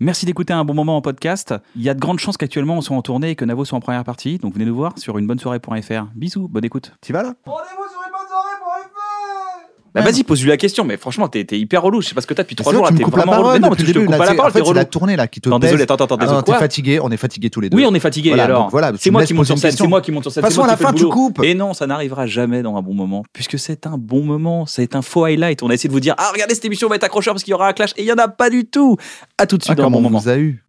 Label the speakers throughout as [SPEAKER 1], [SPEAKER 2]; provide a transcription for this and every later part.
[SPEAKER 1] Merci d'écouter un bon moment en podcast. Il y a de grandes chances qu'actuellement on soit en tournée et que Navo soit en première partie. Donc venez nous voir sur unebonnesoirée.fr. Bisous, bonne écoute.
[SPEAKER 2] T'y vas là
[SPEAKER 3] Rendez-vous sur les bonnes soirées pour
[SPEAKER 1] Bah vas-y, pose-lui la question, mais franchement, t'es t'es hyper relou. Je sais pas ce que t'as depuis
[SPEAKER 2] Mais
[SPEAKER 1] trois
[SPEAKER 2] c'est
[SPEAKER 1] jours
[SPEAKER 2] vrai,
[SPEAKER 1] là,
[SPEAKER 2] Bah, tu me
[SPEAKER 1] t'es
[SPEAKER 2] coupes la
[SPEAKER 1] vraiment relou.
[SPEAKER 2] parole
[SPEAKER 1] Mais non, mais
[SPEAKER 2] depuis
[SPEAKER 1] tu
[SPEAKER 2] le
[SPEAKER 1] te
[SPEAKER 2] début,
[SPEAKER 1] coupes pas
[SPEAKER 2] là,
[SPEAKER 1] la
[SPEAKER 2] tu sais,
[SPEAKER 1] parole,
[SPEAKER 2] en fait,
[SPEAKER 1] t'es
[SPEAKER 2] c'est la
[SPEAKER 1] relou.
[SPEAKER 2] tournée là qui te
[SPEAKER 1] Non,
[SPEAKER 2] pèse.
[SPEAKER 1] désolé, attends, attends,
[SPEAKER 2] Ah non,
[SPEAKER 1] désolé.
[SPEAKER 2] t'es
[SPEAKER 1] Quoi
[SPEAKER 2] fatigué, on est fatigué tous les deux.
[SPEAKER 1] Oui, on est fatigué,
[SPEAKER 2] Voilà,
[SPEAKER 1] et alors
[SPEAKER 2] donc voilà, parce que
[SPEAKER 1] C'est
[SPEAKER 2] tu
[SPEAKER 1] moi
[SPEAKER 2] me
[SPEAKER 1] qui
[SPEAKER 2] laisses
[SPEAKER 1] monte
[SPEAKER 2] poser
[SPEAKER 1] sur
[SPEAKER 2] une
[SPEAKER 1] scène,
[SPEAKER 2] question.
[SPEAKER 1] c'est moi qui monte sur
[SPEAKER 2] De
[SPEAKER 1] scène.
[SPEAKER 2] toute
[SPEAKER 1] c'est
[SPEAKER 2] façon,
[SPEAKER 1] moi
[SPEAKER 2] à la
[SPEAKER 1] qui fais
[SPEAKER 2] fin,
[SPEAKER 1] le
[SPEAKER 2] tu
[SPEAKER 1] boulot.
[SPEAKER 2] coupes.
[SPEAKER 1] Et non, ça n'arrivera jamais dans un bon moment, puisque c'est un bon moment. C'est un faux highlight. On a essayé de vous dire, ah, regardez, cette émission va être accrocheur parce qu'il y aura un clash. Et il y en a pas du tout. À tout de
[SPEAKER 2] Ah,
[SPEAKER 1] suite dans un
[SPEAKER 2] comme
[SPEAKER 1] bon
[SPEAKER 2] on
[SPEAKER 1] moment.
[SPEAKER 2] vous a eu.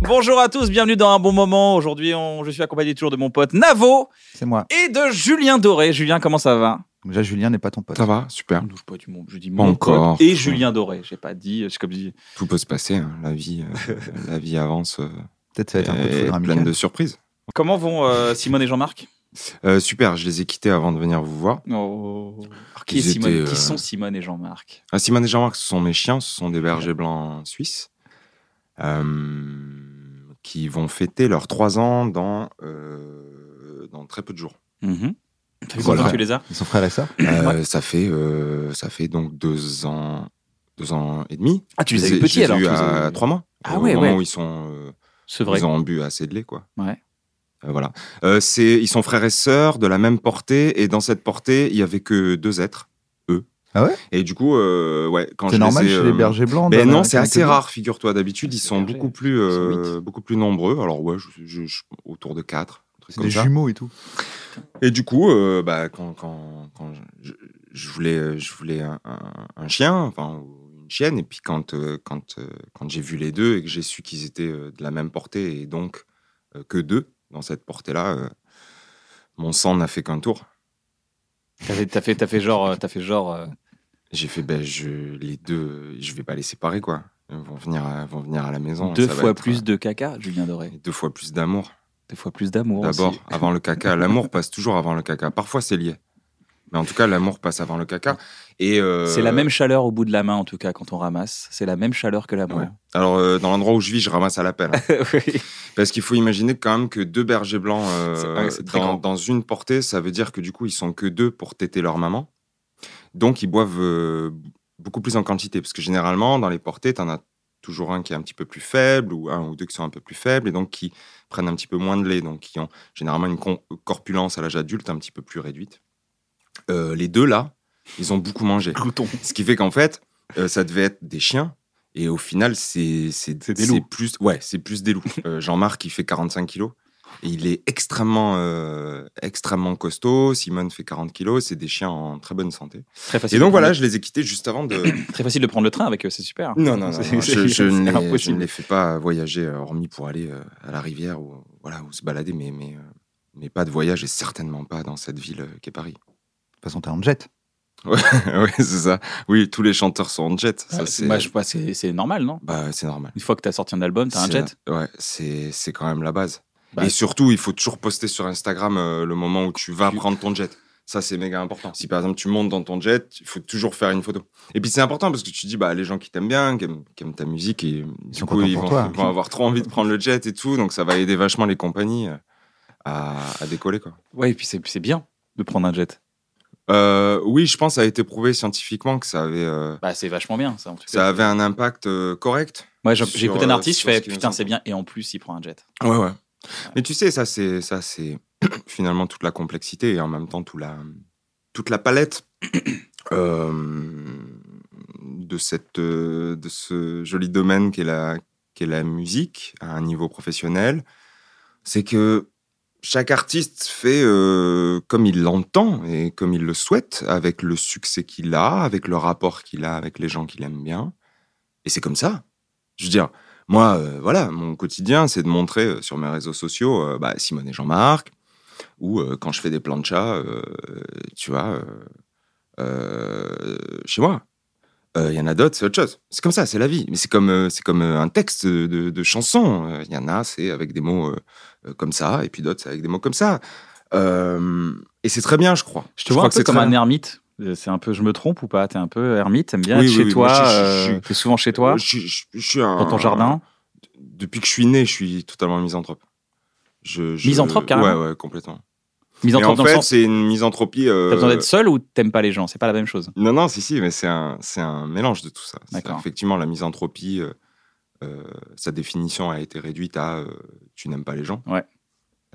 [SPEAKER 1] Bonjour à tous, bienvenue dans un bon moment. Aujourd'hui, on- je suis accompagné toujours de mon pote Navo
[SPEAKER 2] C'est moi.
[SPEAKER 1] et de Julien Doré. Julien, comment ça va
[SPEAKER 2] Donc Déjà, Julien n'est pas ton pote.
[SPEAKER 4] Ça va, super.
[SPEAKER 1] Je pas du monde, je dis
[SPEAKER 4] Pas mon encore. pote
[SPEAKER 1] Et
[SPEAKER 4] Ouais.
[SPEAKER 1] Julien Doré, j'ai pas dit, c'est comme dit.
[SPEAKER 4] Tout peut se passer. hein. La vie, euh, la vie avance. euh,
[SPEAKER 2] Peut-être ça va être un peu de
[SPEAKER 4] est
[SPEAKER 2] foudre
[SPEAKER 4] pleine
[SPEAKER 2] amical.
[SPEAKER 4] de surprises.
[SPEAKER 1] Comment vont euh, Simone et Jean-Marc
[SPEAKER 4] Euh, super. Je les ai quittés avant de venir vous voir.
[SPEAKER 1] Oh. Alors, qui, est
[SPEAKER 4] Ils
[SPEAKER 1] Simone
[SPEAKER 4] étaient,
[SPEAKER 1] qui
[SPEAKER 4] euh,
[SPEAKER 1] sont Simone et Jean-Marc
[SPEAKER 4] Ah, Simone et Jean-Marc, ce sont mes chiens. Ce sont des bergers blancs suisses euh, qui vont fêter leurs trois ans dans euh, dans très peu de jours.
[SPEAKER 1] Mhm. Ça fait
[SPEAKER 4] Voilà.
[SPEAKER 1] combien que tu les as
[SPEAKER 2] Ils sont frères et sœurs
[SPEAKER 4] Euh, Ça fait euh, ça fait donc deux ans deux ans et demi.
[SPEAKER 1] Ah, tu
[SPEAKER 4] Je
[SPEAKER 1] les as eu
[SPEAKER 4] ai-
[SPEAKER 1] petits
[SPEAKER 4] je les ai
[SPEAKER 1] alors
[SPEAKER 4] eus
[SPEAKER 1] tu les as
[SPEAKER 4] à
[SPEAKER 1] eu-
[SPEAKER 4] trois mois.
[SPEAKER 1] Ah
[SPEAKER 4] Au
[SPEAKER 1] ouais,
[SPEAKER 4] moment
[SPEAKER 1] ouais.
[SPEAKER 4] où ils sont euh,
[SPEAKER 1] C'est vrai.
[SPEAKER 4] Ils ont bu assez de lait, quoi.
[SPEAKER 1] Ouais.
[SPEAKER 4] Euh, voilà. Euh, c'est, ils sont frères et sœurs de la même portée, et dans cette portée, il y avait que deux êtres, eux.
[SPEAKER 2] Ah ouais
[SPEAKER 4] Et du coup, euh, ouais, quand je
[SPEAKER 2] C'est normal
[SPEAKER 4] les ai,
[SPEAKER 2] chez
[SPEAKER 4] euh,
[SPEAKER 2] les bergers blancs. d'en-
[SPEAKER 4] Mais non,
[SPEAKER 2] d'en-
[SPEAKER 4] c'est
[SPEAKER 2] d'en-
[SPEAKER 4] assez
[SPEAKER 2] d'en-
[SPEAKER 4] rare, figure-toi. D'habitude,
[SPEAKER 1] Ah,
[SPEAKER 4] ils
[SPEAKER 1] c'est
[SPEAKER 4] sont
[SPEAKER 1] berger.
[SPEAKER 4] beaucoup plus, euh,
[SPEAKER 1] Ils sont huit.
[SPEAKER 4] beaucoup plus nombreux. Alors ouais, je- je- je- autour de quatre. un truc
[SPEAKER 2] C'est
[SPEAKER 4] comme
[SPEAKER 2] des
[SPEAKER 4] ça.
[SPEAKER 2] jumeaux et tout.
[SPEAKER 4] Et du coup, euh, bah, quand, quand, quand je, je voulais, euh, je voulais un, un- un chien, enfin ou une chienne, et puis quand, euh, quand, euh, quand j'ai vu les deux et que j'ai su qu'ils étaient euh, de la même portée et donc euh, que deux dans cette portée-là, euh, mon sang n'a fait qu'un tour.
[SPEAKER 1] T'as fait, t'as fait, t'as fait genre, euh, t'as fait genre. euh,
[SPEAKER 4] J'ai fait, ben, je, les deux, je vais pas les séparer, quoi. Ils vont venir à, vont venir à la maison.
[SPEAKER 1] deux
[SPEAKER 4] ça va
[SPEAKER 1] fois
[SPEAKER 4] être,
[SPEAKER 1] plus de caca, Julien Doré.
[SPEAKER 4] euh, deux fois plus d'amour.
[SPEAKER 1] Deux fois plus d'amour.
[SPEAKER 4] D'abord,
[SPEAKER 1] aussi.
[SPEAKER 4] avant le caca. L'amour passe toujours avant le caca. Parfois, c'est lié. Mais en tout cas, l'amour passe avant le caca. Et euh,
[SPEAKER 1] C'est la même chaleur au bout de la main, en tout cas, quand on ramasse. C'est la même chaleur que l'amour.
[SPEAKER 4] Ouais. Alors, euh, dans l'endroit où je vis, je ramasse à la peine. hein.
[SPEAKER 1] Oui.
[SPEAKER 4] Parce qu'il faut imaginer quand même que deux bergers blancs euh,
[SPEAKER 1] C'est- ouais, c'est très grand.
[SPEAKER 4] dans, dans une portée, ça veut dire que du coup, ils sont que deux pour téter leur maman. Donc, ils boivent euh, beaucoup plus en quantité. Parce que généralement, dans les portées, tu en as toujours un qui est un petit peu plus faible ou un ou deux qui sont un peu plus faibles et donc qui prennent un petit peu moins de lait. Donc, qui ont généralement une con- euh, corpulence à l'âge adulte un petit peu plus réduite. Euh, les deux là, ils ont beaucoup mangé. Ce qui fait qu'en fait, euh, ça devait être des chiens. Et au final, c'est c'est
[SPEAKER 1] des
[SPEAKER 4] c'est
[SPEAKER 1] loups.
[SPEAKER 4] Plus, ouais, c'est plus des loups. Euh, Jean-Marc, il fait 45 kilos. Et il est extrêmement, euh, extrêmement costaud. Simone fait 40 kilos. C'est des chiens en très bonne santé.
[SPEAKER 1] Très facile.
[SPEAKER 4] Et
[SPEAKER 1] de
[SPEAKER 4] donc voilà,
[SPEAKER 1] prendre-
[SPEAKER 4] je les ai quittés juste avant de.
[SPEAKER 1] Très facile de prendre le train avec eux, c'est super.
[SPEAKER 4] Non, non, non. non,
[SPEAKER 1] C'est-
[SPEAKER 4] je,
[SPEAKER 1] c'est-
[SPEAKER 4] je ne
[SPEAKER 1] c'est
[SPEAKER 4] les, je ne
[SPEAKER 1] impossible.
[SPEAKER 4] les fais pas voyager, euh, hormis pour aller euh, à la rivière ou, voilà, ou se balader. Mais, mais, euh, mais pas de voyage et certainement pas dans cette ville euh, qu'est Paris.
[SPEAKER 2] De toute façon, t'es en jet.
[SPEAKER 4] oui, c'est ça. Oui, tous les chanteurs sont en jet. Ça,
[SPEAKER 1] Ouais,
[SPEAKER 4] c'est
[SPEAKER 1] bah, je- bah, c'est c'est normal, non
[SPEAKER 4] bah, c'est normal.
[SPEAKER 1] Une fois que t'as sorti un album, t'as un
[SPEAKER 4] C'est
[SPEAKER 1] jet.
[SPEAKER 4] la- Ouais, c'est c'est quand même la base.
[SPEAKER 1] Bah,
[SPEAKER 4] et surtout, il faut toujours poster sur Instagram euh, le moment où tu vas
[SPEAKER 1] Tu-
[SPEAKER 4] prendre ton jet. Ça, c'est méga important. Si par exemple tu montes dans ton jet, il faut toujours faire une photo. Et puis c'est important parce que tu dis, bah, les gens qui t'aiment bien, qui aiment, qui aiment ta musique, et, du
[SPEAKER 2] sont
[SPEAKER 4] coup,
[SPEAKER 2] contents
[SPEAKER 4] ils
[SPEAKER 2] pour
[SPEAKER 4] vont,
[SPEAKER 2] toi.
[SPEAKER 4] ils vont avoir trop envie de prendre le jet et tout. Donc ça va aider vachement les compagnies euh, à, à décoller. Quoi.
[SPEAKER 1] Ouais, et puis c'est c'est bien de prendre un jet.
[SPEAKER 4] Euh, oui, je pense que ça a été prouvé scientifiquement que ça avait, euh,
[SPEAKER 1] Bah, c'est vachement bien, ça, en tout
[SPEAKER 4] ça
[SPEAKER 1] cas.
[SPEAKER 4] avait un impact euh, correct
[SPEAKER 1] Moi, j'ai-
[SPEAKER 4] sur,
[SPEAKER 1] j'écoute un
[SPEAKER 4] euh,
[SPEAKER 1] artiste, je
[SPEAKER 4] sur
[SPEAKER 1] fais
[SPEAKER 4] ce qui me
[SPEAKER 1] putain,
[SPEAKER 4] semble.
[SPEAKER 1] c'est bien, et en plus, il prend un jet.
[SPEAKER 4] Ouais, ouais. Mais tu sais, ça, c'est, ça, c'est finalement toute la complexité et en même temps tout la, toute la palette euh, de, cette, euh, de ce joli domaine qu'est la, qu'est la musique à un niveau professionnel. C'est que chaque artiste fait euh, comme il l'entend et comme il le souhaite, avec le succès qu'il a, avec le rapport qu'il a avec les gens qu'il aime bien. Et c'est comme ça. Je veux dire, moi, euh, voilà, mon quotidien, c'est de montrer euh, sur mes réseaux sociaux euh, bah, Simone et Jean-Marc, ou euh, quand je fais des planchas, euh, tu vois, euh, euh, chez moi. Euh, Il y en a d'autres, c'est autre chose. C'est comme ça, c'est la vie. Mais c'est comme, euh, c'est comme euh, un texte de, de chanson. Euh, Il y en a, c'est avec des mots euh, euh, comme ça, et puis d'autres, c'est avec des mots comme ça. Euh, et c'est très bien, je crois.
[SPEAKER 1] Je te vois
[SPEAKER 4] crois
[SPEAKER 1] un
[SPEAKER 4] que
[SPEAKER 1] peu
[SPEAKER 4] c'est
[SPEAKER 1] comme
[SPEAKER 4] très
[SPEAKER 1] un
[SPEAKER 4] bien.
[SPEAKER 1] ermite. Euh, C'est un peu, je me trompe ou pas T'es un peu ermite, t'aimes bien
[SPEAKER 4] Oui,
[SPEAKER 1] être
[SPEAKER 4] oui,
[SPEAKER 1] chez
[SPEAKER 4] oui,
[SPEAKER 1] toi,
[SPEAKER 4] moi, je- je- je-
[SPEAKER 1] euh, t'es souvent chez toi,
[SPEAKER 4] je, je- je suis un-
[SPEAKER 1] dans ton jardin.
[SPEAKER 4] Depuis que je suis né, je suis totalement misanthrope. Je, je-
[SPEAKER 1] Misanthrope, carrément
[SPEAKER 4] Ouais, ouais, complètement. Et
[SPEAKER 1] Misanthrope
[SPEAKER 4] en
[SPEAKER 1] dans le
[SPEAKER 4] fait,
[SPEAKER 1] sens,
[SPEAKER 4] c'est une misanthropie. euh,
[SPEAKER 1] t'as besoin d'être seul ou t'aimes pas les gens C'est pas la même chose.
[SPEAKER 4] Non, non, si, si, mais c'est un, c'est un mélange de tout ça. C'est
[SPEAKER 1] D'accord.
[SPEAKER 4] Effectivement, la misanthropie, euh, euh, sa définition a été réduite à euh, tu n'aimes pas les gens.
[SPEAKER 1] Ouais.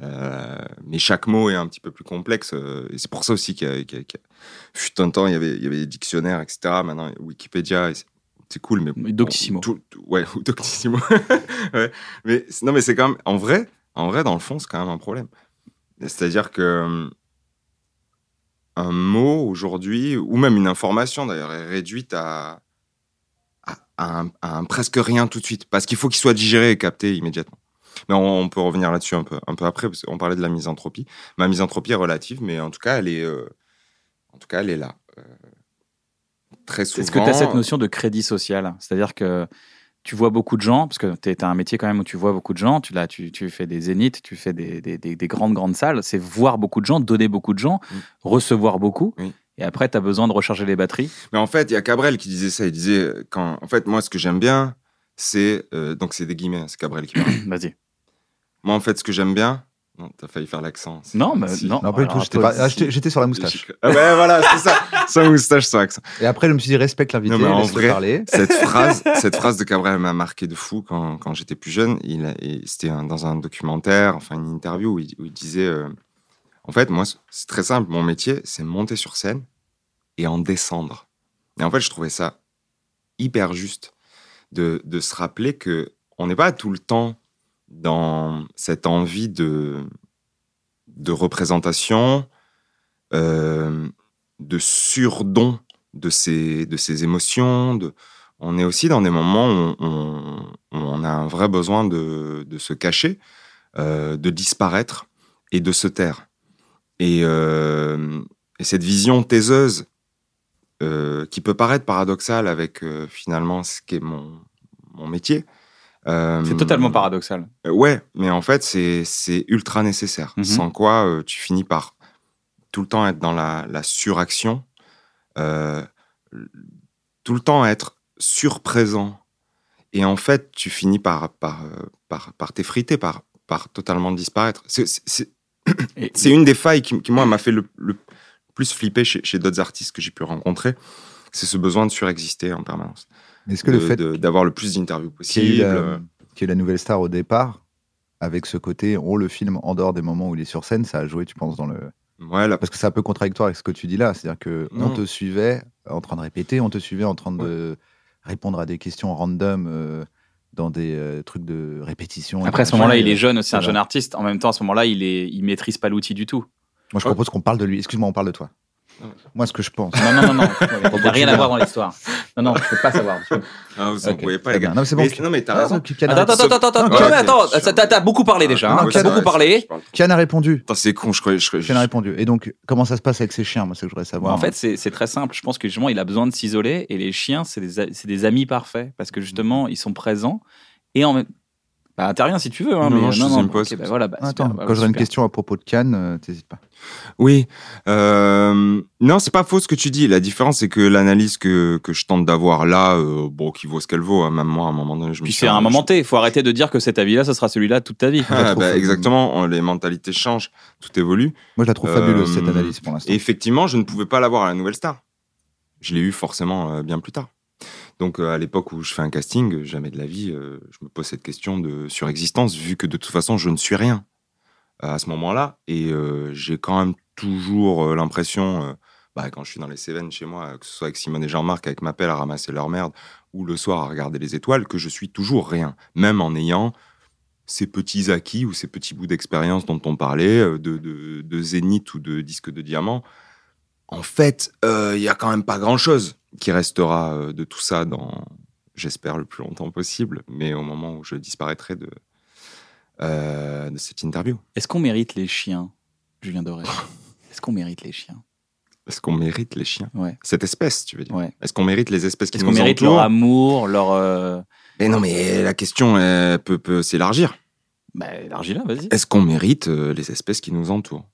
[SPEAKER 4] Euh, mais chaque mot est un petit peu plus complexe. euh, et c'est pour ça aussi qu'il y a, qu'il y a- qu'il y a- fut un temps, il y avait, il y avait des dictionnaires, etc. Maintenant, il y a Wikipédia, et c'est, c'est cool, mais
[SPEAKER 1] Mais Doctissimo.
[SPEAKER 4] tout- tout- ouais, ou Doctissimo. Ouais. Mais c'est- non, mais c'est quand même en vrai, en vrai, dans le fond, c'est quand même un problème. C'est-à-dire que hum, un mot aujourd'hui, ou même une information d'ailleurs, est réduite à, à, à un, à un presque rien tout de suite, parce qu'il faut qu'il soit digéré et capté immédiatement. Mais on, on peut revenir là-dessus un peu, un peu après, parce qu'on parlait de la misanthropie. Ma misanthropie est relative, mais en tout cas, elle est, euh, en tout cas, elle est là. Euh, très souvent.
[SPEAKER 1] Est-ce que tu as cette notion de crédit social C'est-à-dire que tu vois beaucoup de gens, parce que tu as un métier quand même où tu vois beaucoup de gens, tu, là, tu, tu fais des zéniths, tu fais des, des- des- des grandes, grandes salles, c'est voir beaucoup de gens, donner beaucoup de gens,
[SPEAKER 4] Mm.
[SPEAKER 1] recevoir beaucoup,
[SPEAKER 4] Oui.
[SPEAKER 1] et après tu as besoin de recharger les batteries.
[SPEAKER 4] Mais en fait, il y a Cabrel qui disait ça. Il disait, euh, quand, en fait, moi, ce que j'aime bien, c'est. euh, donc, c'est des guillemets, c'est Cabrel qui parle.
[SPEAKER 1] Vas-y.
[SPEAKER 4] moi, en fait, ce que j'aime bien. Non, t'as failli faire l'accent. c'est-
[SPEAKER 1] Non, mais
[SPEAKER 4] si.
[SPEAKER 1] non.
[SPEAKER 2] Non, pas du
[SPEAKER 1] Alors,
[SPEAKER 2] tout, j'étais
[SPEAKER 1] toi,
[SPEAKER 2] pas- ah, j'étais j'étais sur la moustache.
[SPEAKER 4] Ah ben voilà, c'est ça. Sans moustache, sans accent.
[SPEAKER 2] Et après, je me suis dit, respecte l'invité,
[SPEAKER 4] Non, mais en
[SPEAKER 2] laisse-le
[SPEAKER 4] vrai-
[SPEAKER 2] parler.
[SPEAKER 4] Cette phrase, cette phrase de Cabrel m'a marqué de fou quand, quand j'étais plus jeune. Il, a- et c'était un- dans un documentaire, enfin une interview où il, où il disait euh, En fait, moi, c'est très simple. Mon métier, c'est monter sur scène et en descendre. Et en fait, je trouvais ça hyper juste de, de se rappeler que on n'est pas tout le temps dans cette envie de, de représentation, euh, de surdon de ses, de ses émotions. De... On est aussi dans des moments où on, où on a un vrai besoin de, de se cacher, euh, de disparaître et de se taire. Et, euh, et cette vision taiseuse, euh, qui peut paraître paradoxale avec euh, finalement ce qu'est mon, mon métier. euh,
[SPEAKER 1] C'est totalement paradoxal.
[SPEAKER 4] euh, Ouais, mais en fait, c'est c'est ultra nécessaire.
[SPEAKER 2] Mmh
[SPEAKER 1] Mhm.
[SPEAKER 4] Sans quoi, euh, tu finis par tout le temps être dans la, la suraction, euh, l- tout le temps être surprésent. Et en fait, tu finis par, par, euh, par, par t'effriter, par, par totalement disparaître. C'est- c'est- c'est-
[SPEAKER 1] Et-
[SPEAKER 4] c'est une des failles qui, qui, moi, m'a fait le, le plus flipper chez, chez d'autres artistes que j'ai pu rencontrer. C'est ce besoin de surexister en permanence.
[SPEAKER 2] Mais Est-ce que
[SPEAKER 4] De-
[SPEAKER 2] le fait
[SPEAKER 4] de- D'avoir le plus d'interviews
[SPEAKER 2] qu'il y ait eu
[SPEAKER 4] possible.
[SPEAKER 2] la- qu'il y ait la nouvelle star au départ, avec ce côté, on le filme en dehors des moments où il est sur scène, ça a joué, tu penses, dans le.
[SPEAKER 4] Ouais, la-
[SPEAKER 2] Parce que c'est un peu contradictoire avec ce que tu dis là. C'est-à-dire que
[SPEAKER 4] Non.
[SPEAKER 2] on te suivait en train de répéter, on te suivait en train de répondre à des questions random euh, dans des euh, trucs de répétition. et
[SPEAKER 1] Après, à
[SPEAKER 2] machin.
[SPEAKER 1] ce moment-là, il est
[SPEAKER 2] Et,
[SPEAKER 1] jeune, euh, c'est un
[SPEAKER 2] voilà.
[SPEAKER 1] jeune artiste. En même temps, à ce moment-là, il est, il maîtrise pas l'outil du tout.
[SPEAKER 2] Moi, je propose qu'on parle de lui. Excuse-moi, on parle de toi.
[SPEAKER 4] Ouais.
[SPEAKER 2] Moi, ce que je pense.
[SPEAKER 1] Non, non, non, non. Il n'a rien à voir dans l'histoire. Non, non, je peux pas savoir.
[SPEAKER 4] Ah, vous en
[SPEAKER 2] Ok, Eh
[SPEAKER 4] pouvez pas,
[SPEAKER 2] très
[SPEAKER 4] les gars.
[SPEAKER 2] bien. Non, mais c'est bon.
[SPEAKER 4] Mais- non, mais t'as
[SPEAKER 2] Ah,
[SPEAKER 4] raison.
[SPEAKER 2] donc, Kian a-
[SPEAKER 1] Attends, attends, attends, attends.
[SPEAKER 4] Ouais,
[SPEAKER 1] Non, mais
[SPEAKER 4] ok.
[SPEAKER 1] attends, t'as- t'as t'as beaucoup parlé déjà. hein.
[SPEAKER 4] Ouais,
[SPEAKER 1] T'as
[SPEAKER 4] c'est
[SPEAKER 1] beaucoup
[SPEAKER 4] vrai,
[SPEAKER 1] parlé.
[SPEAKER 4] je parle trop.
[SPEAKER 2] Kian a répondu.
[SPEAKER 4] Putain, c'est con, je croyais. Je, croyais-
[SPEAKER 2] J'ai répondu. Et donc, comment ça se passe avec ces chiens Moi, c'est que je voudrais savoir.
[SPEAKER 1] En fait, c'est c'est très simple. Je pense que justement, il a besoin de s'isoler et les chiens, c'est des, a- c'est des amis parfaits parce que
[SPEAKER 4] Mm.
[SPEAKER 1] justement, ils sont présents et en même bah, interviens si tu veux. Hein,
[SPEAKER 4] Non,
[SPEAKER 1] mais
[SPEAKER 4] non,
[SPEAKER 1] euh,
[SPEAKER 4] je faisais une
[SPEAKER 1] bah,
[SPEAKER 4] pause.
[SPEAKER 1] ok, bah, voilà, bah,
[SPEAKER 2] Attends,
[SPEAKER 1] super, bah,
[SPEAKER 2] quand j'aurai une
[SPEAKER 1] super.
[SPEAKER 2] question à propos de Cannes, euh, t'hésites pas.
[SPEAKER 4] Oui. Euh, non, c'est pas faux ce que tu dis. La différence, c'est que l'analyse que, que je tente d'avoir là, euh, bon, qui vaut ce qu'elle vaut. hein. Même moi, à un moment donné, je me
[SPEAKER 1] Puis
[SPEAKER 4] suis-
[SPEAKER 1] c'est un moment T. Il faut arrêter de dire que cet avis-là, ça sera celui-là toute ta vie.
[SPEAKER 2] Je
[SPEAKER 4] Ah,
[SPEAKER 2] la trouve
[SPEAKER 4] bah,
[SPEAKER 2] fabuleuse.
[SPEAKER 4] exactement, on- les mentalités changent, tout évolue.
[SPEAKER 2] Moi, je la trouve
[SPEAKER 4] Euh,
[SPEAKER 2] fabuleuse, cette analyse, pour l'instant.
[SPEAKER 4] Et effectivement, je ne pouvais pas l'avoir à la Nouvelle Star. Je l'ai eu forcément euh, bien plus tard. Donc euh, à l'époque où je fais un casting, euh, jamais de la vie, euh, je me pose cette question de surexistence, vu que de toute façon, je ne suis rien euh, à ce moment-là. Et euh, j'ai quand même toujours euh, l'impression, euh, bah, quand je suis dans les Cévennes chez moi, euh, que ce soit avec Simone et Jean-Marc, avec ma pelle à ramasser leur merde, ou le soir à regarder les étoiles, que je suis toujours rien, même en ayant ces petits acquis ou ces petits bouts d'expérience dont on parlait, euh, de, de, de zénith ou de disque de diamant, en fait, euh, il y a quand même pas grand-chose qui restera euh, de tout ça dans, j'espère, le plus longtemps possible, mais au moment où je disparaîtrai de, euh, de cette interview.
[SPEAKER 1] Est-ce qu'on mérite les chiens, Julien Doré Est-ce qu'on mérite les chiens
[SPEAKER 4] Est-ce qu'on mérite les chiens
[SPEAKER 1] Ouais.
[SPEAKER 4] Cette espèce, tu veux dire
[SPEAKER 1] Ouais.
[SPEAKER 4] Est-ce qu'on mérite les espèces qui
[SPEAKER 1] Est-ce
[SPEAKER 4] nous
[SPEAKER 1] qu'on mérite
[SPEAKER 4] entourent
[SPEAKER 1] leur amour, leur euh,
[SPEAKER 4] Mais non, mais la question elle peut, peut s'élargir.
[SPEAKER 1] bah, l'argila, vas-y.
[SPEAKER 4] Est-ce qu'on mérite euh, les espèces qui nous entourent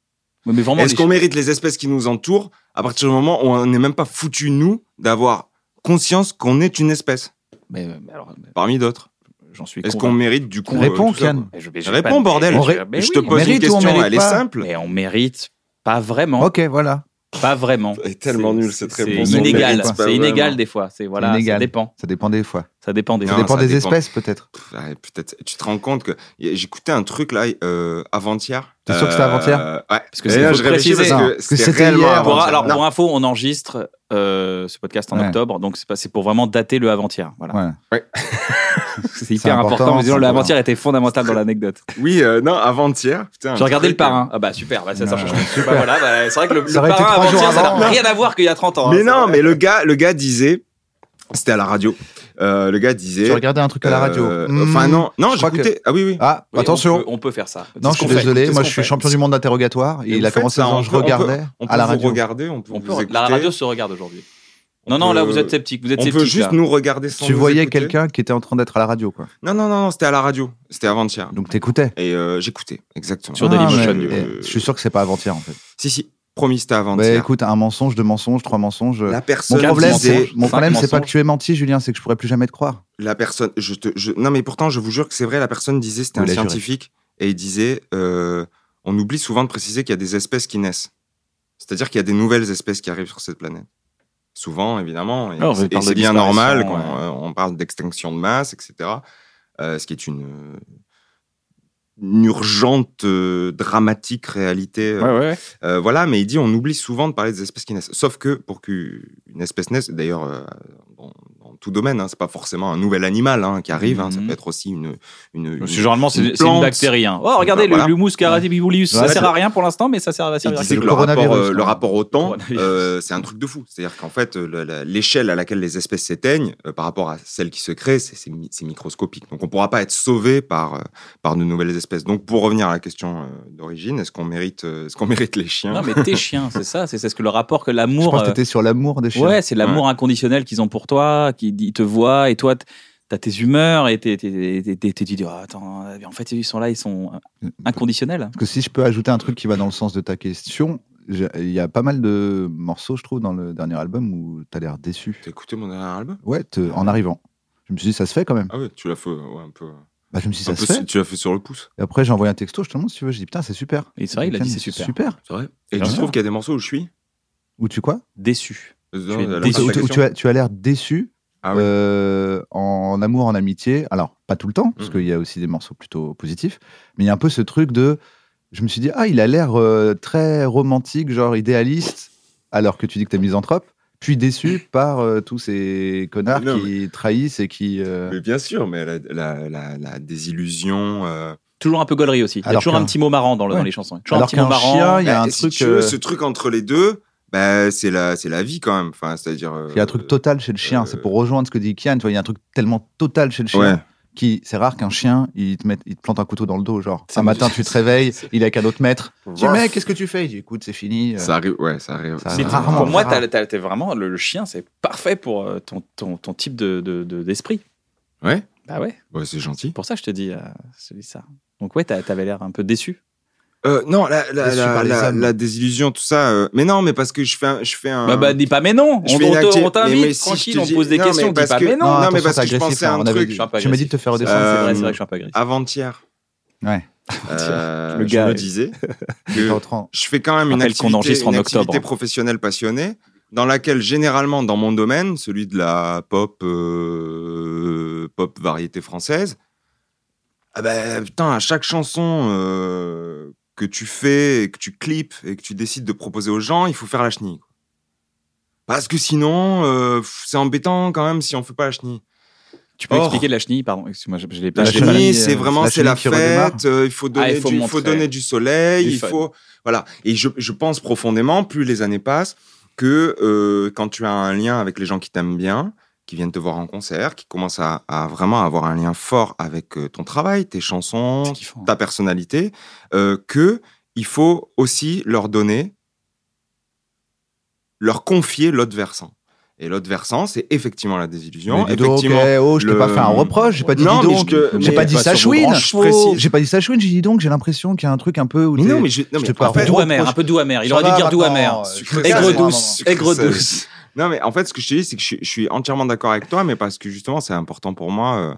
[SPEAKER 1] Ouais, mais vraiment,
[SPEAKER 4] Est-ce
[SPEAKER 1] les
[SPEAKER 4] qu'on
[SPEAKER 1] chiens-
[SPEAKER 4] mérite les espèces qui nous entourent à partir du moment où on n'est même pas foutu, nous, d'avoir conscience qu'on est une espèce
[SPEAKER 1] Mais, euh, mais alors, mais
[SPEAKER 4] parmi d'autres
[SPEAKER 1] j'en suis.
[SPEAKER 4] Est-ce qu'on
[SPEAKER 1] convaincu.
[SPEAKER 4] mérite du coup. euh,
[SPEAKER 2] Réponds,
[SPEAKER 4] tout ça,
[SPEAKER 2] Kian.
[SPEAKER 4] quoi
[SPEAKER 1] Mais je- mais j'ai
[SPEAKER 4] Réponds,
[SPEAKER 1] pas de-
[SPEAKER 4] bordel.
[SPEAKER 1] mais
[SPEAKER 2] On
[SPEAKER 1] je-
[SPEAKER 2] ré-
[SPEAKER 1] mais
[SPEAKER 4] Je
[SPEAKER 1] oui,
[SPEAKER 4] te
[SPEAKER 1] on
[SPEAKER 4] pose une
[SPEAKER 1] mérite.
[SPEAKER 2] mérite ou on
[SPEAKER 4] question,
[SPEAKER 2] mérite
[SPEAKER 4] elle est
[SPEAKER 2] pas
[SPEAKER 4] simple.
[SPEAKER 1] Mais on mérite pas vraiment.
[SPEAKER 2] Ok, voilà.
[SPEAKER 1] Pas vraiment.
[SPEAKER 4] Elle est tellement nulle, cette réponse,
[SPEAKER 1] C'est
[SPEAKER 2] on
[SPEAKER 1] inégal.
[SPEAKER 2] mérite pas
[SPEAKER 1] C'est inégal des fois. C'est voilà. Ça
[SPEAKER 2] inégal.
[SPEAKER 1] dépend.
[SPEAKER 2] Ça dépend des fois.
[SPEAKER 1] Ça dépend des.
[SPEAKER 4] Ça
[SPEAKER 2] Ça
[SPEAKER 4] Non,
[SPEAKER 2] dépend des
[SPEAKER 4] dépend.
[SPEAKER 2] espèces, peut-être.
[SPEAKER 4] Pff, ouais, peut-être. Tu te rends compte que y- j'écoutais un truc là euh, avant-hier. Euh,
[SPEAKER 2] T'es sûr que c'était avant-hier
[SPEAKER 4] Ouais.
[SPEAKER 1] Parce que
[SPEAKER 4] Et
[SPEAKER 1] c'est-
[SPEAKER 4] là,
[SPEAKER 1] faut
[SPEAKER 4] je réfléchis
[SPEAKER 1] préciser.
[SPEAKER 4] parce
[SPEAKER 2] Non,
[SPEAKER 4] que
[SPEAKER 2] que
[SPEAKER 4] c'était
[SPEAKER 2] c'était
[SPEAKER 4] réellement
[SPEAKER 2] hier.
[SPEAKER 4] avant-hier.
[SPEAKER 1] Pour, alors,
[SPEAKER 4] Non,
[SPEAKER 1] pour info, on enregistre euh, ce podcast en
[SPEAKER 2] Ouais.
[SPEAKER 1] octobre, donc c'est pas- c'est pour vraiment dater le avant-hier. Voilà.
[SPEAKER 2] Ouais.
[SPEAKER 1] C'est hyper
[SPEAKER 2] important,
[SPEAKER 1] important, mais disons,
[SPEAKER 2] c'est
[SPEAKER 1] le avant-hier était fondamental dans l'anecdote.
[SPEAKER 4] Oui, euh, non, avant-hier. Putain,
[SPEAKER 1] J'ai
[SPEAKER 4] un
[SPEAKER 1] regardé le
[SPEAKER 4] truc,
[SPEAKER 1] parrain. Ah bah super, bah, ça, ça
[SPEAKER 2] Ouais,
[SPEAKER 1] change. Bah, voilà, bah, c'est vrai que le,
[SPEAKER 2] Ça
[SPEAKER 1] le
[SPEAKER 2] aurait été
[SPEAKER 1] parrain
[SPEAKER 2] trois jours
[SPEAKER 1] avant-hier, ça
[SPEAKER 2] avant.
[SPEAKER 1] n'a rien à voir qu'il y a 30 ans.
[SPEAKER 4] euh, Mais
[SPEAKER 1] hein,
[SPEAKER 4] non,
[SPEAKER 1] c'est-
[SPEAKER 4] mais le gars, le gars disait, c'était à la radio. Euh, le gars disait.
[SPEAKER 2] Tu regardais un truc à la radio.
[SPEAKER 4] euh,
[SPEAKER 2] Hmm.
[SPEAKER 4] Enfin non, non,
[SPEAKER 2] je crois que-
[SPEAKER 4] j'écoutais. Ah oui, oui.
[SPEAKER 2] Ah,
[SPEAKER 1] Oui,
[SPEAKER 2] attention.
[SPEAKER 1] On peut, on peut faire ça. C'est ce
[SPEAKER 2] Non, je suis
[SPEAKER 1] qu'on fait.
[SPEAKER 2] désolé.
[SPEAKER 4] C'est
[SPEAKER 2] Moi,
[SPEAKER 4] ce
[SPEAKER 2] je suis
[SPEAKER 4] qu'on fait.
[SPEAKER 2] champion du monde d'interrogatoire.
[SPEAKER 4] Mais
[SPEAKER 2] Il a
[SPEAKER 4] vous faites
[SPEAKER 2] commencé
[SPEAKER 4] ça,
[SPEAKER 2] en
[SPEAKER 4] on
[SPEAKER 2] je
[SPEAKER 4] peut- on peut-
[SPEAKER 2] regardais
[SPEAKER 4] On peut
[SPEAKER 2] à la
[SPEAKER 4] vous
[SPEAKER 2] radio.
[SPEAKER 4] regarder, on peut
[SPEAKER 1] On peut-
[SPEAKER 4] vous
[SPEAKER 1] la
[SPEAKER 4] écouter.
[SPEAKER 1] radio se regarde aujourd'hui.
[SPEAKER 4] On
[SPEAKER 1] Non, non, là,
[SPEAKER 4] peut-
[SPEAKER 1] vous êtes sceptique. Vous êtes
[SPEAKER 4] On
[SPEAKER 1] sceptique.
[SPEAKER 4] peut juste
[SPEAKER 1] là.
[SPEAKER 4] nous regarder sans
[SPEAKER 2] Tu
[SPEAKER 4] nous
[SPEAKER 2] voyais
[SPEAKER 4] écouter.
[SPEAKER 2] quelqu'un qui était en train d'être à la radio, quoi.
[SPEAKER 4] Non, non, non, non, c'était à la radio. C'était avant-hier.
[SPEAKER 2] Donc t'écoutais.
[SPEAKER 4] Et euh, j'écoutais, exactement.
[SPEAKER 1] Sur
[SPEAKER 2] des
[SPEAKER 1] Dailymotion, du
[SPEAKER 2] Ah,
[SPEAKER 4] euh,
[SPEAKER 2] Je suis sûr que c'est pas avant-hier, en fait.
[SPEAKER 4] Si, si, promis, c'était
[SPEAKER 2] Bah,
[SPEAKER 4] avant-hier.
[SPEAKER 2] écoute, un mensonge, deux mensonges, trois mensonges.
[SPEAKER 4] La
[SPEAKER 2] Mon
[SPEAKER 4] personne
[SPEAKER 1] Quatre
[SPEAKER 2] problème,
[SPEAKER 1] mensonges,
[SPEAKER 4] disait,
[SPEAKER 2] c'est mon
[SPEAKER 1] cinq
[SPEAKER 2] problème, c'est pas
[SPEAKER 1] mensonges.
[SPEAKER 2] que tu aies menti, Julien, c'est que je pourrais plus jamais te croire.
[SPEAKER 4] la personne, je te, je- non mais pourtant, je vous jure que c'est vrai, la personne disait, c'était
[SPEAKER 2] Vous
[SPEAKER 4] un
[SPEAKER 2] l'avez juré.
[SPEAKER 4] scientifique, et il disait, euh, on oublie souvent de préciser qu'il y a des espèces qui naissent. C'est-à-dire qu'il y a des nouvelles espèces qui arrivent sur cette planète. Souvent, évidemment, et,
[SPEAKER 1] Ah, on
[SPEAKER 4] c'est- et
[SPEAKER 1] parle de
[SPEAKER 4] c'est bien
[SPEAKER 1] disparition,
[SPEAKER 4] normal, quand
[SPEAKER 1] ouais.
[SPEAKER 4] euh, on parle d'extinction de masse, etc. Euh, ce qui est une, euh, une urgente, euh, dramatique réalité euh,
[SPEAKER 1] Ouais, ouais, ouais.
[SPEAKER 4] euh, voilà, mais il dit on oublie souvent de parler des espèces qui naissent. Sauf que pour qu'une espèce naisse, d'ailleurs, euh, dans, dans tout domaine, hein, c'est pas forcément un nouvel animal hein, qui arrive, hein, ça
[SPEAKER 1] Mhm.
[SPEAKER 4] peut être aussi une. une, une-
[SPEAKER 1] Parce que Généralement, c'est
[SPEAKER 4] Une
[SPEAKER 1] c'est une
[SPEAKER 4] plante.
[SPEAKER 1] bactérie. hein. Oh, regardez,
[SPEAKER 4] Voilà.
[SPEAKER 1] le l'humus caratibibulius, ça
[SPEAKER 2] Bah, Ouais.
[SPEAKER 1] sert à rien pour l'instant, mais ça sert à
[SPEAKER 4] Il
[SPEAKER 1] servir. à
[SPEAKER 4] disait
[SPEAKER 2] le
[SPEAKER 4] que le rapport,
[SPEAKER 2] coronavirus,
[SPEAKER 4] euh, le
[SPEAKER 2] non.
[SPEAKER 4] rapport au temps,
[SPEAKER 1] Coronavirus.
[SPEAKER 4] euh, c'est un truc de fou. C'est-à-dire qu'en fait, euh, la- la- l'échelle à laquelle les espèces s'éteignent euh, par rapport à celles qui se créent, c'est- c'est mi- c'est microscopique. Donc on ne pourra pas être sauvé par, euh, par de nouvelles espèces. Donc pour revenir à la question euh, d'origine, est-ce qu'on mérite, est qu'on mérite les chiens
[SPEAKER 1] Non, mais tes chiens, c'est ça. C'est c'est ce que le rapport que
[SPEAKER 2] Je
[SPEAKER 1] l'amour.
[SPEAKER 2] pense que t'étais sur l'amour des
[SPEAKER 1] euh,
[SPEAKER 2] chiens.
[SPEAKER 1] Ouais, c'est l'amour inconditionnel qu'ils ont pour toi, qu'ils ils te voient, et toi, t- t'as tes humeurs, et t'es- t'es- t'es- t'es- tu dis, Ah, attends, en fait, ils sont là, ils sont inconditionnels.
[SPEAKER 2] Parce que si je peux ajouter un truc qui va dans le sens de ta question, j'ai- il y a pas mal de morceaux, je trouve, dans le dernier album où t'as l'air déçu.
[SPEAKER 4] T'as écouté mon dernier album
[SPEAKER 2] Ouais, te- en arrivant. Je me suis dit, ça se fait quand même.
[SPEAKER 4] Ah oui, tu l'as fait ouais, un peu. hein.
[SPEAKER 2] Bah, je me suis dit, ça
[SPEAKER 4] Un peu
[SPEAKER 2] se
[SPEAKER 4] su-
[SPEAKER 2] fait.
[SPEAKER 4] tu l'as fait sur le pouce.
[SPEAKER 2] Et après, j'ai envoyé un texto, je te demande si tu veux. J'ai dit, putain, c'est super.
[SPEAKER 1] Et c'est vrai, il a dit,
[SPEAKER 2] Putain,
[SPEAKER 1] c'est super.
[SPEAKER 2] Super.
[SPEAKER 4] C'est vrai. Et
[SPEAKER 1] Ah
[SPEAKER 4] tu
[SPEAKER 1] ouais.
[SPEAKER 4] trouves qu'il y a des morceaux où je suis
[SPEAKER 2] Ou tu quoi
[SPEAKER 1] Déçu.
[SPEAKER 4] Non,
[SPEAKER 1] es
[SPEAKER 4] la
[SPEAKER 1] déçu.
[SPEAKER 4] fin de
[SPEAKER 2] Ou
[SPEAKER 4] la
[SPEAKER 2] tu, ou
[SPEAKER 4] question.
[SPEAKER 2] tu as, tu as l'air déçu
[SPEAKER 4] Ah oui.
[SPEAKER 2] euh, en amour, en amitié. Alors, pas tout le temps, parce
[SPEAKER 4] Mm.
[SPEAKER 2] qu'il y a aussi des morceaux plutôt positifs. Mais il y a un peu ce truc de. Je me suis dit, ah, il a l'air euh, très romantique, genre idéaliste, alors que tu dis que t'es misanthrope. Puis déçu par euh, tous ces connards
[SPEAKER 4] Non,
[SPEAKER 2] qui trahissent et qui. euh,
[SPEAKER 4] Mais bien sûr, mais la, la, la, la désillusion. euh,
[SPEAKER 1] Toujours un peu gaulerie aussi. Il y a
[SPEAKER 2] Alors
[SPEAKER 1] toujours
[SPEAKER 2] qu'un-
[SPEAKER 1] un petit mot marrant dans, le-
[SPEAKER 2] Ouais.
[SPEAKER 1] dans les chansons. Toujours un
[SPEAKER 2] Alors
[SPEAKER 1] petit mot
[SPEAKER 2] qu'un
[SPEAKER 1] marrant.
[SPEAKER 2] chien, il y a
[SPEAKER 4] bah,
[SPEAKER 2] un
[SPEAKER 4] si
[SPEAKER 2] truc.
[SPEAKER 4] tu veux,
[SPEAKER 2] euh,
[SPEAKER 4] ce truc entre les deux, bah, c'est la, c'est la vie quand même. Enfin, c'est-à-dire.
[SPEAKER 2] Il y a un truc total chez le chien.
[SPEAKER 4] euh,
[SPEAKER 2] C'est pour rejoindre ce que dit Kian. Tu vois, il y a un truc tellement total chez le chien.
[SPEAKER 4] Ouais.
[SPEAKER 2] qui c'est rare qu'un chien il te, mette, il te plante un couteau dans le dos genre
[SPEAKER 1] C'est
[SPEAKER 2] un matin tu te réveilles il est qu'à d'autres mètres tu dis
[SPEAKER 4] Rouf.
[SPEAKER 2] mec qu'est-ce que tu fais il dit écoute c'est fini euh,
[SPEAKER 4] Ça arrive. Ouais, ça arrive.
[SPEAKER 2] Ça
[SPEAKER 4] Ça
[SPEAKER 1] C'est-
[SPEAKER 4] arrive.
[SPEAKER 2] rarement.
[SPEAKER 1] pour moi,
[SPEAKER 2] rare.
[SPEAKER 1] t'as- t'as- t'es vraiment le, le chien, c'est parfait pour euh, ton, ton, ton type de- de- de- d'esprit. De,
[SPEAKER 4] Ouais.
[SPEAKER 1] bah ouais,
[SPEAKER 4] Ouais, c'est gentil.
[SPEAKER 1] c'est pour ça que je te dis euh, celui ça. Donc ouais, t'as- t'avais l'air un peu déçu.
[SPEAKER 4] Euh, non, la, la,
[SPEAKER 2] Déçu par
[SPEAKER 4] la,
[SPEAKER 2] les
[SPEAKER 4] la,
[SPEAKER 2] hommes.
[SPEAKER 4] la désillusion, tout ça. euh, Mais non, mais parce que je fais un. Je fais un
[SPEAKER 1] Bah, bah dis pas mais non,
[SPEAKER 4] Hein. je
[SPEAKER 1] on,
[SPEAKER 4] fais
[SPEAKER 1] on
[SPEAKER 4] une
[SPEAKER 1] te-
[SPEAKER 4] acti-
[SPEAKER 1] on
[SPEAKER 4] mais-
[SPEAKER 1] t'invite,
[SPEAKER 4] mais si je te
[SPEAKER 1] tranquille, on
[SPEAKER 4] dis-
[SPEAKER 1] pose des
[SPEAKER 4] non, mais
[SPEAKER 1] questions, dis
[SPEAKER 4] parce
[SPEAKER 1] pas
[SPEAKER 4] que-
[SPEAKER 1] mais non.
[SPEAKER 4] non, mais
[SPEAKER 2] attention,
[SPEAKER 4] parce
[SPEAKER 2] t'es
[SPEAKER 4] que je
[SPEAKER 2] agressif,
[SPEAKER 4] pensais à
[SPEAKER 2] hein,
[SPEAKER 4] un
[SPEAKER 2] on avait
[SPEAKER 4] truc.
[SPEAKER 2] dit-
[SPEAKER 1] Je suis un peu
[SPEAKER 2] tu m'as dit de te faire
[SPEAKER 1] C'est
[SPEAKER 2] redescendre
[SPEAKER 4] Euh,
[SPEAKER 1] vrai, c'est vrai, je suis un peu agressif.
[SPEAKER 4] Avant-hier,
[SPEAKER 2] ouais
[SPEAKER 4] euh,
[SPEAKER 1] Le
[SPEAKER 4] je
[SPEAKER 1] gars,
[SPEAKER 4] me
[SPEAKER 1] ouais.
[SPEAKER 4] disais
[SPEAKER 2] t'es
[SPEAKER 4] que
[SPEAKER 2] en train-
[SPEAKER 4] je fais quand même une
[SPEAKER 1] Rappelle qu'on
[SPEAKER 4] activité,
[SPEAKER 1] enregistre en
[SPEAKER 4] une
[SPEAKER 1] octobre.
[SPEAKER 4] activité professionnelle passionnée dans laquelle généralement dans mon domaine, celui de la pop euh, pop variété française, ah ben, putain, à chaque chanson euh, que tu fais, et que tu clips et que tu décides de proposer aux gens, il faut faire la chenille. quoi. Parce que sinon, euh, pff, c'est embêtant quand même si on fait pas la chenille.
[SPEAKER 1] Tu peux
[SPEAKER 4] Or-
[SPEAKER 1] expliquer la chenille, pardon. Excuse-moi, je, je l'ai pas.
[SPEAKER 4] La
[SPEAKER 2] La
[SPEAKER 1] je l'ai pas-
[SPEAKER 4] chenille,
[SPEAKER 2] chenille,
[SPEAKER 4] c'est
[SPEAKER 2] euh,
[SPEAKER 4] vraiment
[SPEAKER 2] la
[SPEAKER 4] c'est la
[SPEAKER 2] chenille qui redémarre.
[SPEAKER 4] fête. euh, il faut donner,
[SPEAKER 1] Ah, il faut
[SPEAKER 4] du, il faut
[SPEAKER 1] montrer
[SPEAKER 4] donner du soleil.
[SPEAKER 1] du
[SPEAKER 4] il
[SPEAKER 1] fun.
[SPEAKER 4] faut voilà. Et je, je pense profondément, plus les années passent, que euh, quand tu as un lien avec les gens qui t'aiment bien, qui viennent te voir en concert, qui commencent à, à vraiment avoir un lien fort avec euh, ton travail, tes chansons,
[SPEAKER 1] C'est kiffant.
[SPEAKER 4] ta personnalité, euh, que il faut aussi leur donner, leur confier l'autre versant. Et l'autre versant, c'est effectivement la désillusion.
[SPEAKER 2] Mais dis donc,
[SPEAKER 4] effectivement,
[SPEAKER 2] eh, oh, je t'ai
[SPEAKER 4] le-
[SPEAKER 2] pas fait un reproche, j'ai pas dit
[SPEAKER 4] Non,
[SPEAKER 2] dis
[SPEAKER 4] mais
[SPEAKER 2] donc.
[SPEAKER 4] je te-
[SPEAKER 2] J'ai
[SPEAKER 4] mais
[SPEAKER 2] pas dit
[SPEAKER 4] pas
[SPEAKER 2] ça
[SPEAKER 4] sur vos
[SPEAKER 2] chouine.
[SPEAKER 4] branches,
[SPEAKER 2] Je
[SPEAKER 4] précis.
[SPEAKER 2] J'ai pas dit ça chouine, j'ai dit donc, j'ai l'impression qu'il y a un truc un peu où
[SPEAKER 4] Mais non,
[SPEAKER 2] t'es-
[SPEAKER 4] mais je, non,
[SPEAKER 2] je
[SPEAKER 4] mais
[SPEAKER 2] te
[SPEAKER 4] en
[SPEAKER 2] parle
[SPEAKER 4] fait,
[SPEAKER 2] droit.
[SPEAKER 1] Doux amer,
[SPEAKER 2] reproche.
[SPEAKER 1] un peu doux amer. Il
[SPEAKER 2] Ça
[SPEAKER 1] aurait dû
[SPEAKER 2] va,
[SPEAKER 1] dire doux
[SPEAKER 2] maintenant,
[SPEAKER 1] amer.
[SPEAKER 2] euh,
[SPEAKER 4] Sucré
[SPEAKER 1] Aigre
[SPEAKER 4] salé.
[SPEAKER 1] douce,
[SPEAKER 4] Sucré
[SPEAKER 1] aigre
[SPEAKER 4] salé.
[SPEAKER 1] douce.
[SPEAKER 4] Non, mais en fait, ce que je te dis, c'est que je, je suis entièrement d'accord avec toi, mais parce que justement, c'est important pour moi euh,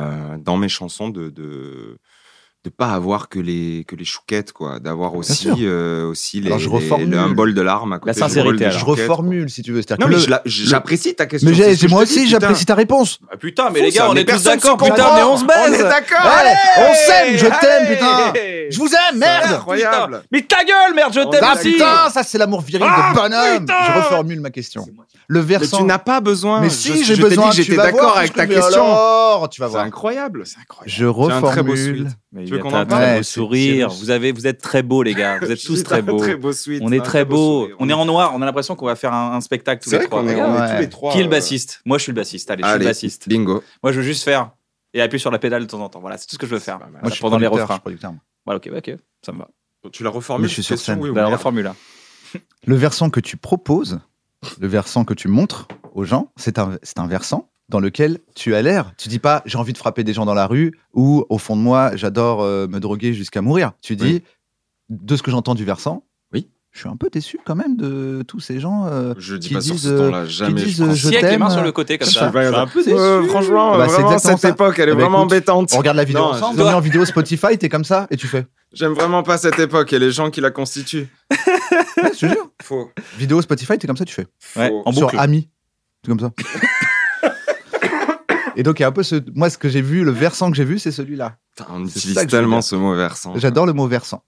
[SPEAKER 4] euh, dans mes chansons de. de de pas avoir que les que les chouquettes quoi d'avoir aussi
[SPEAKER 2] sûr.
[SPEAKER 4] euh, aussi les,
[SPEAKER 2] Alors, je
[SPEAKER 4] les-
[SPEAKER 2] reformule.
[SPEAKER 4] le- un bol de larmes à côté
[SPEAKER 1] La
[SPEAKER 4] du bol
[SPEAKER 1] sincérité,
[SPEAKER 4] de
[SPEAKER 1] alors.
[SPEAKER 2] Je
[SPEAKER 4] chouquettes,
[SPEAKER 2] reformule si tu veux.
[SPEAKER 4] quoi.
[SPEAKER 2] C'est-à-dire
[SPEAKER 4] non
[SPEAKER 2] que
[SPEAKER 4] mais
[SPEAKER 2] le-
[SPEAKER 4] je la- je-
[SPEAKER 2] le-
[SPEAKER 4] j'apprécie ta question
[SPEAKER 2] Mais
[SPEAKER 4] c'est
[SPEAKER 2] j'ai-
[SPEAKER 4] ce que
[SPEAKER 2] c'est
[SPEAKER 4] je
[SPEAKER 2] moi
[SPEAKER 4] te dis,
[SPEAKER 2] aussi,
[SPEAKER 4] putain.
[SPEAKER 2] j'apprécie ta réponse.
[SPEAKER 1] Ah, putain, mais
[SPEAKER 4] Fou,
[SPEAKER 1] les gars,
[SPEAKER 4] ça,
[SPEAKER 1] on
[SPEAKER 4] mais
[SPEAKER 1] est tous
[SPEAKER 4] personne
[SPEAKER 1] d'accord,
[SPEAKER 4] se
[SPEAKER 1] putain,
[SPEAKER 4] comprend.
[SPEAKER 1] mais on se
[SPEAKER 4] on est
[SPEAKER 1] baise
[SPEAKER 4] d'accord
[SPEAKER 2] Ouais, on s'aime,
[SPEAKER 4] Allez,
[SPEAKER 2] je t'aime,
[SPEAKER 4] allez.
[SPEAKER 2] putain. Je vous aime,
[SPEAKER 4] Putain,
[SPEAKER 2] merde
[SPEAKER 4] incroyable
[SPEAKER 1] Mais ta gueule, merde, je
[SPEAKER 4] On
[SPEAKER 1] t'aime
[SPEAKER 2] Ah
[SPEAKER 4] a-
[SPEAKER 1] aussi
[SPEAKER 2] putain, ça c'est l'amour viril
[SPEAKER 4] Ah,
[SPEAKER 2] de bonhomme
[SPEAKER 4] putain.
[SPEAKER 2] Je reformule ma question. Le
[SPEAKER 4] mais
[SPEAKER 2] versant...
[SPEAKER 4] tu n'as pas besoin
[SPEAKER 2] Mais
[SPEAKER 4] Je-
[SPEAKER 2] si,
[SPEAKER 4] je
[SPEAKER 2] j'ai
[SPEAKER 4] t'ai dit
[SPEAKER 2] besoin...
[SPEAKER 4] que
[SPEAKER 2] tu
[SPEAKER 4] j'étais
[SPEAKER 2] vas voir,
[SPEAKER 4] d'accord
[SPEAKER 2] je
[SPEAKER 4] avec ta
[SPEAKER 2] te-
[SPEAKER 4] question
[SPEAKER 2] Alors, tu vas
[SPEAKER 4] c'est
[SPEAKER 2] voir.
[SPEAKER 4] incroyable c'est incroyable
[SPEAKER 2] Je
[SPEAKER 4] C'est un très beau
[SPEAKER 2] reformule...
[SPEAKER 4] suite.
[SPEAKER 1] Mais
[SPEAKER 4] Tu
[SPEAKER 1] il
[SPEAKER 4] veux
[SPEAKER 1] y a
[SPEAKER 4] qu'on en
[SPEAKER 1] ta-
[SPEAKER 4] parle
[SPEAKER 1] ta
[SPEAKER 2] Ouais,
[SPEAKER 1] beau
[SPEAKER 2] c'est-
[SPEAKER 1] sourire,
[SPEAKER 2] c'est-
[SPEAKER 1] vous, avez, vous êtes très beaux, les gars, vous êtes tous très beaux.
[SPEAKER 4] très beau suite
[SPEAKER 1] on est
[SPEAKER 4] un
[SPEAKER 1] très beaux,
[SPEAKER 4] sourire.
[SPEAKER 1] on est en noir, on a l'impression qu'on va faire un, un spectacle tous
[SPEAKER 4] C'est
[SPEAKER 1] les
[SPEAKER 4] vrai
[SPEAKER 1] trois.
[SPEAKER 4] qu'on est,
[SPEAKER 1] Regarde.
[SPEAKER 4] on est
[SPEAKER 2] Ouais.
[SPEAKER 4] tous les trois.
[SPEAKER 1] Qui est le
[SPEAKER 4] euh,
[SPEAKER 1] bassiste Moi, je suis le bassiste, allez, je suis
[SPEAKER 4] Allez.
[SPEAKER 1] le bassiste.
[SPEAKER 4] Bingo.
[SPEAKER 1] Moi, je veux juste faire et appuyer sur la pédale de temps en temps. Voilà, c'est tout ce que je veux faire.
[SPEAKER 4] Moi,
[SPEAKER 2] Moi,
[SPEAKER 1] Voilà,
[SPEAKER 2] je suis
[SPEAKER 1] pendant les
[SPEAKER 2] producteur, je
[SPEAKER 1] refrains.
[SPEAKER 2] suis producteur.
[SPEAKER 1] Voilà, ok, bah, ok, ça me va.
[SPEAKER 4] Tu la reformules
[SPEAKER 2] Mais je suis sur
[SPEAKER 4] cette question,
[SPEAKER 2] scène.
[SPEAKER 4] oui ou
[SPEAKER 1] La
[SPEAKER 4] merde
[SPEAKER 1] reformule là.
[SPEAKER 2] Le versant que tu proposes, le versant que tu montres aux gens, c'est un, c'est un versant dans lequel tu as l'air. Tu dis pas j'ai envie de frapper des gens dans la rue ou au fond de moi j'adore euh, me droguer jusqu'à mourir. Tu dis de ce que j'entends du versant,
[SPEAKER 4] Oui.
[SPEAKER 2] je suis un peu déçu quand même de tous ces gens. euh,
[SPEAKER 4] Je dis
[SPEAKER 2] qui
[SPEAKER 4] pas sur
[SPEAKER 2] disent,
[SPEAKER 4] ce ton-là, jamais.
[SPEAKER 2] disent,
[SPEAKER 4] je
[SPEAKER 2] euh,
[SPEAKER 4] pense.
[SPEAKER 2] Je
[SPEAKER 1] Si avec les
[SPEAKER 2] t'aime,
[SPEAKER 1] mains sur
[SPEAKER 2] euh,
[SPEAKER 1] le côté comme
[SPEAKER 2] je
[SPEAKER 1] ça.
[SPEAKER 2] sais
[SPEAKER 4] pas,
[SPEAKER 1] Je suis un peu déçu.
[SPEAKER 4] Euh, franchement,
[SPEAKER 2] Bah, c'est
[SPEAKER 4] vraiment,
[SPEAKER 2] exactement
[SPEAKER 4] cette
[SPEAKER 2] ça.
[SPEAKER 4] époque, elle est
[SPEAKER 2] Eh ben,
[SPEAKER 4] vraiment
[SPEAKER 2] écoute,
[SPEAKER 4] embêtante.
[SPEAKER 2] on regarde la vidéo
[SPEAKER 4] Non,
[SPEAKER 2] ensemble.
[SPEAKER 1] je-
[SPEAKER 2] On est en vidéo Spotify, t'es comme ça et tu fais.
[SPEAKER 4] J'aime vraiment pas cette époque et les gens qui la constituent.
[SPEAKER 2] Ouais, je te jure.
[SPEAKER 4] Faut,
[SPEAKER 2] Vidéo Spotify, t'es comme ça, tu fais.
[SPEAKER 4] faut-
[SPEAKER 1] Ouais, en
[SPEAKER 2] sur
[SPEAKER 1] boucle.
[SPEAKER 2] Ami. Tout comme ça. Et donc, il y a un peu ce. Moi, ce que j'ai vu, le versant que j'ai vu, c'est celui-là.
[SPEAKER 4] Putain, on
[SPEAKER 2] C'est
[SPEAKER 4] utilise
[SPEAKER 2] ça que je veux
[SPEAKER 4] tellement
[SPEAKER 2] dire.
[SPEAKER 4] ce mot versant. E
[SPEAKER 2] J'adore le mot versant.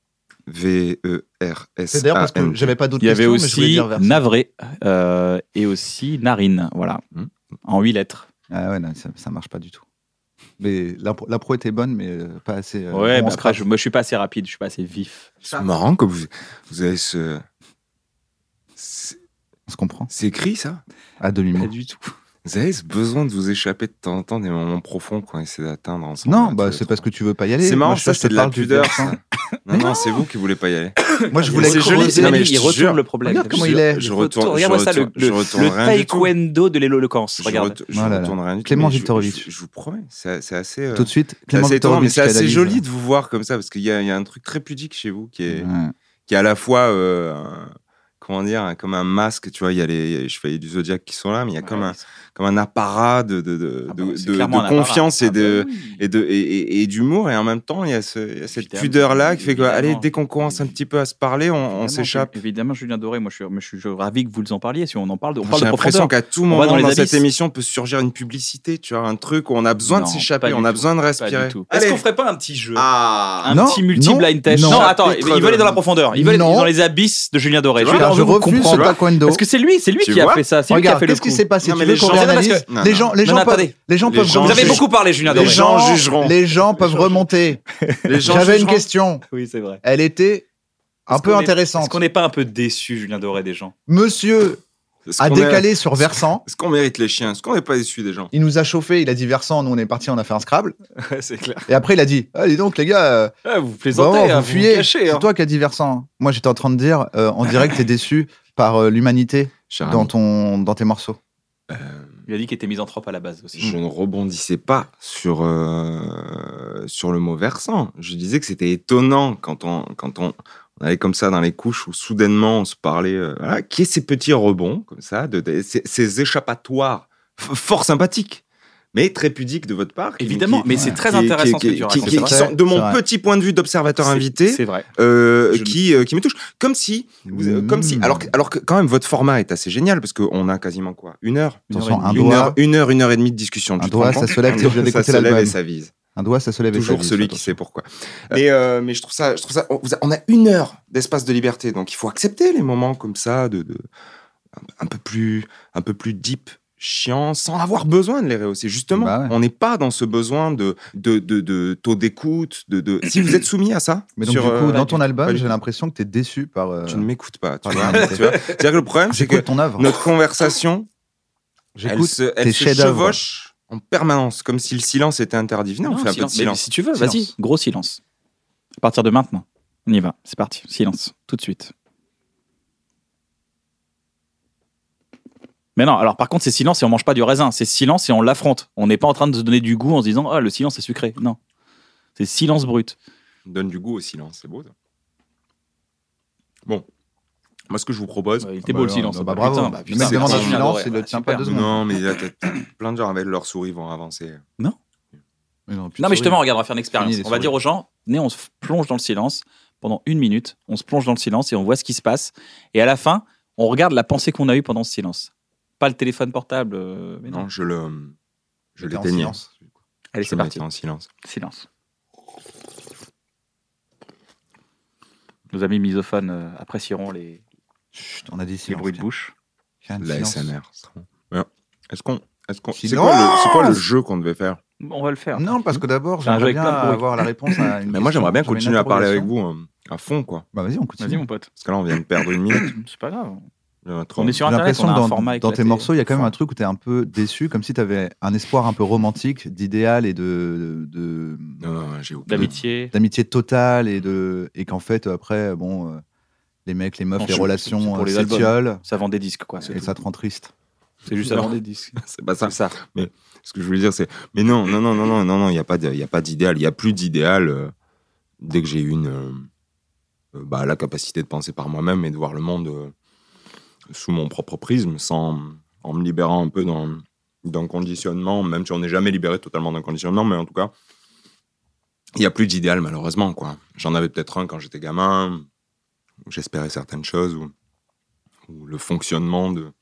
[SPEAKER 4] V-E-R-S.
[SPEAKER 2] C'est d'ailleurs parce
[SPEAKER 4] Euh,
[SPEAKER 2] que j'avais pas d'autres
[SPEAKER 1] Il y avait
[SPEAKER 2] questions, mais je voulais
[SPEAKER 1] aussi
[SPEAKER 2] dire versant.
[SPEAKER 1] navré euh, et aussi narine, voilà,
[SPEAKER 4] Hmm.
[SPEAKER 1] en huit lettres.
[SPEAKER 2] Ah ouais, non, ça, ça marche pas du tout. Mais l'impro l'impro était bonne, mais euh, pas assez.
[SPEAKER 1] ouais,
[SPEAKER 2] euh, bon,
[SPEAKER 1] parce
[SPEAKER 2] on
[SPEAKER 1] que
[SPEAKER 2] scratch.
[SPEAKER 1] je, moi, je suis pas assez rapide, je suis pas assez vif.
[SPEAKER 4] C'est marrant que vous, vous avez ce. C'est
[SPEAKER 2] On se comprend.
[SPEAKER 4] c'est écrit ça
[SPEAKER 2] À demi-mot.
[SPEAKER 1] du tout.
[SPEAKER 4] Vous avez ce besoin de vous échapper de temps en temps des moments profonds qu'on essaie d'atteindre ensemble.
[SPEAKER 2] Non,
[SPEAKER 4] là,
[SPEAKER 2] bah,
[SPEAKER 4] tous les
[SPEAKER 2] c'est
[SPEAKER 4] trois.
[SPEAKER 2] parce que tu veux pas y aller.
[SPEAKER 4] C'est marrant,
[SPEAKER 2] Moi, je-
[SPEAKER 4] ça,
[SPEAKER 2] je te
[SPEAKER 4] c'est de la
[SPEAKER 2] parle du
[SPEAKER 4] pudeur.
[SPEAKER 2] versant.
[SPEAKER 4] ça. Non, non, c'est vous qui voulez pas y aller.
[SPEAKER 2] Moi, je
[SPEAKER 4] Mais
[SPEAKER 2] voulais
[SPEAKER 4] c'est joli,
[SPEAKER 2] creuser.
[SPEAKER 4] c'est
[SPEAKER 1] Non, mais
[SPEAKER 4] magnifique.
[SPEAKER 1] il
[SPEAKER 4] je te
[SPEAKER 1] retourne
[SPEAKER 4] jure,
[SPEAKER 1] le problème.
[SPEAKER 2] regarde comment
[SPEAKER 1] Je-
[SPEAKER 2] il est.
[SPEAKER 4] Je
[SPEAKER 1] je
[SPEAKER 4] retourne-
[SPEAKER 1] retourne-
[SPEAKER 4] je
[SPEAKER 1] Regarde-moi ça, le,
[SPEAKER 4] retourne- je retourne
[SPEAKER 1] le, le
[SPEAKER 4] rien du tout.
[SPEAKER 1] taekwondo de l'éloquence. Regarde.
[SPEAKER 4] Je,
[SPEAKER 2] Voilà.
[SPEAKER 4] retourne rien du tout.
[SPEAKER 2] Oh Clément
[SPEAKER 4] mais je-
[SPEAKER 2] Viktorovitch.
[SPEAKER 4] Je, je vous promets, c'est c'est assez. euh,
[SPEAKER 2] Tout de suite,
[SPEAKER 4] c'est
[SPEAKER 2] Clément
[SPEAKER 4] assez étonnant, mais
[SPEAKER 2] Viktorovitch
[SPEAKER 4] c'est assez
[SPEAKER 2] Kadalise.
[SPEAKER 4] joli de vous voir comme ça, parce qu'il y, a il y a un truc très pudique chez vous qui est,
[SPEAKER 2] euh. Ouais.
[SPEAKER 4] qui est à la fois, euh, un- comment dire, un- comme un masque, tu vois, il y a les, les chevaliers du zodiaque qui sont là, mais il y a comme, un, comme un apparat de, de, de,
[SPEAKER 1] Ah bah,
[SPEAKER 4] de-
[SPEAKER 1] c'est
[SPEAKER 4] de- de
[SPEAKER 1] clairement un apparat.
[SPEAKER 4] confiance
[SPEAKER 1] Ah
[SPEAKER 4] et de.
[SPEAKER 1] bah oui.
[SPEAKER 4] Et, de, et, et, et d'humour, et en même temps, il y a, ce- il y a cette
[SPEAKER 1] Évidemment,
[SPEAKER 4] pudeur-là qui fait que, allez,
[SPEAKER 1] évidemment.
[SPEAKER 4] dès qu'on commence un petit peu à se parler, on, on
[SPEAKER 1] Évidemment,
[SPEAKER 4] s'échappe.
[SPEAKER 1] Évidemment, Julien Doré, moi je suis, moi, je suis- je suis ravi que vous en parliez. Si on en parle, on parle
[SPEAKER 4] J'ai
[SPEAKER 1] de
[SPEAKER 4] l'impression
[SPEAKER 1] profondeur.
[SPEAKER 4] qu'à tout
[SPEAKER 1] va
[SPEAKER 4] moment
[SPEAKER 1] dans
[SPEAKER 4] dans,
[SPEAKER 1] les
[SPEAKER 4] cette
[SPEAKER 1] abysses.
[SPEAKER 4] émission peut surgir une publicité, tu vois, un truc où on a besoin de
[SPEAKER 1] Non,
[SPEAKER 4] s'échapper,
[SPEAKER 1] pas
[SPEAKER 4] on
[SPEAKER 1] du
[SPEAKER 4] a
[SPEAKER 1] tout.
[SPEAKER 4] besoin de
[SPEAKER 1] Pas
[SPEAKER 4] respirer.
[SPEAKER 1] du tout.
[SPEAKER 4] Allez.
[SPEAKER 1] Est-ce qu'on ferait pas un petit jeu
[SPEAKER 4] Ah
[SPEAKER 1] Un
[SPEAKER 2] Non,
[SPEAKER 1] petit multi-blind
[SPEAKER 2] non,
[SPEAKER 1] test.
[SPEAKER 2] non.
[SPEAKER 1] Non, attends, il
[SPEAKER 4] Chapitre
[SPEAKER 1] veut aller dans la
[SPEAKER 4] de-
[SPEAKER 1] profondeur. Il veut aller
[SPEAKER 2] Non.
[SPEAKER 1] dans les abysses de Julien Doré.
[SPEAKER 4] Tu
[SPEAKER 1] Julien
[SPEAKER 4] vois,
[SPEAKER 1] Doré
[SPEAKER 2] Alors, je
[SPEAKER 1] veut vous
[SPEAKER 2] refuse ce
[SPEAKER 1] comprendre.
[SPEAKER 2] taekwondo.
[SPEAKER 1] Parce que c'est lui, c'est lui
[SPEAKER 4] Tu
[SPEAKER 1] qui a
[SPEAKER 4] vois
[SPEAKER 1] fait ça. C'est lui qui a
[SPEAKER 2] Regarde,
[SPEAKER 1] fait le
[SPEAKER 2] qu'est-ce qui
[SPEAKER 1] coup.
[SPEAKER 2] s'est passé
[SPEAKER 4] Non,
[SPEAKER 2] Tu
[SPEAKER 4] mais
[SPEAKER 2] veux
[SPEAKER 4] les
[SPEAKER 2] qu'on
[SPEAKER 4] gens-
[SPEAKER 2] réanalyse
[SPEAKER 1] Non, parce
[SPEAKER 4] Non,
[SPEAKER 2] Les
[SPEAKER 4] non,
[SPEAKER 2] gens,
[SPEAKER 4] non.
[SPEAKER 2] les
[SPEAKER 1] Non,
[SPEAKER 2] gens
[SPEAKER 1] non,
[SPEAKER 2] peuvent,
[SPEAKER 1] attendez.
[SPEAKER 2] les gens
[SPEAKER 4] Les
[SPEAKER 2] peuvent
[SPEAKER 4] gens
[SPEAKER 1] Vous
[SPEAKER 4] Non,
[SPEAKER 1] avez
[SPEAKER 4] je-
[SPEAKER 2] remonter.
[SPEAKER 1] beaucoup parlé, Julien Doré.
[SPEAKER 4] Les gens jugeront.
[SPEAKER 2] Les gens peuvent remonter.
[SPEAKER 4] Les gens
[SPEAKER 2] J'avais une
[SPEAKER 4] jugeront.
[SPEAKER 2] question.
[SPEAKER 1] Oui, c'est vrai.
[SPEAKER 2] Elle était un
[SPEAKER 1] Est-ce
[SPEAKER 2] peu
[SPEAKER 1] qu'on est-
[SPEAKER 2] intéressante.
[SPEAKER 1] Est-ce qu'on n'est pas un peu déçu, Julien Doré, des gens
[SPEAKER 2] Monsieur
[SPEAKER 4] Est-ce
[SPEAKER 2] a
[SPEAKER 4] qu'on est-
[SPEAKER 2] décalé sur Versant.
[SPEAKER 4] Est-ce qu'on mérite les chiens Est-ce qu'on n'est pas déçu des gens
[SPEAKER 2] Il nous a chauffé, il a dit Versant, nous on est parti, on a fait un Scrabble.
[SPEAKER 1] C'est clair.
[SPEAKER 2] Et après il a dit Ah, dis donc les gars, euh,
[SPEAKER 1] vous
[SPEAKER 2] vraiment,
[SPEAKER 1] plaisantez, hein,
[SPEAKER 2] vous
[SPEAKER 1] vous,
[SPEAKER 2] fuyez.
[SPEAKER 1] vous cachez. hein.
[SPEAKER 2] C'est toi qui as dit Versant. Moi j'étais en train de dire euh, en direct, t'es déçu par euh, l'humanité
[SPEAKER 4] Cher
[SPEAKER 2] dans,
[SPEAKER 4] ami,
[SPEAKER 2] ton, dans tes morceaux.
[SPEAKER 1] Il a dit qu'il était misanthrope à la base aussi.
[SPEAKER 4] Je ne rebondissais pas sur, euh, sur le mot versant. Je disais que c'était étonnant quand on, quand on, on allait comme ça dans les couches où soudainement on se parlait. euh, voilà, qui est ces petits rebonds, comme ça, de, de- ces, ces échappatoires f- fort sympathiques, mais très pudiques de votre part. qui-
[SPEAKER 1] Évidemment,
[SPEAKER 4] qui-
[SPEAKER 1] mais
[SPEAKER 4] qui-
[SPEAKER 1] c'est très
[SPEAKER 4] qui-
[SPEAKER 1] intéressant
[SPEAKER 4] qui-
[SPEAKER 1] ce que tu
[SPEAKER 4] qui-
[SPEAKER 1] racontes.
[SPEAKER 4] qui-
[SPEAKER 1] c'est
[SPEAKER 4] qui
[SPEAKER 1] vrai.
[SPEAKER 4] sont, de
[SPEAKER 2] C'est
[SPEAKER 4] mon
[SPEAKER 2] vrai.
[SPEAKER 4] petit point de vue d'observateur
[SPEAKER 1] C'est-
[SPEAKER 4] invité,
[SPEAKER 1] C'est vrai.
[SPEAKER 4] euh,
[SPEAKER 1] Je- Hmm.
[SPEAKER 4] qui, euh, qui me touche. Comme si, vous- euh, comme si, alors que, alors que quand même votre format est assez génial parce qu'on a quasiment quoi, une heure,
[SPEAKER 2] Attention, un
[SPEAKER 4] une
[SPEAKER 2] doigt.
[SPEAKER 4] heure, une heure, une heure et demie de discussion.
[SPEAKER 2] Un
[SPEAKER 4] tu te
[SPEAKER 2] doigt,
[SPEAKER 4] rends compte
[SPEAKER 2] ça se lève, si
[SPEAKER 4] Un
[SPEAKER 2] je
[SPEAKER 4] doigt,
[SPEAKER 2] viens
[SPEAKER 4] ça
[SPEAKER 2] d'écouter
[SPEAKER 4] se lève et
[SPEAKER 2] l'album.
[SPEAKER 4] ça vise.
[SPEAKER 2] Un doigt, ça se lève et ça
[SPEAKER 4] Toujours
[SPEAKER 2] glisse,
[SPEAKER 4] celui qui
[SPEAKER 2] attention.
[SPEAKER 4] sait pourquoi. Mais, euh, mais je trouve ça, je trouve ça, on, vous a- on a une heure d'espace de liberté, donc il faut accepter les moments comme ça de, de- un peu plus, un peu plus deep. chiants sans avoir besoin de les rehausser. Justement,
[SPEAKER 2] Bah ouais.
[SPEAKER 4] on n'est pas dans ce besoin de, de, de, de taux d'écoute. De, de... Si vous êtes soumis à ça,
[SPEAKER 2] Mais donc,
[SPEAKER 4] sur,
[SPEAKER 2] du coup,
[SPEAKER 4] euh,
[SPEAKER 2] dans ton album,
[SPEAKER 4] pas du
[SPEAKER 2] j'ai
[SPEAKER 4] tout.
[SPEAKER 2] l'impression que tu es déçu par. euh,
[SPEAKER 4] tu ne m'écoutes pas. Tu
[SPEAKER 2] par
[SPEAKER 4] vois,
[SPEAKER 2] l'humanité.
[SPEAKER 4] tu vois. C'est-à-dire que le problème, c'est
[SPEAKER 2] C'est
[SPEAKER 4] que
[SPEAKER 2] quoi ton œuvre
[SPEAKER 4] notre conversation, elle
[SPEAKER 2] J'écoute
[SPEAKER 4] se,
[SPEAKER 2] tes
[SPEAKER 4] elle se
[SPEAKER 2] chefs-d'œuvre.
[SPEAKER 4] chevauche en permanence, comme si le silence était interdit. Venez, on
[SPEAKER 1] Non,
[SPEAKER 4] fait un peu de
[SPEAKER 1] silence. Mais
[SPEAKER 4] silence.
[SPEAKER 1] si tu veux,
[SPEAKER 2] Silence.
[SPEAKER 1] vas-y, gros silence. À partir de maintenant, on y va. C'est parti, silence, tout de suite. Mais non, alors par contre, c'est silence et on mange pas du raisin. C'est silence et on l'affronte. On n'est pas en train de se donner du goût en se disant Ah, le silence est sucré. Non. C'est silence brut.
[SPEAKER 2] Ah
[SPEAKER 4] Donne du goût au silence, c'est beau. ça. Bon, moi ce que je vous propose.
[SPEAKER 1] il était
[SPEAKER 2] Ah bah
[SPEAKER 1] beau le
[SPEAKER 2] alors,
[SPEAKER 1] silence.
[SPEAKER 2] bah bravo.
[SPEAKER 1] Putain, bah,
[SPEAKER 2] Le
[SPEAKER 1] putain,
[SPEAKER 4] mec
[SPEAKER 1] c'est
[SPEAKER 4] demande un
[SPEAKER 1] génial,
[SPEAKER 2] silence,
[SPEAKER 1] ouais,
[SPEAKER 2] il le
[SPEAKER 1] ouais,
[SPEAKER 2] tient
[SPEAKER 1] super.
[SPEAKER 2] pas deux secondes.
[SPEAKER 4] Non, mais il y a t'as- t'as plein de gens avec leur souris vont avancer.
[SPEAKER 2] non, plus
[SPEAKER 1] Non,
[SPEAKER 2] de
[SPEAKER 1] mais
[SPEAKER 2] souris.
[SPEAKER 1] justement, regarde, on va faire une expérience.
[SPEAKER 2] Fini les
[SPEAKER 1] On va
[SPEAKER 2] souris.
[SPEAKER 1] dire aux gens, venez, on se plonge dans le silence pendant une minute. On se plonge dans le silence et on voit ce qui se passe. Et à la fin, on regarde la pensée qu'on a eue pendant ce silence. Pas le téléphone portable. euh, mais non.
[SPEAKER 4] Non, je le. Je
[SPEAKER 2] T'es en
[SPEAKER 4] l'éteignais.
[SPEAKER 2] silence.
[SPEAKER 1] Allez,
[SPEAKER 4] Je
[SPEAKER 1] c'est
[SPEAKER 4] le
[SPEAKER 1] parti.
[SPEAKER 4] mettais en silence.
[SPEAKER 1] Silence. Nos amis misophones euh, apprécieront les,
[SPEAKER 2] Chut, on a dit
[SPEAKER 1] les
[SPEAKER 2] silence.
[SPEAKER 1] bruits de bouche.
[SPEAKER 2] tiens. Tiens,
[SPEAKER 4] La
[SPEAKER 2] silence.
[SPEAKER 4] SMR. c'est trop bon. Ouais. Est-ce qu'on. Est-ce qu'on. C'est
[SPEAKER 2] Silence
[SPEAKER 4] quoi, le- c'est quoi le jeu qu'on devait faire
[SPEAKER 1] On va le faire.
[SPEAKER 2] Non, parce que d'abord,
[SPEAKER 1] C'est un jeu
[SPEAKER 2] j'aimerais
[SPEAKER 1] avec
[SPEAKER 2] bien
[SPEAKER 1] plein de bruits.
[SPEAKER 2] avoir la réponse à une
[SPEAKER 4] Mais moi,
[SPEAKER 2] question.
[SPEAKER 4] j'aimerais
[SPEAKER 2] J'aurais
[SPEAKER 4] bien
[SPEAKER 2] une
[SPEAKER 4] continuer à parler avec
[SPEAKER 2] interrogation.
[SPEAKER 4] vous euh, à fond, quoi.
[SPEAKER 2] Bah, vas-y, on
[SPEAKER 1] Vas-y,
[SPEAKER 2] continue.
[SPEAKER 1] mon pote.
[SPEAKER 4] Parce que là, on vient de perdre une minute.
[SPEAKER 1] C'est pas grave.
[SPEAKER 4] Il y en a trop.
[SPEAKER 1] On est sur
[SPEAKER 2] J'ai
[SPEAKER 1] Internet,
[SPEAKER 2] l'impression
[SPEAKER 1] on a
[SPEAKER 2] que
[SPEAKER 1] un
[SPEAKER 2] dans,
[SPEAKER 1] format
[SPEAKER 2] dans
[SPEAKER 1] éclaté.
[SPEAKER 2] tes morceaux, il y a quand même un truc où tu es un peu déçu, comme si tu avais un espoir un peu romantique, d'idéal et de- de,
[SPEAKER 4] Non, non, j'ai oublié.
[SPEAKER 1] D'amitié.
[SPEAKER 2] d'amitié totale et de et qu'en fait après bon euh, les mecs les meufs
[SPEAKER 1] Non,
[SPEAKER 2] les
[SPEAKER 1] c'est- c'est
[SPEAKER 2] relations
[SPEAKER 1] pour
[SPEAKER 2] euh,
[SPEAKER 1] les albums.
[SPEAKER 2] s'étiolent
[SPEAKER 1] Ça vend des disques, quoi. C'est
[SPEAKER 2] et
[SPEAKER 1] tout.
[SPEAKER 2] ça te rend triste
[SPEAKER 1] C'est juste
[SPEAKER 4] Non.
[SPEAKER 1] avant des disques.
[SPEAKER 4] C'est pas ça.
[SPEAKER 1] ça.
[SPEAKER 4] Mais ce que je voulais dire, c'est. Mais non, non, non, non, non, non, non, il n'y a pas de- il y a pas d'idéal. Il n'y a plus d'idéal euh, dès que j'ai eu une. euh, euh, bah, la capacité de penser par moi-même et de voir le monde euh, sous mon propre prisme, sans, en me libérant un peu d'un d'un conditionnement, même si on n'est jamais libéré totalement d'un conditionnement, mais en tout cas, il n'y a plus d'idéal, malheureusement, quoi. J'en avais peut-être un quand j'étais gamin, où j'espérais certaines choses, ou, ou le fonctionnement de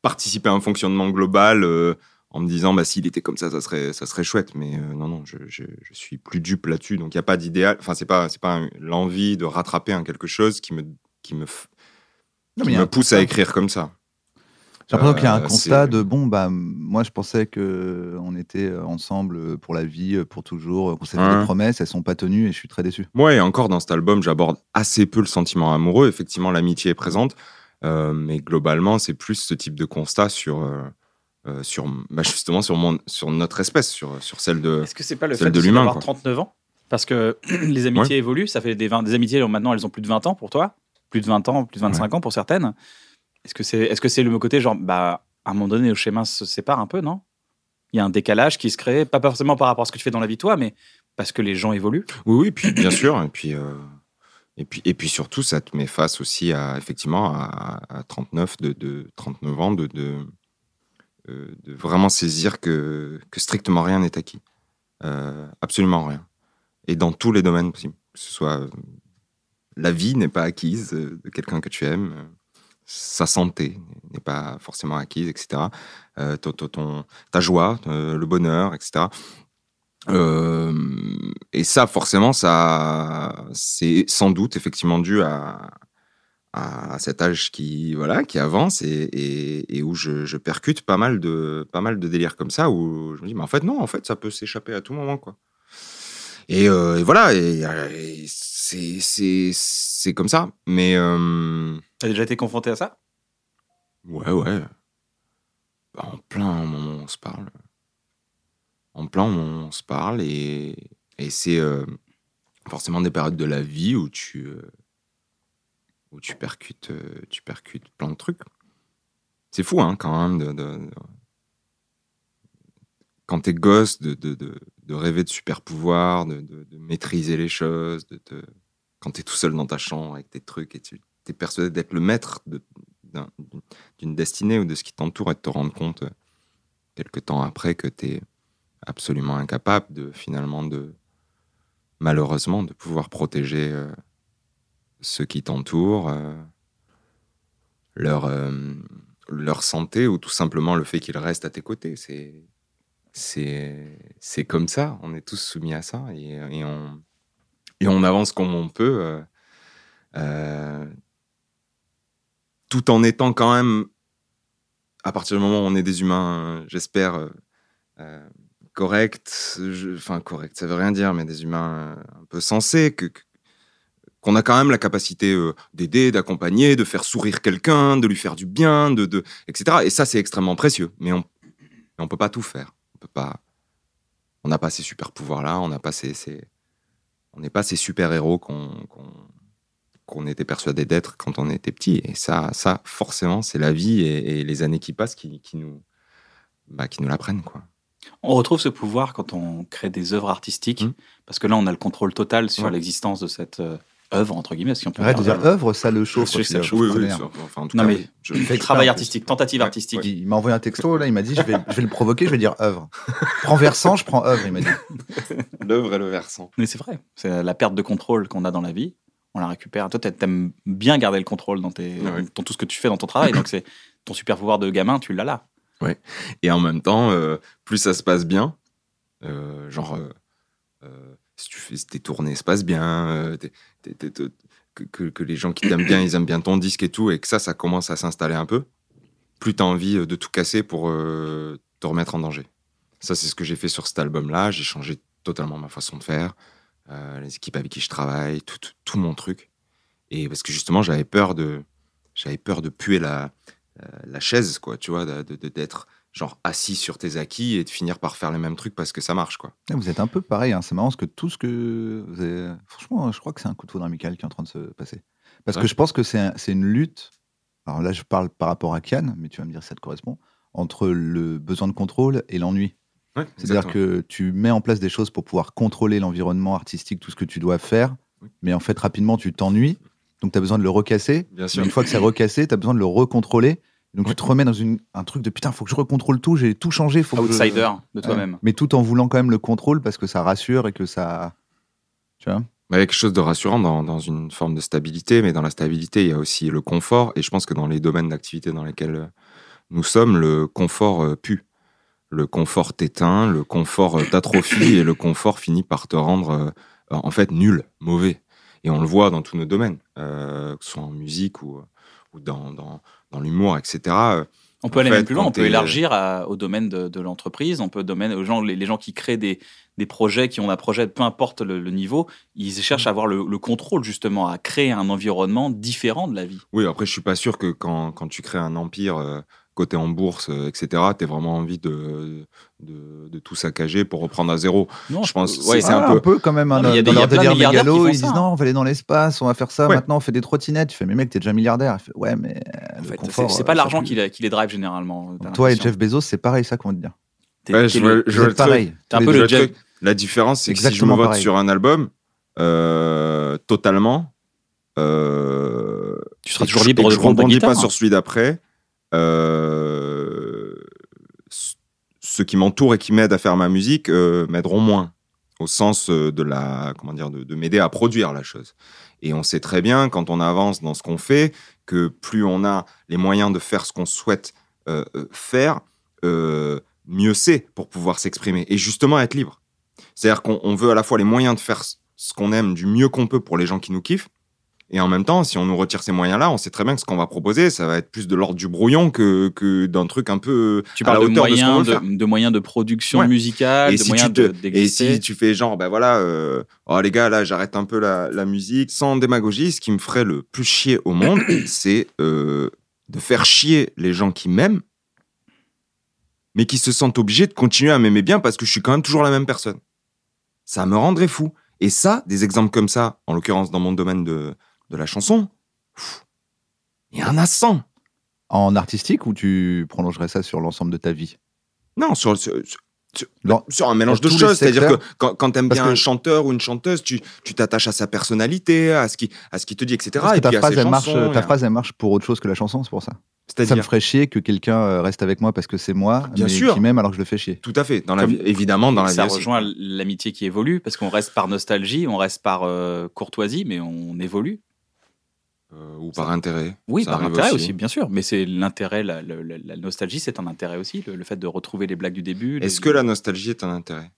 [SPEAKER 4] participer à un fonctionnement global euh, en me disant bah s'il était comme ça ça serait ça serait chouette mais euh, non non je, je, je suis plus dupe là-dessus donc il y a pas d'idéal enfin c'est pas c'est pas un- l'envie de rattraper un quelque chose qui me qui me f-
[SPEAKER 2] non,
[SPEAKER 4] qui me pousse à écrire comme ça
[SPEAKER 2] j'ai l'impression qu'il y a un
[SPEAKER 4] Euh,
[SPEAKER 2] constat
[SPEAKER 4] c'est-
[SPEAKER 2] de bon bah moi je pensais que euh, on était ensemble euh, pour la vie pour toujours euh, qu'on s'est fait des
[SPEAKER 4] Hein.
[SPEAKER 2] promesses elles sont pas tenues et je suis très déçu
[SPEAKER 4] Moi, et encore dans cet album, j'aborde assez peu le sentiment amoureux. Effectivement, l'amitié est présente, euh, mais globalement, c'est plus ce type de constat sur, euh, euh, sur bah, justement, sur, mon, sur notre espèce, sur, sur celle de.
[SPEAKER 1] Est-ce que c'est pas le
[SPEAKER 4] Euh, Celle
[SPEAKER 1] fait
[SPEAKER 4] de
[SPEAKER 1] aussi
[SPEAKER 4] l'humain,
[SPEAKER 1] d'avoir
[SPEAKER 4] quoi.
[SPEAKER 1] 39 ans Parce que les amitiés évoluent, ça fait des, 20 des amitiés, maintenant elles ont plus de 20 ans pour toi, plus de 20 ans, plus de 25 ans pour certaines. Est-ce que c'est est -ce c'est le côté genre, bah, à un moment donné, nos schémas se séparent un peu, non Il y a un décalage qui se crée, pas forcément par rapport à ce que tu fais dans la vie toi, mais parce que les gens évoluent.
[SPEAKER 4] Oui, oui, puis bien sûr, et puis. euh, Et puis, et puis surtout, ça te met face aussi à, effectivement, à, à 39, de, de 39 ans, de, de, euh, de vraiment saisir que, que strictement rien n'est acquis. Euh, absolument rien. Et dans tous les domaines possibles. Que ce soit euh, la vie n'est pas acquise euh, de quelqu'un que tu aimes, euh, sa santé n'est pas forcément acquise, etc. Euh, ton- ton- ton- ta joie, euh, le bonheur, etc. Euh, et ça, forcément, ça, c'est sans doute effectivement dû à, à cet âge qui, voilà, qui avance et, et- et où je, je percute pas mal de, pas mal de délires comme ça où je me dis, mais en fait, non, en fait, ça peut s'échapper à tout moment, quoi. Et, euh, et voilà, et, et c'est- c'est c'est comme ça. Mais euh,
[SPEAKER 1] Tu as déjà été confronté à ça
[SPEAKER 4] Ouais, ouais. Bah, En plein moment, on se parle. En plein moment, on se parle et, et c'est euh, forcément des périodes de la vie où tu, euh, où tu, percutes, euh, tu percutes plein de trucs. C'est fou, hein, quand même, de, de- de- quand t'es gosse, de, de, de, de rêver de super pouvoir, de, de- de maîtriser les choses, de, te- quand t'es tout seul dans ta chambre avec tes trucs et tu t'es persuadé d'être le maître de, d'un- d'une destinée ou de ce qui t'entoure et de te rendre compte euh, quelque temps après que tu es absolument incapable de finalement de malheureusement de pouvoir protéger euh, ceux qui t'entourent euh, leur euh, leur santé ou tout simplement le fait qu'ils restent à tes côtés c'est c'est c'est comme ça on est tous soumis à ça et, et on et on avance comme on peut euh, euh, tout en étant quand même à partir du moment où on est des humains, euh, j'espère, euh, euh, corrects, je- enfin corrects, ça veut rien dire, mais des humains euh, un peu sensés, que, que- qu'on a quand même la capacité euh, d'aider, d'accompagner, de faire sourire quelqu'un, de lui faire du bien, de, de etc. Et ça, c'est extrêmement précieux, mais on ne peut pas tout faire. On peut pas. On n'a pas ces super pouvoirs-là, on n'a pas ces, ces- on n'est pas ces super-héros qu'on, qu'on- qu'on était persuadé d'être quand on était petit. Et ça, ça forcément, c'est la vie et, et les années qui passent qui, qui nous, bah, qui nous l'apprennent. Quoi.
[SPEAKER 1] On retrouve ce pouvoir quand on crée des œuvres artistiques,
[SPEAKER 4] Mhm.
[SPEAKER 1] parce que là, on a le contrôle total sur
[SPEAKER 4] Ouais.
[SPEAKER 1] l'existence de cette euh, œuvre, entre guillemets. Si on peut
[SPEAKER 2] Arrête de
[SPEAKER 1] dire Euh,
[SPEAKER 2] dire œuvre, ça le
[SPEAKER 1] Je
[SPEAKER 2] chauffe.
[SPEAKER 1] sais que ça
[SPEAKER 2] aussi,
[SPEAKER 1] chauffe,
[SPEAKER 2] hein. Vénère.
[SPEAKER 4] ça- enfin, en tout
[SPEAKER 1] Non,
[SPEAKER 4] cas,
[SPEAKER 1] mais
[SPEAKER 4] oui, je-
[SPEAKER 1] Le travail artistique, tentative
[SPEAKER 4] Ouais,
[SPEAKER 1] artistique.
[SPEAKER 4] ouais.
[SPEAKER 2] Il m'a envoyé un texto, là, il m'a dit je vais, je vais le provoquer, je vais dire œuvre. Prends versant, je prends œuvre, il m'a dit.
[SPEAKER 4] L'œuvre et le versant.
[SPEAKER 1] Mais c'est vrai, c'est la perte de contrôle qu'on a dans la vie, on la récupère. Toi, t'a- t'aimes bien garder le contrôle dans, tes,
[SPEAKER 4] Ah oui.
[SPEAKER 1] dans tout ce que tu fais dans ton travail, donc c'est ton super pouvoir de gamin, tu l'as
[SPEAKER 4] Ah
[SPEAKER 1] là.
[SPEAKER 4] Et en même temps, euh, plus ça se passe bien, euh, genre, euh, euh, si tu fais si tes tournées se passent bien, euh, t'es- t'es- t'es- t'es- que, que- que les gens qui t'aiment bien, ils aiment bien ton disque et tout, et que ça, ça commence à s'installer un peu, plus t'as envie de tout casser pour euh, te remettre en danger. Ça, c'est ce que j'ai fait sur cet album-là. J'ai changé totalement ma façon de faire, euh, les équipes avec qui je travaille, tout, tout- tout mon truc. Et parce que justement, j'avais peur de, j'avais peur de puer la, euh, la chaise, quoi, tu vois, de- de- de- d'être genre assis sur tes acquis et de finir par faire les mêmes trucs parce que ça marche quoi.
[SPEAKER 2] Eh, Vous êtes un peu pareil, hein. c'est marrant parce que tout ce que. vous avez- Franchement, hein, je crois que c'est un coup de foudre amical qui est en train de se passer. Parce que
[SPEAKER 4] Ouais.
[SPEAKER 2] je pense que c'est un- c'est une lutte. Alors là, je parle par rapport à Cannes, mais tu vas me dire si ça te correspond. Entre le besoin de contrôle et l'ennui. C'est-à-dire que tu mets en place des choses pour pouvoir contrôler l'environnement artistique, tout ce que tu dois faire,
[SPEAKER 4] Oui.
[SPEAKER 2] mais en fait, rapidement, tu t'ennuies. Donc, tu as besoin de le recasser.
[SPEAKER 4] bien
[SPEAKER 2] Mais
[SPEAKER 4] sûr.
[SPEAKER 2] une fois que c'est recassé, tu as besoin de le recontrôler. Donc tu te remets dans une- un truc de putain, faut que je recontrôle tout, j'ai tout changé, faut que je-
[SPEAKER 1] Outsider
[SPEAKER 4] Ah
[SPEAKER 1] de
[SPEAKER 2] Ouais.
[SPEAKER 1] toi-même.
[SPEAKER 2] Mais tout en voulant quand même le contrôle parce que ça rassure et que ça. Tu vois
[SPEAKER 4] Mais bah, il y a quelque chose de rassurant dans, dans une forme de stabilité, mais dans la stabilité, il y a aussi le confort. Et je pense que dans les domaines d'activité dans lesquels euh, nous sommes, le confort euh, pue. Le confort t'éteint, le confort euh, t'atrophie et le confort finit par te rendre euh, en fait nul, mauvais. Et on le voit dans tous nos domaines, euh, que ce soit en musique ou, ou dans, dans, dans l'humour, etc. Euh,
[SPEAKER 1] On peut
[SPEAKER 4] En
[SPEAKER 1] aller
[SPEAKER 4] fait,
[SPEAKER 1] même plus loin,
[SPEAKER 4] quand
[SPEAKER 1] on peut
[SPEAKER 4] t'es-
[SPEAKER 1] élargir à- au domaine de, de l'entreprise, on peut domaine aux gens, les, les gens qui créent des, des projets, qui ont un projet, peu importe le, le niveau, ils cherchent à avoir le, le contrôle justement, à créer un environnement différent de la vie.
[SPEAKER 4] Oui, après, je suis pas sûr que quand, quand tu crées un empire euh, coté en bourse, euh, etc., tu vraiment envie de, de, de tout saccager pour reprendre à zéro.
[SPEAKER 1] Non,
[SPEAKER 4] Je pense-
[SPEAKER 1] ouais,
[SPEAKER 4] c'est un
[SPEAKER 2] Ah,
[SPEAKER 4] peu-
[SPEAKER 2] quand même hein,
[SPEAKER 1] Non, mais il y a
[SPEAKER 2] dans
[SPEAKER 1] des- il y a
[SPEAKER 2] leur
[SPEAKER 1] plein de
[SPEAKER 2] délire
[SPEAKER 1] milliardaires qui
[SPEAKER 2] mégalo.
[SPEAKER 1] font
[SPEAKER 2] Ils disent
[SPEAKER 1] ça, hein.
[SPEAKER 2] non, on va aller dans l'espace, on va faire ça.
[SPEAKER 4] Ouais.
[SPEAKER 2] Maintenant, on fait des trottinettes. Tu fais mais mec, t'es déjà milliardaire. Il fait, ouais, mais
[SPEAKER 1] en
[SPEAKER 2] euh, le
[SPEAKER 1] fait, c'est-
[SPEAKER 2] confort,
[SPEAKER 1] c'est
[SPEAKER 2] euh,
[SPEAKER 1] pas
[SPEAKER 2] ça
[SPEAKER 1] l'argent
[SPEAKER 2] pue.
[SPEAKER 1] qui, les- qui les drive généralement. euh, t'as
[SPEAKER 2] Toi et
[SPEAKER 1] l'impression.
[SPEAKER 2] Jeff Bezos, c'est pareil ça qu'on va te dire.
[SPEAKER 1] T'es-
[SPEAKER 4] Ouais,
[SPEAKER 1] t'es
[SPEAKER 4] je
[SPEAKER 1] le-
[SPEAKER 4] vois- je
[SPEAKER 2] Vous êtes
[SPEAKER 4] vois le truc.
[SPEAKER 2] pareil.
[SPEAKER 1] t'es un
[SPEAKER 4] Mais
[SPEAKER 1] peu
[SPEAKER 4] je
[SPEAKER 1] le
[SPEAKER 4] vois le
[SPEAKER 1] Jeff.
[SPEAKER 4] truc. La différence, c'est que si je me
[SPEAKER 2] Exactement
[SPEAKER 4] vote
[SPEAKER 2] pareil.
[SPEAKER 4] sur un album, euh, totalement, euh,
[SPEAKER 1] Tu seras
[SPEAKER 4] et que
[SPEAKER 1] toujours
[SPEAKER 4] je- et
[SPEAKER 1] libre
[SPEAKER 4] que
[SPEAKER 1] de
[SPEAKER 4] je
[SPEAKER 1] prendre ta
[SPEAKER 4] rebondis
[SPEAKER 1] guitare. hein.
[SPEAKER 4] pas sur celui d'après, euh, ce- ceux qui m'entourent et qui m'aident à faire ma musique euh, m'aideront moins au sens euh, de la comment dire de, de m'aider à produire la chose. Et on sait très bien quand on avance dans ce qu'on fait que plus on a les moyens de faire ce qu'on souhaite euh, euh, faire, euh, mieux c'est pour pouvoir s'exprimer et justement être libre. C'est-à-dire qu'on on veut à la fois les moyens de faire ce- ce qu'on aime du mieux qu'on peut pour les gens qui nous kiffent, et en même temps, si on nous retire ces moyens-là, on sait très bien que ce qu'on va proposer, ça va être plus de l'ordre du brouillon que, que d'un truc un peu
[SPEAKER 1] Tu
[SPEAKER 4] à la
[SPEAKER 1] parles de
[SPEAKER 4] hauteur de ce qu'on
[SPEAKER 1] moyens
[SPEAKER 4] veut
[SPEAKER 1] de,
[SPEAKER 4] faire.
[SPEAKER 1] de moyens de production
[SPEAKER 4] Ouais.
[SPEAKER 1] musicale,
[SPEAKER 4] Et
[SPEAKER 1] de
[SPEAKER 4] si, tu
[SPEAKER 1] moyens
[SPEAKER 4] te-
[SPEAKER 1] de-
[SPEAKER 4] et si
[SPEAKER 1] d'exister.
[SPEAKER 4] tu fais genre, ben voilà, euh, oh les gars, là j'arrête un peu la, la musique, sans démagogie, ce qui me ferait le plus chier au monde, c'est euh, de faire chier les gens qui m'aiment, mais qui se sentent obligés de continuer à m'aimer bien parce que je suis quand même toujours la même personne. Ça me rendrait fou. Et ça, des exemples comme ça, en l'occurrence dans mon domaine de, de la chanson, pff, il y en a 100.
[SPEAKER 2] En artistique ou tu prolongerais ça sur l'ensemble de ta vie
[SPEAKER 4] Non, sur, sur, sur- sur-
[SPEAKER 2] Non.
[SPEAKER 4] sur un mélange
[SPEAKER 2] Dans
[SPEAKER 4] de
[SPEAKER 2] tous les
[SPEAKER 4] choses. C'est-à-dire que
[SPEAKER 2] secteurs.
[SPEAKER 4] quand, quand tu aimes
[SPEAKER 2] Parce
[SPEAKER 4] bien
[SPEAKER 2] que-
[SPEAKER 4] un chanteur ou une chanteuse, tu tu t'attaches à sa personnalité, à ce qui à ce qui te dit, etc.
[SPEAKER 2] Parce que
[SPEAKER 4] et
[SPEAKER 2] ta
[SPEAKER 4] puis à
[SPEAKER 2] phrase,
[SPEAKER 4] ses
[SPEAKER 2] elle marche,
[SPEAKER 4] chansons. et
[SPEAKER 2] ta
[SPEAKER 4] à-
[SPEAKER 2] phrase, elle marche pour autre chose que la chanson, c'est pour ça. Ça me
[SPEAKER 4] C'est-à-dire,
[SPEAKER 2] ferait chier que quelqu'un euh, reste avec moi parce que c'est moi,
[SPEAKER 4] Bien
[SPEAKER 2] mais
[SPEAKER 4] sûr.
[SPEAKER 2] qui m'aime alors que je le fais chier.
[SPEAKER 4] tout à fait. Dans la
[SPEAKER 1] Comme-
[SPEAKER 4] vie, évidemment, dans la vie.
[SPEAKER 1] ça
[SPEAKER 4] aussi.
[SPEAKER 1] rejoint l'amitié qui évolue, parce qu'on reste par nostalgie, on reste par euh, courtoisie, mais on évolue.
[SPEAKER 4] Euh, ou par intérêt.
[SPEAKER 1] Oui,
[SPEAKER 4] Ça
[SPEAKER 1] par
[SPEAKER 4] arrive
[SPEAKER 1] intérêt aussi. bien sûr. Mais c'est l'intérêt, la, le- le- la nostalgie, c'est un intérêt aussi. Le, le fait de retrouver les blagues du début. les-
[SPEAKER 4] Est-ce que la nostalgie est un intérêt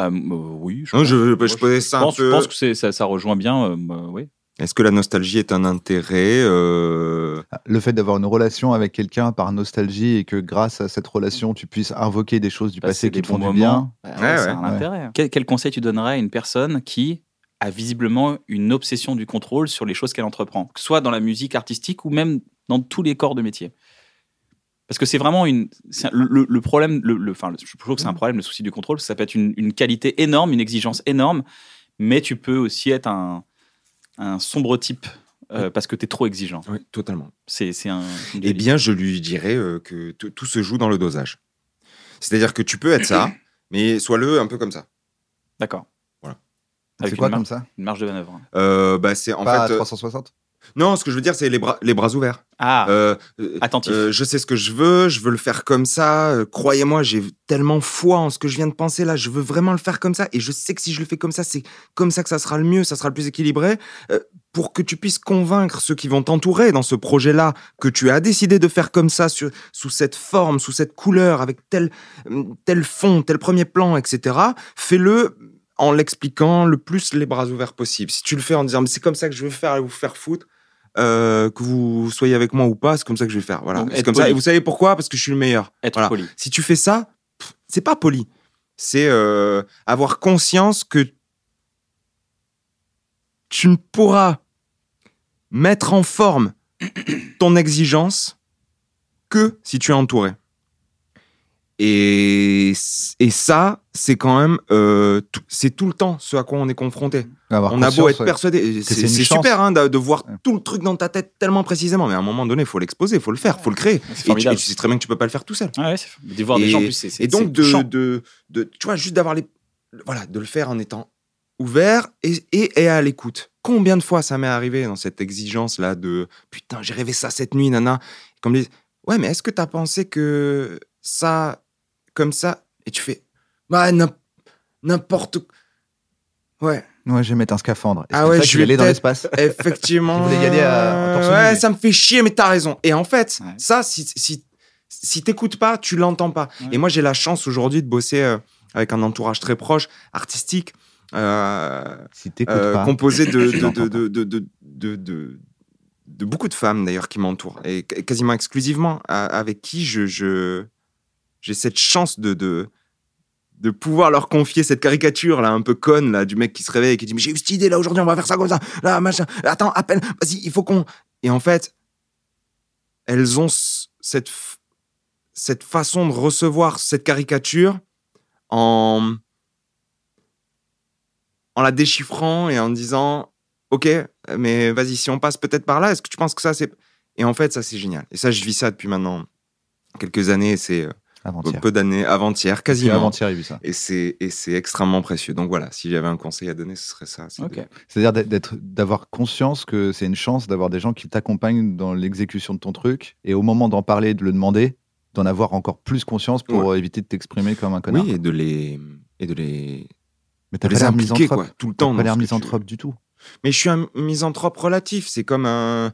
[SPEAKER 1] Euh, euh, oui, je,
[SPEAKER 4] Non,
[SPEAKER 1] pense.
[SPEAKER 4] je, je,
[SPEAKER 1] Moi,
[SPEAKER 4] je posais ça un
[SPEAKER 1] pense, je
[SPEAKER 4] peu.
[SPEAKER 1] pense que c'est- Ah ça, ça rejoint bien. euh, euh, oui.
[SPEAKER 4] Est-ce que la nostalgie est un intérêt euh,
[SPEAKER 2] Ah, Le fait d'avoir une relation avec quelqu'un par nostalgie et que grâce à cette relation, tu puisses invoquer des choses du
[SPEAKER 1] Passer
[SPEAKER 2] passé
[SPEAKER 1] des
[SPEAKER 2] qui te font
[SPEAKER 1] bons
[SPEAKER 2] du bien.
[SPEAKER 1] Bah
[SPEAKER 4] Ouais,
[SPEAKER 1] ouais, ça a un
[SPEAKER 4] ouais.
[SPEAKER 1] intérêt. Quel, quel conseil tu donnerais à une personne qui a visiblement une obsession du contrôle sur les choses qu'elle entreprend, que ce soit dans la musique artistique ou même dans tous les corps de métier Parce que c'est vraiment une, c'est un- le, le- le problème, le, le- enfin, le- je trouve que c'est un problème, le souci du contrôle, ça peut être une, une qualité énorme, une exigence énorme, mais tu peux aussi être un, un sombre type euh, parce que tu es trop exigeant.
[SPEAKER 4] Oui, totalement.
[SPEAKER 1] C'est c'est un. une
[SPEAKER 4] Eh
[SPEAKER 1] dualité.
[SPEAKER 4] bien, je lui dirais euh, que tout tout se joue dans le dosage. C'est-à-dire que tu peux être ça, mais sois-le un peu comme ça.
[SPEAKER 1] D'accord.
[SPEAKER 4] Voilà.
[SPEAKER 1] Avec
[SPEAKER 2] C'est quoi
[SPEAKER 1] une, mar-
[SPEAKER 2] comme ça
[SPEAKER 1] une marge de manœuvre.
[SPEAKER 4] Euh, bah, c'est en
[SPEAKER 2] Pas
[SPEAKER 4] fait.
[SPEAKER 2] à
[SPEAKER 4] euh,
[SPEAKER 2] 360
[SPEAKER 4] non, ce que je veux dire, c'est les bras, les bras ouverts.
[SPEAKER 1] Ah,
[SPEAKER 4] Euh, euh,
[SPEAKER 1] attentif.
[SPEAKER 4] euh, je sais ce que je veux, je veux le faire comme ça. euh, Croyez-moi, j'ai tellement foi en ce que je viens de penser là. Je veux vraiment le faire comme ça. Et je sais que si je le fais comme ça, c'est comme ça que ça sera le mieux, ça sera le plus équilibré. euh, pour que tu puisses convaincre ceux qui vont t'entourer dans ce projet-là, que tu as décidé de faire comme ça, sur- sous cette forme, sous cette couleur, avec tel, hum, tel fond, tel premier plan, etc., fais-le en l'expliquant le plus les bras ouverts possible. Si tu le fais en disant, mais c'est comme ça que je veux faire, allez vous faire foutre. euh, que vous soyez avec moi ou pas, c'est comme ça que je vais faire. Voilà,
[SPEAKER 1] Donc,
[SPEAKER 4] c'est
[SPEAKER 1] être
[SPEAKER 4] comme ça.
[SPEAKER 1] poli.
[SPEAKER 4] Et vous savez pourquoi Parce que je suis le meilleur.
[SPEAKER 1] être
[SPEAKER 4] voilà.
[SPEAKER 1] poli.
[SPEAKER 4] Si tu fais ça, pff, c'est pas poli. C'est euh, avoir conscience que tu ne pourras mettre en forme ton exigence que si tu es entouré. Et, et ça, c'est quand même, euh, tout- c'est tout le temps ce à quoi on est confronté.
[SPEAKER 2] Ah, bah,
[SPEAKER 4] On a beau être persuadé, et
[SPEAKER 2] c'est
[SPEAKER 4] c'est
[SPEAKER 2] une
[SPEAKER 4] c'est
[SPEAKER 2] chance.
[SPEAKER 4] super hein, de, de voir
[SPEAKER 2] Ouais.
[SPEAKER 4] tout le truc dans ta tête tellement précisément, mais à un moment donné, il faut l'exposer, il faut le faire, il faut le créer.
[SPEAKER 1] C'est
[SPEAKER 4] Et tu,
[SPEAKER 1] formidable.
[SPEAKER 4] et tu sais très bien que tu peux pas le faire tout seul.
[SPEAKER 1] Ouais, ouais, c'est- de voir des gens en plus, c'est- c'est
[SPEAKER 4] Et
[SPEAKER 1] c'est
[SPEAKER 4] donc
[SPEAKER 1] touchant.
[SPEAKER 4] de, de, de- tu vois, juste d'avoir les, voilà, de le faire en étant ouvert et, et, et à l'écoute. Combien de fois ça m'est arrivé dans cette exigence là de putain, j'ai rêvé ça cette nuit, nana. Comme les, ouais, mais est-ce que t'as pensé que ça, comme ça, et tu fais, bah n'im- n'importe, ouais.
[SPEAKER 2] Ouais, j'aimais un scaphandre.
[SPEAKER 4] Ah
[SPEAKER 2] Ah ouais,
[SPEAKER 4] ouais,
[SPEAKER 2] ça
[SPEAKER 4] je
[SPEAKER 2] qu'il
[SPEAKER 4] vais
[SPEAKER 2] allait dans
[SPEAKER 4] peut-être-
[SPEAKER 2] l'espace.
[SPEAKER 4] Effectivement.
[SPEAKER 2] Il voulait y aller à- à torse nu,
[SPEAKER 4] Ouais,
[SPEAKER 2] lui.
[SPEAKER 4] ça me fait chier, mais t'as raison. Et en fait,
[SPEAKER 1] Ouais.
[SPEAKER 4] ça, si, si, si t'écoutes pas, tu l'entends pas.
[SPEAKER 1] Ouais.
[SPEAKER 4] Et moi, j'ai la chance aujourd'hui de bosser euh, avec un entourage très proche, artistique, euh,
[SPEAKER 2] Si t'écoutes
[SPEAKER 4] euh,
[SPEAKER 2] pas.
[SPEAKER 4] composé de,
[SPEAKER 2] tu
[SPEAKER 4] de,
[SPEAKER 2] l'entends
[SPEAKER 4] de, de, de, de, de- de- de beaucoup de femmes d'ailleurs qui m'entourent et qu- quasiment exclusivement à- avec qui je, je- j'ai cette chance de, de de pouvoir leur confier cette caricature là un peu conne là du mec qui se réveille et qui dit mais j'ai eu cette idée là aujourd'hui on va faire ça comme ça là machin attends appelle vas-y il faut qu'on et en fait elles ont ce- cette f- cette façon de recevoir cette caricature en en la déchiffrant et en disant ok mais vas-y si on passe peut-être par là est-ce que tu penses que ça c'est et en fait ça c'est génial et ça je vis ça depuis maintenant quelques années c'est euh,
[SPEAKER 2] Avant-hier.
[SPEAKER 4] peu d'années avant-hier
[SPEAKER 2] Puis
[SPEAKER 4] quasiment
[SPEAKER 2] Avant-hier, il vit ça.
[SPEAKER 4] et c'est et c'est extrêmement précieux donc voilà si j'avais un conseil à donner ce serait ça c'est de-
[SPEAKER 1] Ok.
[SPEAKER 2] C'est-à-dire d'être- d'être- d'avoir conscience que c'est une chance d'avoir des gens qui t'accompagnent dans l'exécution de ton truc et au moment d'en parler, de le demander, d'en avoir encore plus conscience pour éviter de t'exprimer comme un connard.
[SPEAKER 4] oui et de les et de les
[SPEAKER 2] Mais
[SPEAKER 4] de
[SPEAKER 2] t'as pas
[SPEAKER 4] les
[SPEAKER 2] l'air
[SPEAKER 4] impliquer
[SPEAKER 2] misanthrope.
[SPEAKER 4] quoi tout le
[SPEAKER 2] T'as
[SPEAKER 4] temps
[SPEAKER 2] pas
[SPEAKER 4] dans
[SPEAKER 2] l'air
[SPEAKER 4] ce que tu-
[SPEAKER 2] misanthrope du tout.
[SPEAKER 4] Mais je suis un misanthrope relatif. C'est comme un.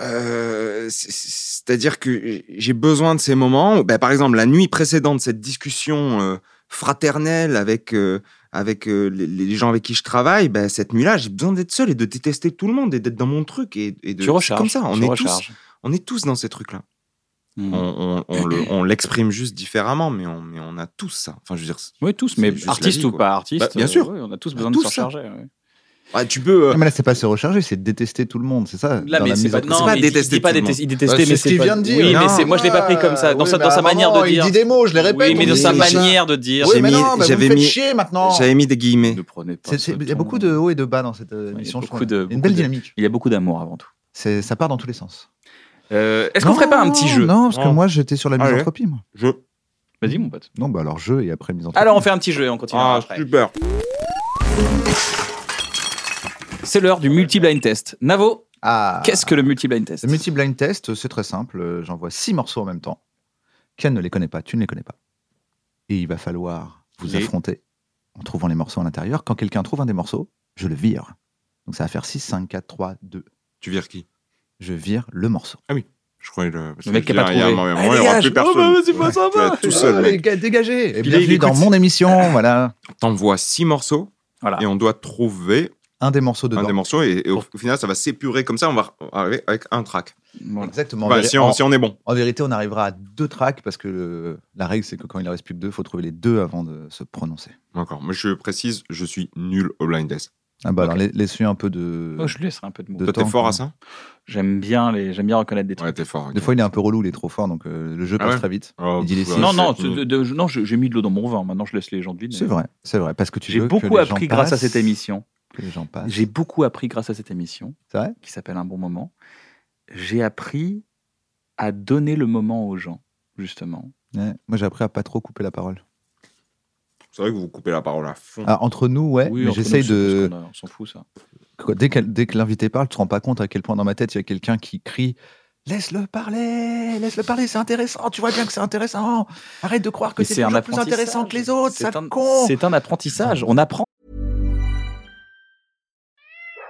[SPEAKER 4] euh, c'est- C'est-à-dire que j'ai besoin de ces moments. où, ben, par exemple, la nuit précédente, cette discussion euh, fraternelle avec, euh, avec euh, les, les gens avec qui je travaille, ben, cette nuit-là, j'ai besoin d'être seul et de détester tout le monde et d'être dans mon truc. Et, et de,
[SPEAKER 1] Tu recharges.
[SPEAKER 4] C'est comme ça. On,
[SPEAKER 1] tu
[SPEAKER 4] est tous,
[SPEAKER 1] recharges.
[SPEAKER 4] on est tous dans ces trucs-là.
[SPEAKER 1] Mm.
[SPEAKER 4] On, on- on le- on l'exprime juste différemment, mais on, mais on a tous ça. Enfin, je veux dire,
[SPEAKER 1] Oui, tous,
[SPEAKER 4] C'est
[SPEAKER 1] mais
[SPEAKER 4] juste la
[SPEAKER 1] artistes
[SPEAKER 4] vie,
[SPEAKER 1] ou
[SPEAKER 4] quoi.
[SPEAKER 1] pas artistes.
[SPEAKER 4] Bah, bien
[SPEAKER 1] euh,
[SPEAKER 4] sûr.
[SPEAKER 1] ouais, on a tous
[SPEAKER 4] On a
[SPEAKER 1] besoin de
[SPEAKER 4] tous
[SPEAKER 1] s'en
[SPEAKER 4] ça.
[SPEAKER 1] charger. ouais.
[SPEAKER 4] ah, tu peux. euh,
[SPEAKER 2] Non, mais là, c'est pas se recharger, c'est détester tout le monde, c'est ça
[SPEAKER 1] Là,
[SPEAKER 2] dans
[SPEAKER 1] mais
[SPEAKER 2] la
[SPEAKER 1] c'est pas,
[SPEAKER 2] misanthropie.
[SPEAKER 1] non,
[SPEAKER 4] pas
[SPEAKER 1] mais il- il dit
[SPEAKER 4] détester
[SPEAKER 1] pas
[SPEAKER 4] tout le monde.
[SPEAKER 1] détester, il détester,
[SPEAKER 2] c'est
[SPEAKER 1] mais
[SPEAKER 2] ce qu'il
[SPEAKER 1] pas-
[SPEAKER 2] vient de dire.
[SPEAKER 1] Oui, mais
[SPEAKER 4] Non.
[SPEAKER 1] c'est- moi, je l'ai pas pris comme ça. Dans sa, dans sa manière de dire.
[SPEAKER 2] Il dit des mots, je les répète.
[SPEAKER 1] Oui, mais dans
[SPEAKER 4] on
[SPEAKER 1] sa
[SPEAKER 4] dit-
[SPEAKER 1] manière de dire.
[SPEAKER 4] Oui, mais non, mais vous me
[SPEAKER 2] j'avais
[SPEAKER 4] faites
[SPEAKER 2] mis.
[SPEAKER 4] chier,
[SPEAKER 2] maintenant.
[SPEAKER 4] J'avais mis des guillemets.
[SPEAKER 1] Ne prenez pas ce
[SPEAKER 2] Il y a
[SPEAKER 1] ton.
[SPEAKER 2] beaucoup de hauts et de bas dans cette
[SPEAKER 1] il y
[SPEAKER 2] euh,
[SPEAKER 1] a
[SPEAKER 2] émission. je
[SPEAKER 1] beaucoup
[SPEAKER 2] trouve.
[SPEAKER 1] de-
[SPEAKER 2] Il y a Une
[SPEAKER 1] beaucoup
[SPEAKER 2] belle
[SPEAKER 1] de-
[SPEAKER 2] dynamique.
[SPEAKER 1] Il y a beaucoup d'amour avant tout.
[SPEAKER 2] C'est- Ça part dans tous les sens.
[SPEAKER 1] Euh, Est-ce qu'on
[SPEAKER 2] Non,
[SPEAKER 1] ferait pas un petit jeu
[SPEAKER 2] Non, parce que
[SPEAKER 4] Non.
[SPEAKER 2] moi, j'étais sur la
[SPEAKER 4] Allez.
[SPEAKER 2] misanthropie, moi.
[SPEAKER 4] Je...
[SPEAKER 1] Vas-y, mon pote.
[SPEAKER 2] Non, bah alors jeu et après misanthropie.
[SPEAKER 1] Alors, on fait un petit jeu et on continue
[SPEAKER 4] Ah,
[SPEAKER 1] après.
[SPEAKER 4] super.
[SPEAKER 1] C'est l'heure du multi-blind test. Navo,
[SPEAKER 2] Ah.
[SPEAKER 1] qu'est-ce que le multi-blind test
[SPEAKER 2] Le multi-blind test, c'est très simple. euh, J'envoie six morceaux en même temps. Ken ne les connaît pas, tu ne les connais pas. Et il va falloir vous
[SPEAKER 1] Les-
[SPEAKER 2] affronter en trouvant les morceaux à l'intérieur. Quand quelqu'un trouve un des morceaux, je le vire. Donc ça va faire 6, 5, 4, 3, 2.
[SPEAKER 4] Tu vires qui
[SPEAKER 2] Je vire le morceau.
[SPEAKER 4] Je croyais le. parce
[SPEAKER 1] Le
[SPEAKER 4] que
[SPEAKER 1] mec
[SPEAKER 4] je
[SPEAKER 1] qui a
[SPEAKER 4] dis,
[SPEAKER 1] pas
[SPEAKER 4] il y a un
[SPEAKER 1] trouvé.
[SPEAKER 4] moment,
[SPEAKER 1] Allez,
[SPEAKER 4] il y aura
[SPEAKER 2] Ah,
[SPEAKER 1] dégage.
[SPEAKER 4] plus
[SPEAKER 1] Oh, bah,
[SPEAKER 4] personne.
[SPEAKER 1] vas-y, passe en
[SPEAKER 4] Tu vas
[SPEAKER 1] bas.
[SPEAKER 4] être tout seul, mec.
[SPEAKER 2] dégagez Et
[SPEAKER 1] Puis là, il
[SPEAKER 2] bienvenue dans
[SPEAKER 1] écoute.
[SPEAKER 2] mon émission, voilà.
[SPEAKER 4] T'envoies six morceaux
[SPEAKER 1] Voilà.
[SPEAKER 4] et on doit trouver
[SPEAKER 2] un des morceaux dedans.
[SPEAKER 4] un des morceaux, et, et au, au final, ça va s'épurer comme ça, on va arriver avec un track.
[SPEAKER 1] Voilà.
[SPEAKER 2] Exactement.
[SPEAKER 4] Enfin,
[SPEAKER 2] En
[SPEAKER 4] si,
[SPEAKER 2] vé-
[SPEAKER 4] on,
[SPEAKER 2] en-
[SPEAKER 4] si on est bon.
[SPEAKER 2] En vérité, on arrivera à deux tracks parce que le- la règle, c'est que quand il en reste plus que deux, il faut trouver les deux avant de se prononcer.
[SPEAKER 4] D'accord. Moi, je précise, je suis nul au blind test.
[SPEAKER 2] Ah bah
[SPEAKER 1] Ok.
[SPEAKER 2] alors, la- laisse-lui un peu de.
[SPEAKER 1] Oh, je lui laisserai un peu de mots.
[SPEAKER 2] De-
[SPEAKER 4] Toi, t'es
[SPEAKER 2] temps,
[SPEAKER 4] fort
[SPEAKER 2] quoi.
[SPEAKER 4] à ça
[SPEAKER 1] J'aime bien, les... j'aime bien reconnaître des trucs.
[SPEAKER 4] Ouais, t'es fort. ok.
[SPEAKER 2] Des fois, il est un peu relou, il est trop fort, donc euh, le jeu
[SPEAKER 4] Ah
[SPEAKER 2] passe
[SPEAKER 4] ouais
[SPEAKER 2] très vite.
[SPEAKER 4] Oh,
[SPEAKER 2] il dit les
[SPEAKER 4] pff,
[SPEAKER 2] six.
[SPEAKER 1] Non,
[SPEAKER 4] c'est-
[SPEAKER 1] non, tu- de- je- non, je- j'ai mis de l'eau dans mon vin. Maintenant, je laisse les gens deviner.
[SPEAKER 2] C'est vrai, c'est vrai, parce que tu
[SPEAKER 1] J'ai
[SPEAKER 2] veux que
[SPEAKER 1] beaucoup
[SPEAKER 2] les gens
[SPEAKER 1] appris grâce à
[SPEAKER 2] passent,
[SPEAKER 1] cette émission.
[SPEAKER 2] Que les gens passent.
[SPEAKER 1] J'ai beaucoup appris grâce à cette émission.
[SPEAKER 2] C'est vrai
[SPEAKER 1] Qui s'appelle Un bon moment. J'ai appris à donner le moment aux gens, justement.
[SPEAKER 2] Ouais. Moi, j'ai appris à pas trop couper la parole.
[SPEAKER 4] C'est vrai que vous coupez la parole à fond.
[SPEAKER 2] Ah, entre nous, ouais, mais
[SPEAKER 1] entre nous,
[SPEAKER 2] j'essaye
[SPEAKER 1] c'est
[SPEAKER 2] de.
[SPEAKER 1] parce qu'on a- On s'en fout, ça.
[SPEAKER 2] Quoi, dès, qu'elle- dès que l'invité parle, tu te rends pas compte à quel point dans ma tête il y a quelqu'un qui crie Laisse-le parler, laisse-le parler, c'est intéressant, tu vois bien que c'est intéressant. Arrête de croire que
[SPEAKER 1] Mais
[SPEAKER 2] c'est toujours plus
[SPEAKER 1] apprentissage.
[SPEAKER 2] intéressant que les autres,
[SPEAKER 1] C'est
[SPEAKER 2] sale
[SPEAKER 1] un-
[SPEAKER 2] con.
[SPEAKER 1] C'est un apprentissage. On apprend.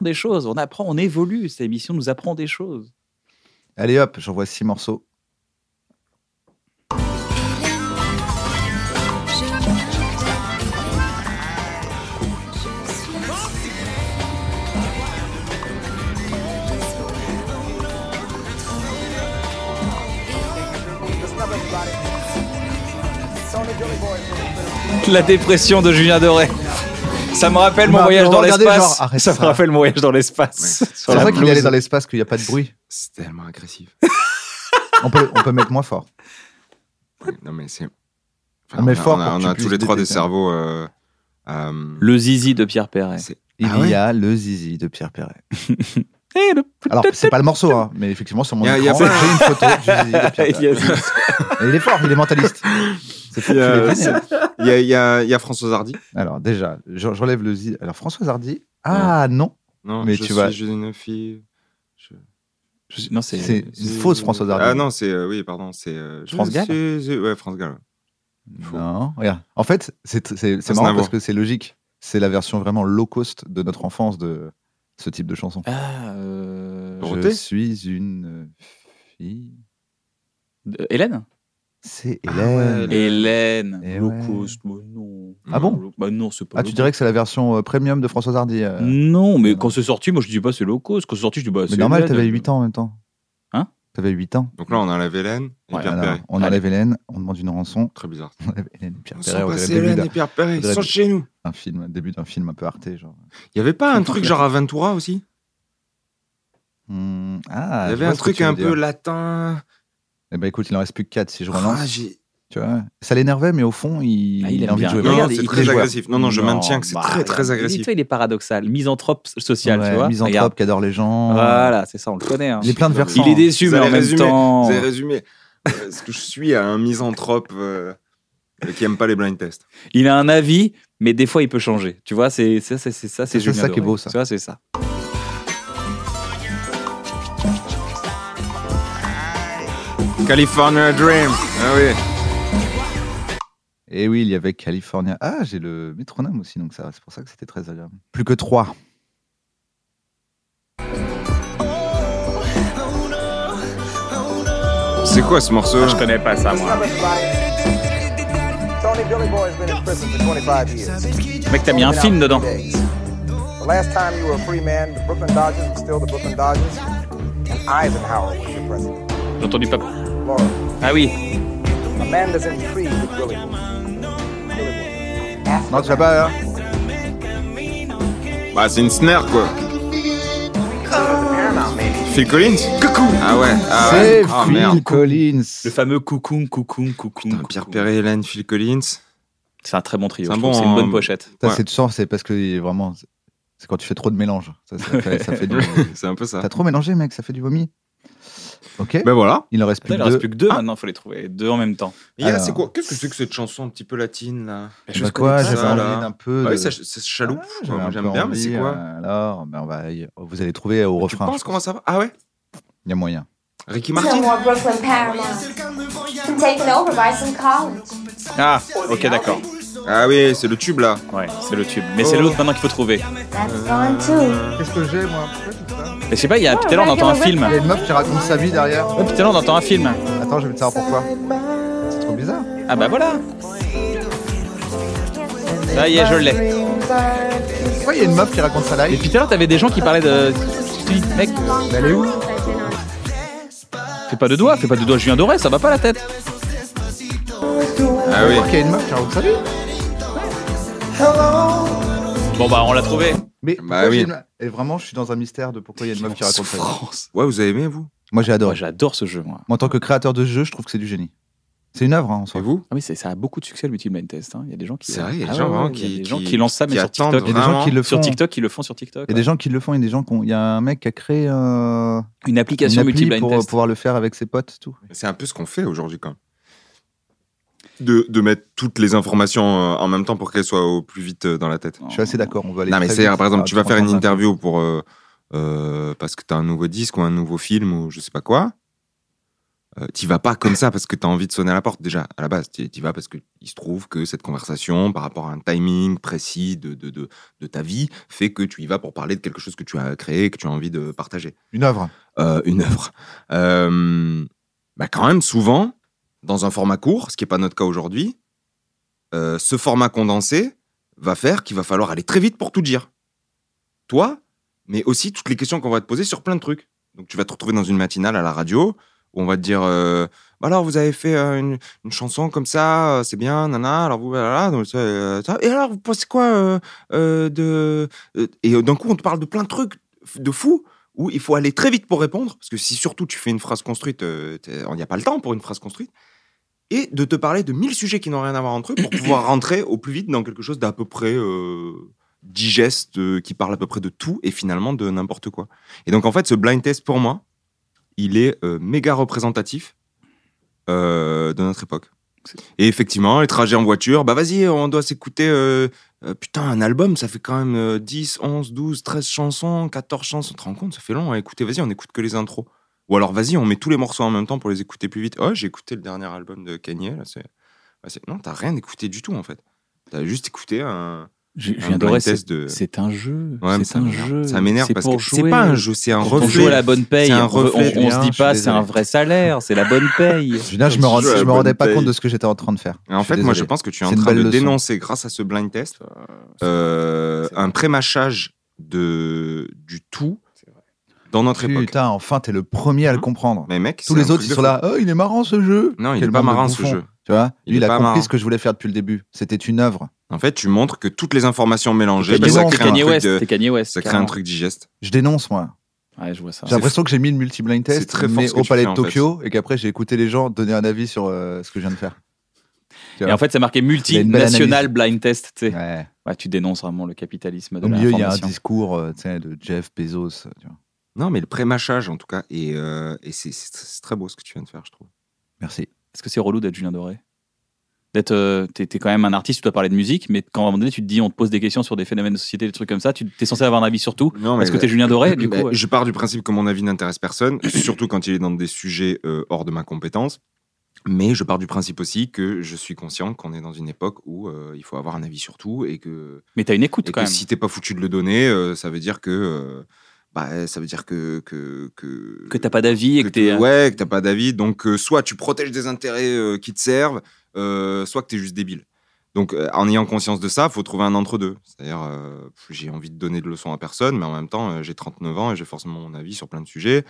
[SPEAKER 1] des choses, on apprend, on évolue. Cette émission nous apprend des choses.
[SPEAKER 2] Allez hop, j'envoie six morceaux.
[SPEAKER 1] La dépression de Julien Doré. Ça me rappelle
[SPEAKER 2] Bah,
[SPEAKER 1] mon voyage
[SPEAKER 2] on
[SPEAKER 1] dans
[SPEAKER 2] regardait
[SPEAKER 1] l'espace.
[SPEAKER 2] genre, arrête
[SPEAKER 1] Ça, me
[SPEAKER 2] ça.
[SPEAKER 1] rappelle mon voyage dans l'espace.
[SPEAKER 4] Ouais.
[SPEAKER 1] Sur
[SPEAKER 2] C'est
[SPEAKER 1] la
[SPEAKER 2] pour ça qu'il est
[SPEAKER 1] blouse.
[SPEAKER 2] allé dans l'espace, qu'il n'y a pas de bruit.
[SPEAKER 4] C'est tellement agressif.
[SPEAKER 2] on, peut, on peut mettre moins fort.
[SPEAKER 4] Ah Ouais, non, mais c'est.
[SPEAKER 2] On met
[SPEAKER 4] on a,
[SPEAKER 2] Ah, fort
[SPEAKER 4] on a-
[SPEAKER 2] pour que
[SPEAKER 4] on
[SPEAKER 2] tu
[SPEAKER 4] a
[SPEAKER 2] puisses
[SPEAKER 4] tous les trois des
[SPEAKER 2] détecter.
[SPEAKER 4] cerveaux. euh, euh,
[SPEAKER 1] Le zizi de Pierre Perret.
[SPEAKER 4] c'est-
[SPEAKER 2] Il
[SPEAKER 4] Ah ouais
[SPEAKER 2] y a le zizi de Pierre Perret.
[SPEAKER 1] Eh, le-
[SPEAKER 2] Alors, c'est pas le morceau, hein, mais effectivement, sur mon
[SPEAKER 4] Y a-
[SPEAKER 2] écran,
[SPEAKER 4] y a
[SPEAKER 2] j'ai
[SPEAKER 4] pas-
[SPEAKER 2] une photo du zizi de Pierre
[SPEAKER 1] Il
[SPEAKER 2] Perret.
[SPEAKER 1] y a zizi.
[SPEAKER 2] Et il est fort, il est mentaliste. C'est fou,
[SPEAKER 4] Il
[SPEAKER 2] tu
[SPEAKER 4] y
[SPEAKER 2] l'es
[SPEAKER 4] a-
[SPEAKER 2] donné, hein.
[SPEAKER 4] Il y a, il y a- il y a François Hardy.
[SPEAKER 2] Alors, déjà, je, je relève le zizi. Alors, Françoise Hardy. Ah non,
[SPEAKER 4] Non,
[SPEAKER 2] Mais
[SPEAKER 4] je
[SPEAKER 2] tu
[SPEAKER 4] suis
[SPEAKER 2] vas-
[SPEAKER 4] une fille. Je-
[SPEAKER 1] Je suis- Non,
[SPEAKER 2] c'est
[SPEAKER 1] c'est.
[SPEAKER 2] une fausse Françoise Hardy.
[SPEAKER 4] Ah non, c'est. euh, oui, pardon, c'est. euh, je
[SPEAKER 1] France Gall
[SPEAKER 4] suis- Ouais, France Gall. Faux.
[SPEAKER 2] Non, regarde. En fait, c'est c'est- c'est
[SPEAKER 4] Ah,
[SPEAKER 2] marrant
[SPEAKER 4] Aznavour.
[SPEAKER 2] parce que c'est logique. C'est la version vraiment low cost de notre enfance de ce type de chanson.
[SPEAKER 1] Ah, euh,
[SPEAKER 4] Bon.
[SPEAKER 2] Je
[SPEAKER 4] Dorothée
[SPEAKER 2] suis une fille.
[SPEAKER 1] euh, Hélène
[SPEAKER 2] C'est
[SPEAKER 4] Ah
[SPEAKER 2] Hélène.
[SPEAKER 4] ouais,
[SPEAKER 1] Hélène.
[SPEAKER 2] Eh
[SPEAKER 1] Low
[SPEAKER 2] ouais.
[SPEAKER 1] cost, bah non.
[SPEAKER 2] Ah bon
[SPEAKER 1] Low- Bah non, c'est pas.
[SPEAKER 2] Ah,
[SPEAKER 1] low
[SPEAKER 2] tu
[SPEAKER 1] cost.
[SPEAKER 2] dirais que c'est la version euh, premium de Françoise Hardy euh.
[SPEAKER 1] Non, mais
[SPEAKER 2] non.
[SPEAKER 1] quand c'est sorti, moi je dis pas c'est low cost. Quand c'est sorti, je dis bah Mm. c'est.
[SPEAKER 2] Mais normal,
[SPEAKER 1] Hélène.
[SPEAKER 2] t'avais 8 ans en même temps.
[SPEAKER 1] Hein
[SPEAKER 2] T'avais 8 ans.
[SPEAKER 4] Donc là, on a la Vélène et
[SPEAKER 1] Ouais,
[SPEAKER 4] Pierre
[SPEAKER 2] Alors,
[SPEAKER 4] Perret.
[SPEAKER 2] on enlève Hélène, on demande une rançon.
[SPEAKER 4] Très bizarre.
[SPEAKER 2] On enlève Hélène et Pierre
[SPEAKER 4] Ils
[SPEAKER 2] Perret
[SPEAKER 4] sont
[SPEAKER 2] au
[SPEAKER 4] passés,
[SPEAKER 2] début
[SPEAKER 4] Hélène
[SPEAKER 2] d'un-
[SPEAKER 4] et Pierre Perret. Ils
[SPEAKER 2] Faudrait-
[SPEAKER 4] sont chez nous.
[SPEAKER 2] un film, début d'un film un peu arté. Genre.
[SPEAKER 4] Il y avait pas un truc genre à 23 aussi
[SPEAKER 2] Hmm,
[SPEAKER 4] Il
[SPEAKER 2] ah,
[SPEAKER 4] y
[SPEAKER 2] je
[SPEAKER 4] avait
[SPEAKER 2] vois
[SPEAKER 4] un
[SPEAKER 2] ce que
[SPEAKER 4] truc
[SPEAKER 2] tu veux
[SPEAKER 4] un peu
[SPEAKER 2] dire.
[SPEAKER 4] latin.
[SPEAKER 2] Eh ben écoute, il en reste plus que 4 si je relance.
[SPEAKER 4] Ah, j'ai-
[SPEAKER 2] Tu vois, ça l'énervait, mais au fond, il,
[SPEAKER 1] Ah, il aime
[SPEAKER 2] a envie
[SPEAKER 1] bien.
[SPEAKER 2] de jouer.
[SPEAKER 4] Non,
[SPEAKER 1] regarde,
[SPEAKER 4] c'est
[SPEAKER 1] il-
[SPEAKER 4] très
[SPEAKER 1] il
[SPEAKER 2] joue.
[SPEAKER 4] agressif. Non, non, je maintiens que c'est
[SPEAKER 1] bah,
[SPEAKER 4] très, très
[SPEAKER 1] regarde,
[SPEAKER 4] agressif.
[SPEAKER 1] Tu vois, il est paradoxal. Misanthrope social,
[SPEAKER 2] Ouais,
[SPEAKER 1] tu vois.
[SPEAKER 2] misanthrope
[SPEAKER 1] Regarde.
[SPEAKER 2] qui adore les gens.
[SPEAKER 1] Voilà, c'est ça, on le connaît. hein.
[SPEAKER 2] Il est plein de
[SPEAKER 4] Il est
[SPEAKER 2] versants.
[SPEAKER 1] Il est déçu,
[SPEAKER 4] Vous
[SPEAKER 1] mais en
[SPEAKER 4] avez
[SPEAKER 1] même
[SPEAKER 4] résumé.
[SPEAKER 1] temps.
[SPEAKER 2] Oh.
[SPEAKER 4] Vous avez résumé euh, ce que je suis à un misanthrope euh, qui aime pas les blind tests.
[SPEAKER 1] Il a un avis, mais des fois il peut changer. Tu vois, c'est ça, c'est c'est ça, c'est
[SPEAKER 2] C'est ça
[SPEAKER 1] Julien
[SPEAKER 2] qui est
[SPEAKER 1] Doré.
[SPEAKER 2] beau, ça.
[SPEAKER 1] Tu vois, c'est ça.
[SPEAKER 4] California Dream. Ah oui.
[SPEAKER 2] Et oui, il y avait California. Ah, j'ai le métronome aussi, donc ça, c'est pour ça que c'était très agréable. Plus que 3.
[SPEAKER 4] C'est quoi ce morceau là
[SPEAKER 1] Ah, connais pas ça, moi.
[SPEAKER 5] Tony Billy Boy has been in prison for 25 years.
[SPEAKER 1] Mec, t'as mis un film dedans.
[SPEAKER 5] The last time you were a free man, the Brooklyn Dodgers were still the Brooklyn Dodgers, and Eisenhower was the president.
[SPEAKER 1] J'ai entendu pas.
[SPEAKER 5] Laura,
[SPEAKER 1] Ah oui.
[SPEAKER 5] Amanda's intrigued with Billy Boy. Billy Boy. After
[SPEAKER 2] Non, tu l'as pas, hein
[SPEAKER 4] Bah, c'est une snare quoi.
[SPEAKER 5] Paramount made it.
[SPEAKER 4] Phil Collins Coucou Ah ouais, ah
[SPEAKER 2] C'est
[SPEAKER 4] ouais. Ah,
[SPEAKER 2] Phil
[SPEAKER 4] merde.
[SPEAKER 2] Collins.
[SPEAKER 1] Le fameux coucou, coucou, coucou.
[SPEAKER 4] Putain, Pierre Perret, Hélène, Phil Collins.
[SPEAKER 1] C'est un très bon trio.
[SPEAKER 4] C'est un
[SPEAKER 1] je trouve.
[SPEAKER 4] bon,
[SPEAKER 1] C'est une bonne
[SPEAKER 4] euh,
[SPEAKER 1] pochette.
[SPEAKER 2] Ça,
[SPEAKER 4] Ouais.
[SPEAKER 2] c'est de chance, c'est parce que il est vraiment. C'est quand tu fais trop de mélange. Ça, ça fait, ça fait du.
[SPEAKER 4] C'est un peu ça.
[SPEAKER 2] T'as trop mélangé, mec, ça fait du vomi. Ok.
[SPEAKER 4] Ben voilà. Euh,
[SPEAKER 2] Il en reste
[SPEAKER 1] Putain, il
[SPEAKER 2] plus que
[SPEAKER 1] en reste
[SPEAKER 2] deux.
[SPEAKER 1] plus que deux maintenant, il faut les trouver. Deux en même temps.
[SPEAKER 4] Et là,
[SPEAKER 2] Alors.
[SPEAKER 4] c'est quoi Qu'est-ce que c'est que cette chanson un petit peu latine là
[SPEAKER 2] Bah
[SPEAKER 1] Je
[SPEAKER 2] quoi,
[SPEAKER 4] connais
[SPEAKER 2] j'avais
[SPEAKER 4] ça,
[SPEAKER 2] envie
[SPEAKER 4] là.
[SPEAKER 2] d'un peu.
[SPEAKER 4] Bah
[SPEAKER 2] de-
[SPEAKER 4] oui, ça, c'est chaloupe.
[SPEAKER 2] Ah, j'avais
[SPEAKER 4] Moi,
[SPEAKER 2] un peu
[SPEAKER 4] J'aime bien, mais c'est
[SPEAKER 2] envie,
[SPEAKER 4] quoi
[SPEAKER 2] euh, Alors, ben, on va y- vous allez trouver au
[SPEAKER 4] Tu
[SPEAKER 2] refrain.
[SPEAKER 4] penses
[SPEAKER 2] je
[SPEAKER 4] comment ça va Ah ouais
[SPEAKER 2] pense. Il y a moyen.
[SPEAKER 4] Ricky Martin
[SPEAKER 6] Somewhere Brooklyn Paramount. Taken over by some college.
[SPEAKER 1] Ah, ok, d'accord.
[SPEAKER 4] Ah oui, c'est le tube là.
[SPEAKER 1] Ouais, c'est le tube. Mais c'est l'autre maintenant qu'il faut trouver.
[SPEAKER 6] That's gone too.
[SPEAKER 2] Qu'est-ce que j'ai, moi
[SPEAKER 1] Mais je sais
[SPEAKER 2] Ah,
[SPEAKER 1] pas, il y a. Puis tout à
[SPEAKER 2] bah,
[SPEAKER 1] l'heure, on entend un film.
[SPEAKER 2] Il y a une meuf qui raconte sa vie derrière.
[SPEAKER 1] Ouais, puis tout à l'heure, on entend un film.
[SPEAKER 2] Attends, je vais te savoir pourquoi. C'est trop bizarre.
[SPEAKER 1] Ah bah voilà Ça y est, je l'ai.
[SPEAKER 2] Pourquoi il y a une meuf qui raconte sa
[SPEAKER 1] Et
[SPEAKER 2] life
[SPEAKER 1] puis tout à l'heure, t'avais des gens qui parlaient de. Tu dis, Mec,
[SPEAKER 2] Mais Elle est où
[SPEAKER 1] fais pas de doigts, fais pas de doigts, Julien Doré, ça va pas la tête.
[SPEAKER 4] Ah oui.
[SPEAKER 2] Pourquoi qu'il y a une meuf qui raconte sa vie
[SPEAKER 1] Bon bah, on l'a trouvé.
[SPEAKER 2] Mais
[SPEAKER 4] Bah
[SPEAKER 2] pourquoi
[SPEAKER 4] oui.
[SPEAKER 2] j'ai une- Et vraiment, je suis dans un mystère de pourquoi il y a une meuf qui raconte sa vie.
[SPEAKER 1] France.
[SPEAKER 4] Ouais, vous avez aimé vous
[SPEAKER 2] Moi, j'ai
[SPEAKER 1] Moi,
[SPEAKER 2] adoré.
[SPEAKER 1] j'adore ce jeu, moi.
[SPEAKER 2] Moi, en tant que créateur de jeu, je trouve que c'est du génie. C'est une œuvre, hein, en
[SPEAKER 4] Et
[SPEAKER 2] soi.
[SPEAKER 4] vous
[SPEAKER 1] Ah oui, c'est- ça a beaucoup de succès le multi-blind test. hein. Il y a des gens qui.
[SPEAKER 4] C'est vrai, il y a des
[SPEAKER 1] Ah
[SPEAKER 4] gens
[SPEAKER 1] ouais,
[SPEAKER 4] vraiment
[SPEAKER 1] ouais, il y a
[SPEAKER 4] qui-
[SPEAKER 1] des gens
[SPEAKER 4] qui-
[SPEAKER 1] qui lancent ça, mais
[SPEAKER 4] qui
[SPEAKER 1] sur
[SPEAKER 4] attendent
[SPEAKER 1] TikTok.
[SPEAKER 2] Il y a des gens
[SPEAKER 4] Vraiment.
[SPEAKER 2] qui le font.
[SPEAKER 1] Sur TikTok, ils le font sur TikTok.
[SPEAKER 2] Il y a des gens qui le font. Il y a des gens qui ont- Il y a un mec qui a créé un...
[SPEAKER 1] Une
[SPEAKER 2] une
[SPEAKER 1] application
[SPEAKER 2] appli
[SPEAKER 1] multi-blind
[SPEAKER 2] pour
[SPEAKER 1] test.
[SPEAKER 2] pouvoir le faire avec ses potes, tout.
[SPEAKER 4] C'est un peu ce qu'on fait aujourd'hui quand même. De, de mettre toutes les informations euh, en même temps pour qu'elles soient au plus vite euh, dans la tête.
[SPEAKER 2] Je suis assez d'accord. On va aller.
[SPEAKER 4] Non, mais
[SPEAKER 2] très
[SPEAKER 4] c'est
[SPEAKER 2] vite.
[SPEAKER 4] par exemple,
[SPEAKER 2] Ah,
[SPEAKER 4] tu vas
[SPEAKER 2] prends
[SPEAKER 4] faire une
[SPEAKER 2] ton temps.
[SPEAKER 4] interview pour. euh, euh, parce que t'as un nouveau disque ou un nouveau film ou je sais pas quoi. Euh, t'y vas pas comme ça parce que t'as envie de sonner à la porte déjà, à la base. T'y t'y vas parce qu'il se trouve que cette conversation, par rapport à un timing précis de, de, de, de ta vie, fait que tu y vas pour parler de quelque chose que tu as créé, que tu as envie de partager.
[SPEAKER 2] Une œuvre.
[SPEAKER 4] Euh, une œuvre. Euh, bah quand même, souvent, dans un format court, ce qui n'est pas notre cas aujourd'hui, euh, ce format condensé va faire qu'il va falloir aller très vite pour tout dire. Toi, mais aussi toutes les questions qu'on va te poser sur plein de trucs. Donc tu vas te retrouver dans une matinale à la radio où on va te dire euh, Bah alors vous avez fait euh, une, une chanson comme ça, euh, c'est bien, nana, alors vous, voilà, donc, ça, euh, ça. et alors vous pensez quoi euh, euh, de. euh, et d'un coup on te parle de plein de trucs de fou où il faut aller très vite pour répondre, parce que si surtout tu fais une phrase construite, euh, t'es- on n'y a pas le temps pour une phrase construite, et de te parler de mille sujets qui n'ont rien à voir entre eux pour pouvoir rentrer au plus vite dans quelque chose d'à peu près euh, digeste, euh, qui parle à peu près de tout et finalement de n'importe quoi. Et donc en fait, ce blind test pour moi, il est euh, méga représentatif euh, de notre époque. Et effectivement, les trajets en voiture, bah vas-y, on doit s'écouter. euh, euh, putain, un album, ça fait quand même euh, 10, 11, 12, 13 chansons, 14 chansons. Tu te rends compte, ça fait long à écouter. Vas-y, on écoute que les intros. Ou alors, vas-y, on met tous les morceaux en même temps pour les écouter plus vite. Oh, j'ai écouté le dernier album de Kanye. Là, c'est... Ah, c'est- Non, t'as rien écouté du tout, en fait. T'as juste écouté un,
[SPEAKER 1] Je
[SPEAKER 4] un
[SPEAKER 1] viens
[SPEAKER 4] blind
[SPEAKER 1] de
[SPEAKER 4] test de...
[SPEAKER 1] C'est un jeu.
[SPEAKER 4] Ouais, mais
[SPEAKER 1] c'est
[SPEAKER 4] ça
[SPEAKER 1] un
[SPEAKER 4] m'énerve.
[SPEAKER 1] jeu.
[SPEAKER 4] Ça m'énerve parce que
[SPEAKER 1] pour
[SPEAKER 4] c'est
[SPEAKER 1] jouer.
[SPEAKER 4] pas un jeu, c'est un
[SPEAKER 1] Quand on joue à
[SPEAKER 4] reflet.
[SPEAKER 1] la bonne paye,
[SPEAKER 4] C'est un
[SPEAKER 1] on,
[SPEAKER 4] reflet,
[SPEAKER 1] on- on
[SPEAKER 2] Julien,
[SPEAKER 1] se dit
[SPEAKER 2] je
[SPEAKER 1] pas
[SPEAKER 2] suis
[SPEAKER 1] c'est un
[SPEAKER 2] désolé.
[SPEAKER 1] vrai salaire, c'est la bonne paye.
[SPEAKER 2] Julien, je me rends-
[SPEAKER 4] Jeu à
[SPEAKER 2] je me
[SPEAKER 4] bonne
[SPEAKER 2] rendais pas
[SPEAKER 4] paye.
[SPEAKER 2] compte de ce que j'étais en train de faire.
[SPEAKER 4] Et en
[SPEAKER 2] suis
[SPEAKER 4] fait, moi,
[SPEAKER 2] désolé.
[SPEAKER 4] je pense que tu es en
[SPEAKER 2] C'est une
[SPEAKER 4] train de
[SPEAKER 2] belle leçon.
[SPEAKER 4] dénoncer, grâce à ce blind test, euh, un prémachage de, du tout dans notre époque.
[SPEAKER 2] Putain, enfin, t'es le premier à le
[SPEAKER 4] Mhm.
[SPEAKER 2] comprendre.
[SPEAKER 4] Mais mec,
[SPEAKER 2] Tous
[SPEAKER 4] c'est
[SPEAKER 2] les
[SPEAKER 4] un
[SPEAKER 2] autres,
[SPEAKER 4] truc
[SPEAKER 2] ils
[SPEAKER 4] de
[SPEAKER 2] sont
[SPEAKER 4] fou.
[SPEAKER 2] là. Oh, il est marrant ce jeu.
[SPEAKER 4] Non, il
[SPEAKER 2] Quel
[SPEAKER 4] n'est pas
[SPEAKER 2] bande de
[SPEAKER 4] marrant ce
[SPEAKER 2] bouffons.
[SPEAKER 4] jeu.
[SPEAKER 2] Tu vois,
[SPEAKER 4] Il
[SPEAKER 2] lui,
[SPEAKER 4] est
[SPEAKER 2] il a
[SPEAKER 4] pas
[SPEAKER 2] compris
[SPEAKER 4] marrant.
[SPEAKER 2] ce que je voulais faire depuis le début. C'était une œuvre.
[SPEAKER 4] En fait, tu montres que toutes les informations mélangées,
[SPEAKER 2] T'es
[SPEAKER 4] bah, ça
[SPEAKER 2] Kanye
[SPEAKER 4] crée un
[SPEAKER 1] Kanye
[SPEAKER 4] truc,
[SPEAKER 1] West,
[SPEAKER 4] de-
[SPEAKER 1] c'est Kanye West.
[SPEAKER 4] ça crée un
[SPEAKER 1] carrément.
[SPEAKER 4] truc digeste.
[SPEAKER 2] Je dénonce, moi.
[SPEAKER 1] Ouais, je vois ça.
[SPEAKER 2] J'ai l'impression que j'ai mis le multi-blind
[SPEAKER 4] c'est
[SPEAKER 2] test
[SPEAKER 4] très fort
[SPEAKER 2] mais
[SPEAKER 4] ce que
[SPEAKER 2] au
[SPEAKER 4] tu
[SPEAKER 2] palais
[SPEAKER 4] fais,
[SPEAKER 2] de
[SPEAKER 4] en fait.
[SPEAKER 2] Tokyo et qu'après, j'ai écouté les gens donner un avis sur euh, ce que je viens de faire.
[SPEAKER 1] Et en fait, c'est marqué
[SPEAKER 2] Il y a une belle
[SPEAKER 1] multinational blind test. tu sais.
[SPEAKER 2] Ouais.
[SPEAKER 1] Ouais, tu dénonces vraiment le capitalisme de
[SPEAKER 2] Au milieu, il y a un
[SPEAKER 1] l'information.
[SPEAKER 2] discours euh, tu sais, de Jeff Bezos. euh, tu vois.
[SPEAKER 4] Non, mais le prémachage, en tout cas, et, euh, et c'est- c'est c'est très beau ce que tu viens de faire, je trouve.
[SPEAKER 2] Merci.
[SPEAKER 1] Est-ce que c'est relou d'être Julien Doré D'être, euh, t'es, t'es quand même un artiste, tu dois parler de musique, mais quand à un moment donné tu te dis, on te pose des questions sur des phénomènes de société, des trucs comme ça, tu t'es censé avoir un avis sur tout.
[SPEAKER 4] Non,
[SPEAKER 1] Parce que t'es Julien Doré, du
[SPEAKER 4] Bah,
[SPEAKER 1] coup. ouais.
[SPEAKER 4] Je pars du principe que mon avis n'intéresse personne, surtout quand il est dans des sujets euh, hors de ma compétence. Mais je pars du principe aussi que je suis conscient qu'on est dans une époque où euh, il faut avoir un avis sur tout et que,
[SPEAKER 1] Mais t'as une écoute
[SPEAKER 4] et
[SPEAKER 1] quand
[SPEAKER 4] que
[SPEAKER 1] même.
[SPEAKER 4] si t'es pas foutu de le donner, euh, ça veut dire que. euh, bah, ça veut dire que. Que, que,
[SPEAKER 1] Que t'as pas d'avis et que,
[SPEAKER 4] que t'es-
[SPEAKER 1] t'es.
[SPEAKER 4] ouais, que t'as pas d'avis. Donc, euh, soit tu protèges des intérêts euh, qui te servent, euh, soit que t'es juste débile. Donc, euh, en ayant conscience de ça, faut trouver un entre-deux. C'est-à-dire, euh, pff, j'ai envie de donner de leçons à personne, mais en même temps, euh, j'ai 39 ans et j'ai forcément mon avis sur plein de sujets.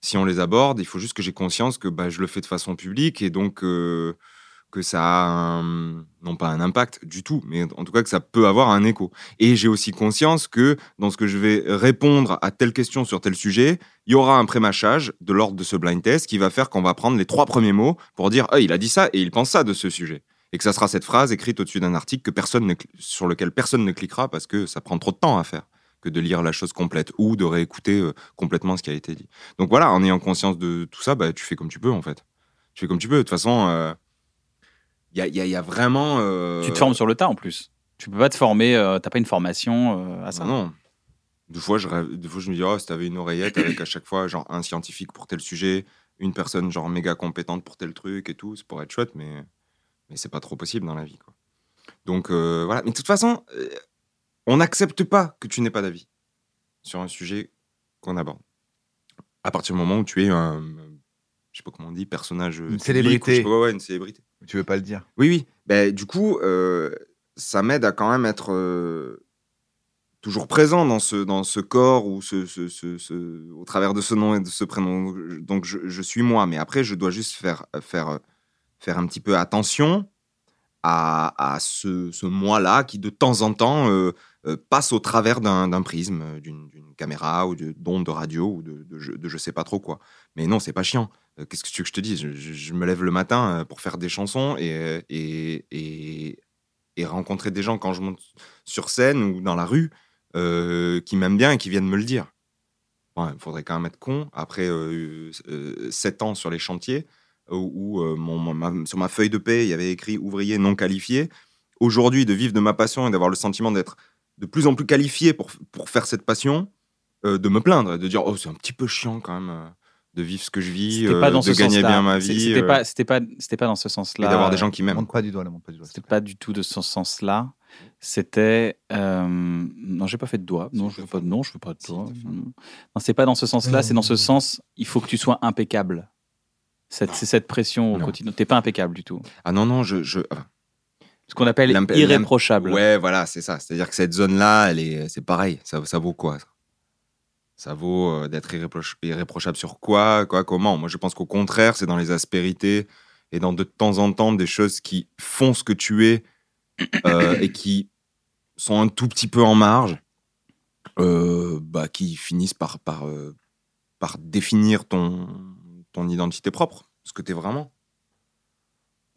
[SPEAKER 4] Si on les aborde, il faut juste que j'ai conscience que bah, je le fais de façon publique et donc euh, que ça a un- non pas un impact du tout, mais en tout cas que ça peut avoir un écho. Et j'ai aussi conscience que dans ce que je vais répondre à telle question sur tel sujet, il y aura un prémachage de l'ordre de ce blind test qui va faire qu'on va prendre les trois premiers mots pour dire Ah, il a dit ça et il pense ça de ce sujet. Et que ça sera cette phrase écrite au-dessus d'un article que personne ne cl- sur lequel personne ne cliquera parce que ça prend trop de temps à faire. que de lire la chose complète ou de réécouter euh, complètement ce qui a été dit. Donc voilà, en ayant conscience de tout ça, bah, tu fais comme tu peux en fait. Tu fais comme tu peux. De toute façon, euh, il y, a, y a- y a vraiment. euh,
[SPEAKER 1] Tu te formes sur le tas en plus. Tu peux pas te former, euh, t'as pas une formation euh, à ça.
[SPEAKER 4] Ah non. Des fois, je rêve- des fois, je me dis, oh, si t'avais une oreillette avec à chaque fois, genre, un scientifique pour tel sujet, une personne, genre, méga compétente pour tel truc et tout, ça pourrait être chouette, mais, mais c'est pas trop possible dans la vie, quoi. Donc, euh, voilà. Mais de toute façon, euh, on n'accepte pas que tu n'aies pas d'avis sur un sujet qu'on aborde. À partir du moment où tu es un, je sais pas comment on dit, personnage. euh, public ou je sais
[SPEAKER 2] célébrité.
[SPEAKER 4] pas, ouais, une célébrité.
[SPEAKER 2] Tu veux pas le dire.
[SPEAKER 4] Oui, oui. Ben, du coup, euh, ça m'aide à quand même être euh, toujours présent dans ce, dans ce corps ou ce, ce- ce- ce- au travers de ce nom et de ce prénom. Donc, je, je suis moi. Mais après, je dois juste faire, euh, faire, faire un petit peu attention à, à ce, ce moi-là qui, de temps en temps, euh, euh, passe au travers d'un d'un prisme, euh, d'une d'une caméra ou de- d'ondes de radio ou de, de je, de je sais pas trop quoi. Mais non, c'est pas chiant. Euh, Qu'est-ce que tu veux que je te dise je, je- je me lève le matin euh, pour faire des chansons et, euh, et, et, et rencontrer des gens quand je monte sur scène ou dans la rue euh, qui m'aiment bien et qui viennent me le dire. Il faudrait quand même être con. Après 7 ans sur les chantiers, où, où, euh, mon- mon- ma- sur ma feuille de paie, il y avait écrit ouvrier non qualifié. Aujourd'hui, de vivre de ma passion et d'avoir le sentiment d'être de plus en plus qualifié pour, pour faire cette passion, euh, de me plaindre et de dire Oh, c'est un petit peu chiant quand même euh, de vivre ce que je vis,
[SPEAKER 1] C'était
[SPEAKER 4] euh,
[SPEAKER 1] pas dans
[SPEAKER 4] de
[SPEAKER 1] ce
[SPEAKER 4] gagner
[SPEAKER 1] sens-là.
[SPEAKER 4] bien ma
[SPEAKER 1] C'est-
[SPEAKER 4] vie
[SPEAKER 1] C'était
[SPEAKER 4] euh,
[SPEAKER 1] pas, c'était pas, c'était pas dans ce
[SPEAKER 4] et
[SPEAKER 1] sens-là.
[SPEAKER 4] d'avoir des gens qui m'aiment.
[SPEAKER 2] Montre pas du doigt, là, montre pas du doigt.
[SPEAKER 1] C'était pas du tout de ce sens-là. C'était. euh, Non, j'ai pas fait de doigt.
[SPEAKER 4] Si,
[SPEAKER 1] Non,
[SPEAKER 4] t'as
[SPEAKER 1] je veux
[SPEAKER 4] fait.
[SPEAKER 1] pas. Non, je veux pas de
[SPEAKER 4] Si,
[SPEAKER 1] doigt.
[SPEAKER 4] t'as fait.
[SPEAKER 1] Non, Non, c'est pas dans ce sens-là. C'est dans ce sens. Il faut que tu sois impeccable. Cette-
[SPEAKER 4] Non.
[SPEAKER 1] C'est cette pression au
[SPEAKER 4] Non.
[SPEAKER 1] quotidien. T'es pas impeccable du tout.
[SPEAKER 4] Ah non, non, je. je... enfin,
[SPEAKER 1] Ce qu'on appelle
[SPEAKER 4] L'impe-
[SPEAKER 1] irréprochable.
[SPEAKER 4] Ouais, voilà, c'est ça. C'est-à-dire que cette zone-là, elle est, c'est pareil. Ça, ça vaut quoi ça Ça vaut euh, d'être irréproch- irréprochable sur quoi, quoi, comment Moi, je pense qu'au contraire, c'est dans les aspérités et dans de temps en temps des choses qui font ce que tu es euh, et qui sont un tout petit peu en marge, euh, bah, qui finissent par, par, euh, par définir ton, ton identité propre, ce que tu es vraiment.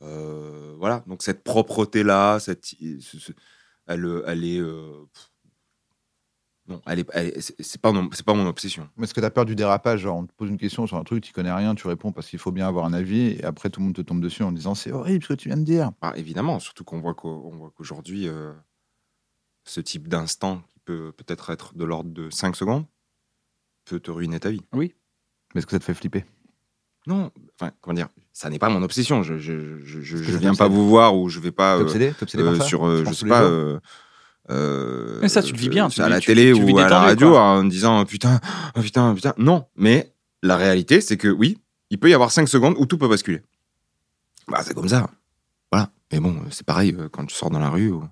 [SPEAKER 4] Euh, voilà, donc cette propreté-là, cette, ce- ce- elle, euh, elle est. euh, pff. non, elle est, elle est- c'est c'est pas, mon- c'est pas mon obsession.
[SPEAKER 2] Mais est-ce que tu as peur du dérapage Genre, on te pose une question sur un truc, tu connais rien, tu réponds parce qu'il faut bien avoir un avis, et après tout le monde te tombe dessus en disant c'est horrible ce que tu viens de dire.
[SPEAKER 4] Ah, évidemment, surtout qu'on voit qu'au- on voit qu'aujourd'hui, euh, ce type d'instant qui peut peut-être être de l'ordre de 5 secondes peut te ruiner ta vie.
[SPEAKER 2] Mais est-ce que ça te fait flipper
[SPEAKER 4] Non, enfin, comment dire, ça n'est pas mon obsession. Je, je, je, je,
[SPEAKER 2] que
[SPEAKER 4] je
[SPEAKER 2] ça
[SPEAKER 4] viens pas
[SPEAKER 2] t'obsède
[SPEAKER 4] vous voir ou je vais pas.
[SPEAKER 2] T'es
[SPEAKER 4] euh,
[SPEAKER 2] obsédé T'es obsédé par
[SPEAKER 4] euh,
[SPEAKER 2] ça
[SPEAKER 4] sur, euh,
[SPEAKER 2] Tu
[SPEAKER 4] je
[SPEAKER 2] penses
[SPEAKER 4] sais
[SPEAKER 2] tous les
[SPEAKER 4] pas.
[SPEAKER 2] jours
[SPEAKER 4] euh, euh,
[SPEAKER 1] Mais ça, tu le vis bien,
[SPEAKER 4] euh,
[SPEAKER 1] tu le
[SPEAKER 4] à
[SPEAKER 1] vis-
[SPEAKER 4] la
[SPEAKER 1] tu-
[SPEAKER 4] télé
[SPEAKER 1] tu le vis
[SPEAKER 4] ou à la
[SPEAKER 1] détendu,
[SPEAKER 4] radio hein,
[SPEAKER 1] quoi.
[SPEAKER 4] en disant putain, oh, putain, putain. Non, mais la réalité, c'est que oui, il peut y avoir 5 secondes où tout peut basculer. Bah, c'est comme ça. Voilà. Mais bon, euh, c'est pareil euh, quand tu sors dans la rue ou,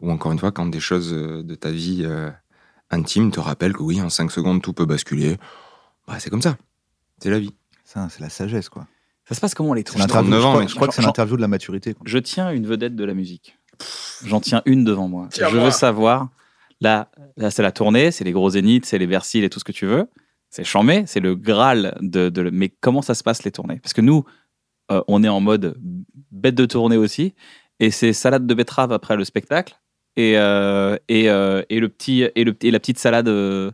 [SPEAKER 4] ou encore une fois quand des choses euh, de ta vie euh, intime te rappellent que oui, en 5 secondes, tout peut basculer. Bah, c'est comme ça. C'est la vie.
[SPEAKER 2] Ça, c'est la sagesse, quoi.
[SPEAKER 1] Ça se passe comment les
[SPEAKER 2] C'est
[SPEAKER 1] trucs
[SPEAKER 2] l'interview.
[SPEAKER 4] 39
[SPEAKER 2] Je
[SPEAKER 4] ans,
[SPEAKER 2] crois,
[SPEAKER 4] mais
[SPEAKER 2] je crois que c'est
[SPEAKER 1] Jean-
[SPEAKER 2] l'interview de la maturité. quoi.
[SPEAKER 1] Je tiens une vedette de la musique. J'en tiens une devant moi.
[SPEAKER 4] Tiens-moi.
[SPEAKER 1] je veux savoir. Là, là c'est la tournée, c'est les gros zéniths, c'est les Bercy, et tout ce que tu veux. C'est chambé, c'est le Graal de, de- Mais comment ça se passe les tournées Parce que nous, euh, on est en mode bête de tournée aussi. Et c'est salade de betterave après le spectacle. Et, euh, et, euh, et le petit, et, le, et la petite salade euh,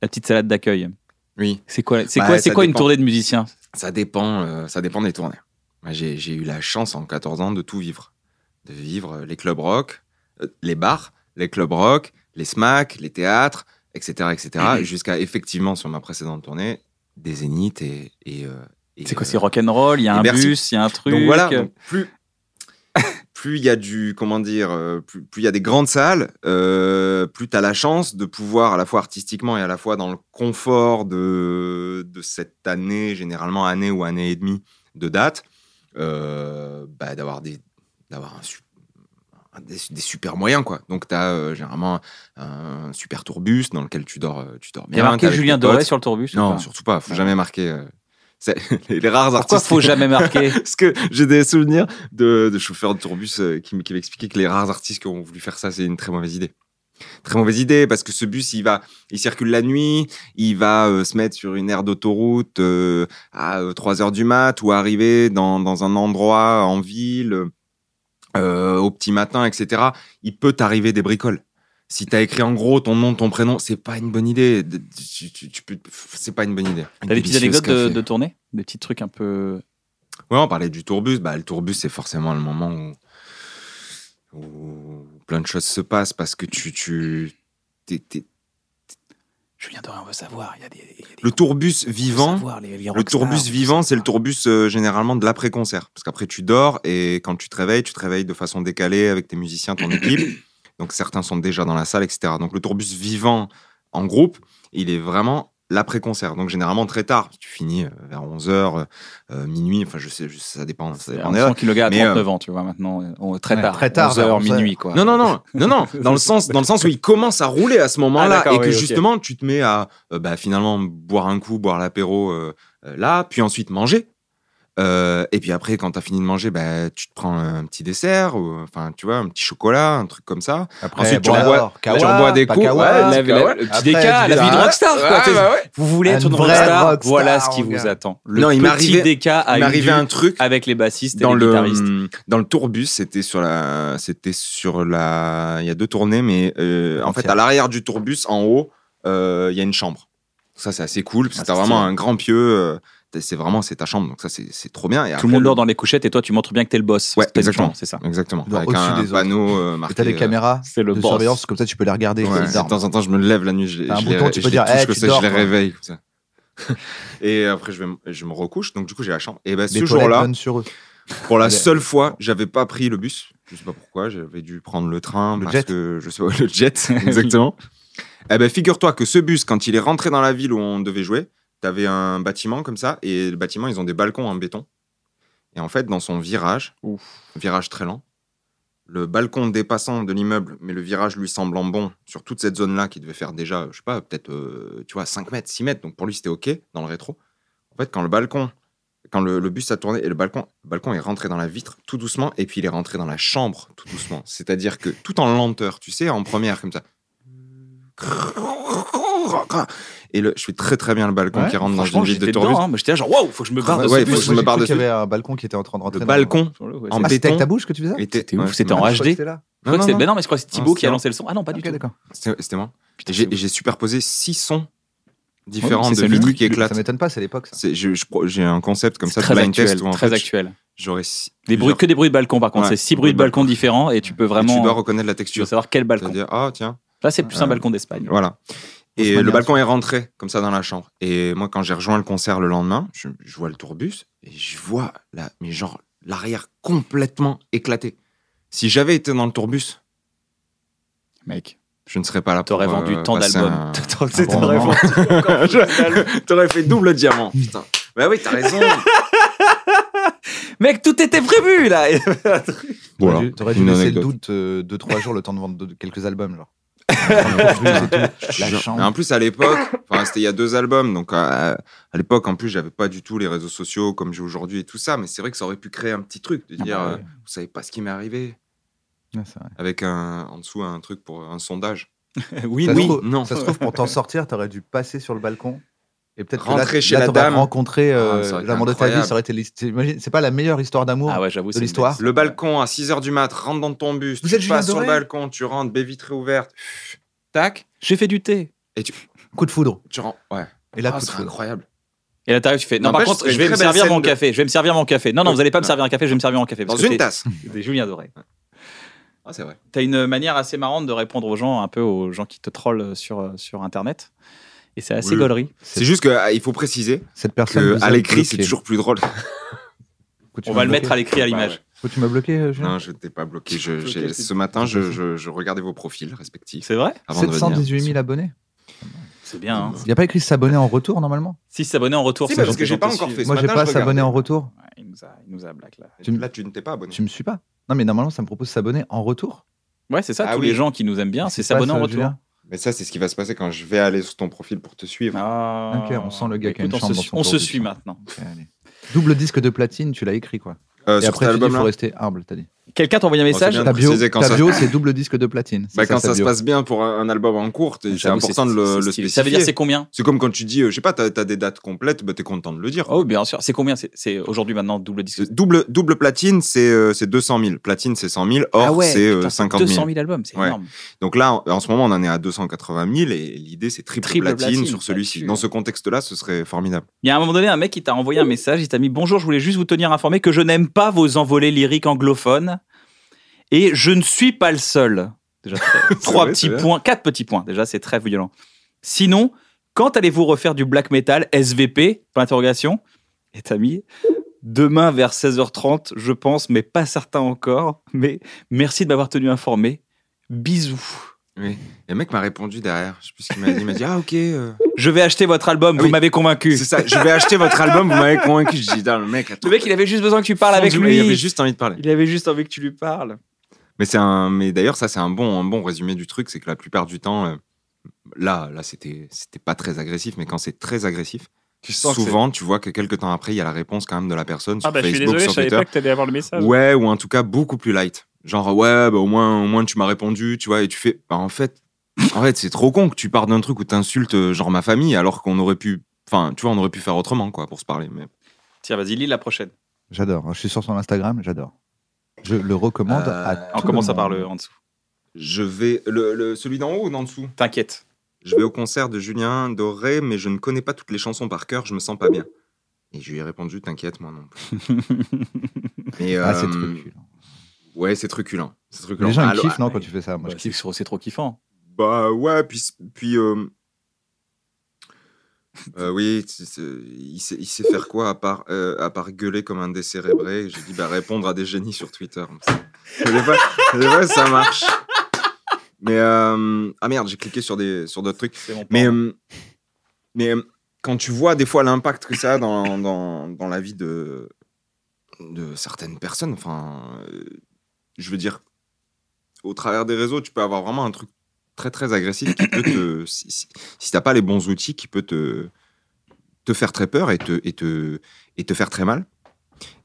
[SPEAKER 1] la petite salade d'accueil.
[SPEAKER 4] Oui.
[SPEAKER 1] C'est quoi, c'est
[SPEAKER 4] Bah,
[SPEAKER 1] quoi, c'est
[SPEAKER 4] ça
[SPEAKER 1] quoi une
[SPEAKER 4] dépend.
[SPEAKER 1] tournée de musiciens
[SPEAKER 4] Ça dépend, euh, ça dépend des tournées. Moi, j'ai, j'ai eu la chance en 14 ans de tout vivre. De vivre euh, les clubs rock, euh, les bars, les clubs rock, les smacks, les théâtres, etc.
[SPEAKER 1] Mm-hmm.
[SPEAKER 4] etc. jusqu'à effectivement, sur ma précédente tournée, des zéniths et. et, euh, et,
[SPEAKER 1] C'est quoi,
[SPEAKER 4] euh,
[SPEAKER 1] c'est rock'n'roll, il y a
[SPEAKER 4] et
[SPEAKER 1] un
[SPEAKER 4] Bercy.
[SPEAKER 1] bus, il y a un truc. euh,
[SPEAKER 4] donc voilà, donc plus euh. plus il y a du comment dire, euh, plus plus il y a des grandes salles, euh, plus tu as la chance de pouvoir à la fois artistiquement et à la fois dans le confort de de cette année, généralement année ou année et demie de date, euh, bah, d'avoir des d'avoir un su- un- des, des super moyens quoi. Donc tu as généralement un super tourbus dans lequel tu dors euh, tu dors
[SPEAKER 1] il
[SPEAKER 4] bien.
[SPEAKER 1] y a
[SPEAKER 4] t'es
[SPEAKER 1] marqué
[SPEAKER 4] avec
[SPEAKER 1] Julien
[SPEAKER 4] tes potes.
[SPEAKER 1] Doré sur le tourbus. ou
[SPEAKER 4] Non,
[SPEAKER 1] pas
[SPEAKER 4] surtout pas, faut
[SPEAKER 1] Ouais.
[SPEAKER 4] jamais marquer euh, c'est- les, les rares
[SPEAKER 1] Pourquoi
[SPEAKER 4] artistes
[SPEAKER 1] faut jamais marquer
[SPEAKER 4] parce que j'ai des souvenirs de, de chauffeurs de tourbus euh, qui, m- qui m'expliquaient que les rares artistes qui ont voulu faire ça, c'est une très mauvaise idée. Très mauvaise idée parce que ce bus, il va, il circule la nuit, il va euh, se mettre sur une aire d'autoroute euh, à 3 heures du mat ou arriver dans, dans un endroit en ville euh, au petit matin, etc. Il peut t'arriver des bricoles. Si t'as écrit en gros ton nom, ton prénom, c'est pas une bonne idée. De- tu- tu- tu peux- C'est pas une bonne idée.
[SPEAKER 1] T'as des petites
[SPEAKER 4] Délicieux
[SPEAKER 1] anecdotes de,
[SPEAKER 4] café.
[SPEAKER 1] de tournée Des petits trucs un peu.
[SPEAKER 4] Ouais, on parlait du tourbus. Bah, le tourbus, c'est forcément le moment où, où plein de choses se passent parce que tu. tu t'es- t'es-
[SPEAKER 1] Julien Doré, on veut savoir. Il y a des. il y a des-
[SPEAKER 4] Le tourbus
[SPEAKER 1] on veut
[SPEAKER 4] vivant.
[SPEAKER 1] savoir, les- les
[SPEAKER 4] Le
[SPEAKER 1] rockstars, on
[SPEAKER 4] tourbus
[SPEAKER 1] veut
[SPEAKER 4] vivant, c'est le
[SPEAKER 1] savoir.
[SPEAKER 4] tourbus euh, généralement de l'après-concert. Parce qu'après, tu dors et quand tu te réveilles, tu te réveilles de façon décalée avec tes musiciens, ton équipe. Donc certains sont déjà dans la salle, etc. Donc le tourbus vivant en groupe, il est vraiment l'après-concert. Donc généralement très tard. Tu finis euh, vers 11h, minuit. Enfin, je sais, je- ça dépend. Ça dépend
[SPEAKER 1] On
[SPEAKER 4] des
[SPEAKER 1] sent qu'il le gars a
[SPEAKER 4] Mais, euh,
[SPEAKER 1] 39 ans, tu vois, maintenant. on- très
[SPEAKER 2] Ouais,
[SPEAKER 1] tard.
[SPEAKER 2] très tard,
[SPEAKER 1] 11 heures,
[SPEAKER 2] vers 11 heures.
[SPEAKER 1] minuit, quoi.
[SPEAKER 4] Non, non, non, non, non. Dans le sens, dans le sens où il commence à rouler à ce moment-là
[SPEAKER 1] Ah, d'accord,
[SPEAKER 4] et que
[SPEAKER 1] oui, ok.
[SPEAKER 4] justement tu te mets à euh, bah, finalement boire un coup, boire l'apéro euh, euh, là, puis ensuite manger. Euh, et puis après, quand t'as fini de manger, bah, tu te prends un petit dessert, ou, enfin, tu vois, un petit chocolat, un truc comme ça.
[SPEAKER 2] Après,
[SPEAKER 4] Ensuite, tu
[SPEAKER 2] boire,
[SPEAKER 4] envoies-
[SPEAKER 2] kawa,
[SPEAKER 4] tu envoies des
[SPEAKER 2] pas
[SPEAKER 4] coups,
[SPEAKER 2] kawa,
[SPEAKER 4] ouais,
[SPEAKER 1] La- la-
[SPEAKER 4] parce que, ouais,
[SPEAKER 1] le petit
[SPEAKER 2] après,
[SPEAKER 1] déca,
[SPEAKER 2] tu
[SPEAKER 1] la
[SPEAKER 2] dis,
[SPEAKER 1] vie de
[SPEAKER 2] ah,
[SPEAKER 1] rockstar, quoi.
[SPEAKER 4] ouais,
[SPEAKER 1] T'es-
[SPEAKER 4] bah ouais.
[SPEAKER 1] Vous voulez
[SPEAKER 2] Un
[SPEAKER 1] être une
[SPEAKER 2] vrai
[SPEAKER 1] rockstar,
[SPEAKER 2] rockstar,
[SPEAKER 1] Voilà ce qui
[SPEAKER 2] mon
[SPEAKER 1] vous
[SPEAKER 2] gars.
[SPEAKER 1] attend. Le
[SPEAKER 4] Non, il
[SPEAKER 1] petit
[SPEAKER 4] m'arrivait-
[SPEAKER 1] déca
[SPEAKER 4] Il
[SPEAKER 1] à
[SPEAKER 4] m'arrivait
[SPEAKER 1] Ubu
[SPEAKER 4] un truc
[SPEAKER 1] avec les bassistes et
[SPEAKER 4] dans
[SPEAKER 1] les guitaristes.
[SPEAKER 4] le hum, dans le tourbus c'était sur la c'était sur la il y a deux tournées mais euh, en fait à l'arrière du tourbus en haut euh, il y a une chambre ça c'est assez cool parce
[SPEAKER 1] Ah,
[SPEAKER 4] que t'as
[SPEAKER 1] c'est
[SPEAKER 4] vraiment
[SPEAKER 1] stylé.
[SPEAKER 4] un grand pieu euh, t'es- c'est vraiment c'est ta chambre donc ça c'est c'est trop bien et
[SPEAKER 1] Tout
[SPEAKER 4] après,
[SPEAKER 1] le monde dort dans les couchettes et toi, tu montres bien que t'es le boss.
[SPEAKER 4] Ouais,
[SPEAKER 1] C'est pas du
[SPEAKER 4] exactement.
[SPEAKER 1] temps, C'est ça.
[SPEAKER 4] exactement
[SPEAKER 2] Genre
[SPEAKER 4] avec
[SPEAKER 2] au-dessus
[SPEAKER 4] un
[SPEAKER 2] des autres.
[SPEAKER 4] panneau euh,
[SPEAKER 2] Et
[SPEAKER 4] marqué
[SPEAKER 2] t'as les
[SPEAKER 4] euh,
[SPEAKER 2] caméras
[SPEAKER 1] C'est le
[SPEAKER 2] de
[SPEAKER 1] boss.
[SPEAKER 2] surveillance, comme ça tu peux les regarder.
[SPEAKER 4] Ouais,
[SPEAKER 2] ils
[SPEAKER 4] de
[SPEAKER 2] dorment.
[SPEAKER 4] temps en temps, je me lève la nuit, je,
[SPEAKER 2] T'as un
[SPEAKER 4] je
[SPEAKER 2] bouton,
[SPEAKER 4] les,
[SPEAKER 2] tu
[SPEAKER 4] je
[SPEAKER 2] peux
[SPEAKER 4] les
[SPEAKER 2] dire,
[SPEAKER 4] touche
[SPEAKER 2] Eh,
[SPEAKER 4] comme
[SPEAKER 2] tu
[SPEAKER 4] ça,
[SPEAKER 2] dors,
[SPEAKER 4] je les
[SPEAKER 2] quoi.
[SPEAKER 4] réveille. comme ça. et après, je, vais, m- je me recouche, donc du coup, j'ai la chambre. Et ben,
[SPEAKER 2] Des
[SPEAKER 4] ce
[SPEAKER 2] toilettes
[SPEAKER 4] jour-là,
[SPEAKER 2] donnent sur eux.
[SPEAKER 4] Pour la
[SPEAKER 2] Ouais.
[SPEAKER 4] seule fois, j'avais pas pris le bus. Je sais pas pourquoi, j'avais dû prendre le train
[SPEAKER 2] Le
[SPEAKER 4] parce
[SPEAKER 2] jet.
[SPEAKER 4] que je sais pas, le jet exactement. eh ben figure-toi que ce bus quand il est rentré dans la ville où on devait jouer, t'avais un bâtiment comme ça et le bâtiment ils ont des balcons en béton. Et en fait dans son virage, virage très lent, le balcon dépassant de l'immeuble, mais le virage lui semblant bon sur toute cette zone-là qui devait faire déjà, je sais pas, peut-être euh, tu vois 5 mètres, 6 mètres, donc pour lui c'était ok dans le rétro. En fait quand le balcon quand le, le bus a tourné et le balcon, le balcon est rentré dans la vitre tout doucement et puis il est rentré dans la chambre tout doucement. C'est-à-dire que tout en lenteur, tu sais, en première comme ça. Et le, je fais très très bien le balcon
[SPEAKER 2] Ouais,
[SPEAKER 4] qui rentre dans
[SPEAKER 1] Franchement,
[SPEAKER 4] une ville
[SPEAKER 1] j'étais
[SPEAKER 4] de
[SPEAKER 1] dedans,
[SPEAKER 4] tourbus.
[SPEAKER 1] hein. Moi, J'étais là, genre, waouh, faut que je me barre de ce
[SPEAKER 4] Ouais, il faut que
[SPEAKER 1] bus.
[SPEAKER 4] je me barre
[SPEAKER 2] Il y
[SPEAKER 4] dessus.
[SPEAKER 2] avait un balcon qui était en train de rentrer.
[SPEAKER 4] Le
[SPEAKER 2] dans la-
[SPEAKER 4] balcon
[SPEAKER 1] Ouais,
[SPEAKER 4] en
[SPEAKER 1] c'est-
[SPEAKER 2] Ah, c'était
[SPEAKER 4] béton.
[SPEAKER 2] avec ta bouche que tu faisais
[SPEAKER 4] était
[SPEAKER 1] hein. C'était ouf,
[SPEAKER 4] ouais,
[SPEAKER 1] c'était en
[SPEAKER 4] non,
[SPEAKER 2] Ah, je
[SPEAKER 1] HD.
[SPEAKER 2] crois que c'était là.
[SPEAKER 1] Je crois que
[SPEAKER 4] non,
[SPEAKER 1] c'était-
[SPEAKER 4] non,
[SPEAKER 1] mais non, mais je crois que c'est
[SPEAKER 4] Non,
[SPEAKER 1] Thibaut qui a
[SPEAKER 4] c'était-
[SPEAKER 1] lancé le son. Ah non, pas du
[SPEAKER 2] Ok,
[SPEAKER 1] tout.
[SPEAKER 2] d'accord.
[SPEAKER 4] c'était c'était moi.
[SPEAKER 1] Putain,
[SPEAKER 4] Et
[SPEAKER 1] c'est
[SPEAKER 4] J'ai
[SPEAKER 1] ouf.
[SPEAKER 4] et j'ai superposé six sons différents
[SPEAKER 1] c'est
[SPEAKER 4] de
[SPEAKER 1] ça, le
[SPEAKER 4] vitres
[SPEAKER 1] mic-
[SPEAKER 4] qui
[SPEAKER 1] le-
[SPEAKER 4] éclatent.
[SPEAKER 2] Ça m'étonne pas, c'est l'époque. ça.
[SPEAKER 4] C'est- je- je pro- J'ai un concept comme ça de
[SPEAKER 1] très
[SPEAKER 4] blind
[SPEAKER 1] actuel.
[SPEAKER 4] test où en
[SPEAKER 1] Très
[SPEAKER 4] fait,
[SPEAKER 1] actuel.
[SPEAKER 4] j'aurais six-
[SPEAKER 1] Des bruits,
[SPEAKER 4] plusieurs-
[SPEAKER 1] que des bruits de balcon, par contre. c'est
[SPEAKER 4] Ouais,
[SPEAKER 1] six bruits
[SPEAKER 4] bruits
[SPEAKER 1] de
[SPEAKER 4] de
[SPEAKER 1] balcon différents et tu peux
[SPEAKER 4] et
[SPEAKER 1] vraiment.
[SPEAKER 4] Tu dois reconnaître la
[SPEAKER 1] tu dois
[SPEAKER 4] texture.
[SPEAKER 1] savoir quel
[SPEAKER 4] Tu
[SPEAKER 1] balcon.
[SPEAKER 4] dois dire, ah tiens.
[SPEAKER 1] Là, c'est plus un
[SPEAKER 4] Euh,
[SPEAKER 1] balcon d'Espagne.
[SPEAKER 4] Voilà. Et
[SPEAKER 2] Haussmann,
[SPEAKER 4] le
[SPEAKER 2] bien
[SPEAKER 4] balcon est rentré comme ça dans la chambre. Et moi, quand j'ai rejoint le concert le lendemain, je, je vois le tourbus et je vois la, mais genre l'arrière complètement éclaté. Si j'avais été dans le tourbus,
[SPEAKER 1] Mec,
[SPEAKER 4] je ne serais pas là.
[SPEAKER 1] t'aurais
[SPEAKER 4] pour,
[SPEAKER 1] vendu
[SPEAKER 4] euh,
[SPEAKER 1] tant
[SPEAKER 4] passer
[SPEAKER 1] d'albums.
[SPEAKER 4] un-
[SPEAKER 1] T'aurais
[SPEAKER 2] bon
[SPEAKER 1] vendu
[SPEAKER 2] moment.
[SPEAKER 1] encore plus d'albums.
[SPEAKER 4] T'aurais fait double diamant. Putain. Bah oui, t'as raison.
[SPEAKER 1] Mec, tout était prévu, là.
[SPEAKER 2] T'aurais
[SPEAKER 4] Voilà.
[SPEAKER 2] dû- T'aurais dû
[SPEAKER 4] Une
[SPEAKER 2] laisser le
[SPEAKER 4] anecdote.
[SPEAKER 2] doute 2-3 jours le temps de vendre deux- quelques albums. genre.
[SPEAKER 4] Je
[SPEAKER 2] La
[SPEAKER 4] jure.
[SPEAKER 2] chambre.
[SPEAKER 4] Mais en plus, à l'époque, enfin, c'était il y a deux albums, donc euh, à l'époque, en plus, j'avais pas du tout les réseaux sociaux comme j'ai aujourd'hui et tout ça, mais c'est vrai que ça aurait pu créer un petit truc, de dire, euh, vous savez pas ce qui m'est arrivé,
[SPEAKER 2] Ah bah Ouais, c'est vrai.
[SPEAKER 4] avec un, en dessous un truc pour un sondage.
[SPEAKER 1] Oui,
[SPEAKER 2] Ça se
[SPEAKER 1] oui.
[SPEAKER 2] trouve-
[SPEAKER 4] non.
[SPEAKER 2] Ça se trouve, pour t'en sortir, t'aurais dû passer sur le balcon. Et peut-être que là,
[SPEAKER 4] Rentrer chez
[SPEAKER 2] là,
[SPEAKER 4] la
[SPEAKER 2] t'aurais
[SPEAKER 4] dame.
[SPEAKER 2] rencontré euh,
[SPEAKER 4] Ah, ça aurait été
[SPEAKER 2] l'amour de ta vie.
[SPEAKER 4] incroyable.
[SPEAKER 2] Ça aurait été. l'hist- t'imagines, C'est pas la meilleure histoire d'amour.
[SPEAKER 1] Ah ouais, j'avoue,
[SPEAKER 2] De
[SPEAKER 1] c'est une
[SPEAKER 2] l'histoire.
[SPEAKER 1] bête.
[SPEAKER 4] Le balcon à 6h du mat, rentre dans ton bus,
[SPEAKER 2] Vous
[SPEAKER 4] tu
[SPEAKER 2] êtes Julien
[SPEAKER 4] passes sur le
[SPEAKER 2] Doré
[SPEAKER 4] balcon, tu rentres, baie vitrée ouverte, tac,
[SPEAKER 1] J'ai fait du thé.
[SPEAKER 4] et tu,
[SPEAKER 2] Coup de foudre.
[SPEAKER 4] tu rentres. Ouais.
[SPEAKER 2] Et là,
[SPEAKER 4] Ah,
[SPEAKER 2] coup de
[SPEAKER 4] c'est
[SPEAKER 2] foudre.
[SPEAKER 4] incroyable.
[SPEAKER 1] Et là, t'arrives, tu fais. Non, par
[SPEAKER 4] N'empêche,
[SPEAKER 1] contre,
[SPEAKER 4] c'est
[SPEAKER 1] je
[SPEAKER 4] une
[SPEAKER 1] vais me
[SPEAKER 4] très belle
[SPEAKER 1] servir
[SPEAKER 4] scène
[SPEAKER 1] mon
[SPEAKER 4] de-
[SPEAKER 1] café. Je vais me servir mon café. Non, non,
[SPEAKER 4] Oui.
[SPEAKER 1] vous allez pas me
[SPEAKER 4] Non.
[SPEAKER 1] servir un café, je vais me servir mon café.
[SPEAKER 4] Dans
[SPEAKER 1] parce que
[SPEAKER 4] une
[SPEAKER 1] t'es-
[SPEAKER 4] tasse.
[SPEAKER 1] Des Julien Doré.
[SPEAKER 4] Ah, c'est vrai.
[SPEAKER 1] T'as une manière assez marrante de répondre aux gens, un peu aux gens qui te trollent sur, sur Internet. Et c'est assez
[SPEAKER 4] Oui.
[SPEAKER 1] gaulerie.
[SPEAKER 4] C'est juste qu'il faut préciser
[SPEAKER 2] Cette personne.
[SPEAKER 4] que
[SPEAKER 2] vous
[SPEAKER 4] à
[SPEAKER 2] a
[SPEAKER 4] l'écrit, c'est
[SPEAKER 2] bloqué.
[SPEAKER 4] toujours plus drôle.
[SPEAKER 2] Écoute, tu
[SPEAKER 1] On
[SPEAKER 2] m'as
[SPEAKER 1] va le
[SPEAKER 2] bloqué.
[SPEAKER 1] mettre à l'écrit, à
[SPEAKER 4] Bah
[SPEAKER 1] l'image.
[SPEAKER 4] ouais.
[SPEAKER 2] Écoute, Tu m'as bloqué, euh, Julien
[SPEAKER 4] Non, je t'ai pas bloqué. Je-
[SPEAKER 1] Ok,
[SPEAKER 4] j'ai-
[SPEAKER 1] c'est-
[SPEAKER 4] ce matin, je, je- je regardais vos profils respectifs.
[SPEAKER 1] C'est vrai
[SPEAKER 4] Avant de venir.
[SPEAKER 2] 718 000 abonnés.
[SPEAKER 1] C'est bien. Hein.
[SPEAKER 2] Il n'y a pas écrit s'abonner en retour normalement
[SPEAKER 1] Si s'abonner en retour,
[SPEAKER 4] Si,
[SPEAKER 1] c'est
[SPEAKER 4] parce que j'ai pas encore fait. ce
[SPEAKER 2] Moi, j'ai
[SPEAKER 4] matin,
[SPEAKER 2] pas
[SPEAKER 4] je regardais.
[SPEAKER 2] s'abonner en retour.
[SPEAKER 1] Ouais, il, nous a, il nous a black là.
[SPEAKER 2] Tu me-
[SPEAKER 4] Là, tu ne t'es pas abonné.
[SPEAKER 2] Tu me suis pas Non, mais normalement, ça me propose s'abonner en retour.
[SPEAKER 1] Ouais, c'est ça,
[SPEAKER 4] Ah
[SPEAKER 1] tous
[SPEAKER 4] oui.
[SPEAKER 1] les gens qui nous aiment bien, c'est s'abonner en
[SPEAKER 2] Passe, euh,
[SPEAKER 1] retour.
[SPEAKER 2] Julien.
[SPEAKER 4] Mais ça, c'est ce qui va se passer quand je vais aller sur ton profil pour te suivre.
[SPEAKER 1] Ah.
[SPEAKER 2] Ok, on sent le gars qui a une
[SPEAKER 1] Écoute, on
[SPEAKER 2] chambre
[SPEAKER 1] se
[SPEAKER 2] dans
[SPEAKER 1] su-
[SPEAKER 2] son
[SPEAKER 1] On se
[SPEAKER 2] tourbus.
[SPEAKER 1] suit maintenant.
[SPEAKER 2] Ok, allez. Double disque de platine, tu l'as écrit quoi.
[SPEAKER 4] Euh,
[SPEAKER 2] Et
[SPEAKER 4] sur
[SPEAKER 2] après,
[SPEAKER 4] cet
[SPEAKER 2] tu dis, il faut
[SPEAKER 4] album-là.
[SPEAKER 2] rester humble, t'as dit.
[SPEAKER 1] Quelqu'un t'envoie un message
[SPEAKER 4] Oh, bien.
[SPEAKER 2] Tabio,
[SPEAKER 4] préciser quand ça-
[SPEAKER 2] Tabio, c'est double disque de platine. C'est
[SPEAKER 4] Bah, quand ça se
[SPEAKER 2] Tabio.
[SPEAKER 4] passe bien pour un, un album en cours, t'es- c'est
[SPEAKER 1] J'avoue,
[SPEAKER 4] important de le,
[SPEAKER 1] Ah, c'est
[SPEAKER 4] le
[SPEAKER 1] stylé.
[SPEAKER 4] spécifier.
[SPEAKER 1] Ça veut dire c'est combien
[SPEAKER 4] C'est comme quand tu dis, euh, je sais pas, t'as as des dates complètes, bah, t'es content de le dire.
[SPEAKER 1] Oh, bien sûr. C'est combien C'est- C'est aujourd'hui maintenant double disque.
[SPEAKER 4] C'est Double, double platine, c'est euh, c'est 200 000. Platine, c'est 100 000. Or,
[SPEAKER 1] Ah ouais,
[SPEAKER 4] c'est euh,
[SPEAKER 1] putain,
[SPEAKER 4] 50 000.
[SPEAKER 1] 200 000 albums, c'est
[SPEAKER 4] Ouais.
[SPEAKER 1] énorme.
[SPEAKER 4] Donc là, en, en ce moment, on en est à 280 000 et l'idée, c'est triple,
[SPEAKER 1] Triple
[SPEAKER 4] platine,
[SPEAKER 1] platine, bah,
[SPEAKER 4] sur celui-ci.
[SPEAKER 1] là-dessus.
[SPEAKER 4] Dans ce contexte-là, ce serait formidable.
[SPEAKER 1] Il y a un moment donné, un mec qui t'a envoyé un message, il t'a mis Bonjour, je voulais juste vous tenir informé que je n'aime pas vos envolées lyriques anglophones et je ne suis pas le seul. Déjà, très- trois
[SPEAKER 4] vrai,
[SPEAKER 1] petits
[SPEAKER 4] c'est vrai.
[SPEAKER 1] points, quatre petits points. Déjà, c'est très violent. Sinon, quand allez-vous refaire du black metal SVP Point d'interrogation. Et t'as mis Demain vers 16h30, je pense, mais pas certain encore. Mais merci de m'avoir tenu informé. Bisous.
[SPEAKER 4] Et le mec m'a répondu derrière. Je sais plus ce qu'il m'a dit. Il m'a dit, ah, ok. euh,
[SPEAKER 1] Je vais acheter votre album,
[SPEAKER 4] Ah
[SPEAKER 1] vous
[SPEAKER 4] oui.
[SPEAKER 1] m'avez convaincu.
[SPEAKER 4] C'est ça, je vais acheter votre album, vous m'avez convaincu. Je dis, Putain, le mec, attends.
[SPEAKER 1] Le mec, il avait juste besoin que tu parles avec
[SPEAKER 4] Il avait
[SPEAKER 1] lui.
[SPEAKER 4] juste envie de parler.
[SPEAKER 1] Il avait juste envie que tu lui parles.
[SPEAKER 4] Mais c'est un, mais d'ailleurs, ça, c'est un bon, un bon résumé du truc. C'est que la plupart du temps, euh, là, là, c'était, c'était pas très agressif, mais quand c'est très agressif, souvent, tu vois que quelques temps après, il y a la réponse quand même de la personne sur
[SPEAKER 7] Ah bah je suis
[SPEAKER 4] Facebook,
[SPEAKER 7] désolé, je
[SPEAKER 4] sur
[SPEAKER 7] savais
[SPEAKER 4] Twitter.
[SPEAKER 7] pas que t'allais avoir le message.
[SPEAKER 4] Ouais, ou en tout cas beaucoup plus light. Genre ouais, bah, au moins, au moins tu m'as répondu, tu vois, et tu fais. Bah, en fait, en fait, c'est trop con que tu pars d'un truc où t'insultes euh, genre ma famille, alors qu'on aurait pu, enfin, tu vois, on aurait pu faire autrement quoi pour se parler. Mais
[SPEAKER 1] Tiens, vas-y, lis la prochaine.
[SPEAKER 2] J'adore. hein, Je suis sur son Instagram, j'adore. Je le recommande
[SPEAKER 4] Euh,
[SPEAKER 2] à tout
[SPEAKER 1] On commence
[SPEAKER 2] le
[SPEAKER 1] par
[SPEAKER 2] monde.
[SPEAKER 1] le en dessous.
[SPEAKER 4] je vais le, le- celui d'en haut ou d'en dessous.
[SPEAKER 1] T'inquiète.
[SPEAKER 4] Je vais au concert de Julien Doré, mais je ne connais pas toutes les chansons par cœur, je me sens pas bien. Et je lui ai répondu, t'inquiète, moi non plus. mais,
[SPEAKER 2] Ah, c'est
[SPEAKER 4] euh,
[SPEAKER 2] truculent.
[SPEAKER 4] Ouais, c'est truculent. C'est truculent.
[SPEAKER 2] Les gens ils
[SPEAKER 4] Alors-
[SPEAKER 2] kiffent, non, quand tu fais ça. Moi, je
[SPEAKER 1] c'est
[SPEAKER 2] kiffe.
[SPEAKER 1] trop, c'est trop kiffant.
[SPEAKER 4] Bah ouais, puis. puis euh, euh, oui, c'est- c'est- il sait, il sait faire quoi à part, euh, à part gueuler comme un décérébré J'ai dit, bah répondre à des génies sur Twitter. Des fois, des fois, ça marche. Mais. euh, ah merde, j'ai cliqué sur des- sur d'autres trucs.
[SPEAKER 1] C'est mon
[SPEAKER 4] Mais,
[SPEAKER 1] plan.
[SPEAKER 4] euh, mais euh, quand tu vois des fois l'impact que ça a dans, dans, dans la vie de, de certaines personnes, enfin, euh, je veux dire, au travers des réseaux, tu peux avoir vraiment un truc très très agressif qui peut te. si si, si t'as pas les bons outils, qui peut te, te faire très peur et te, et te, et te faire très mal.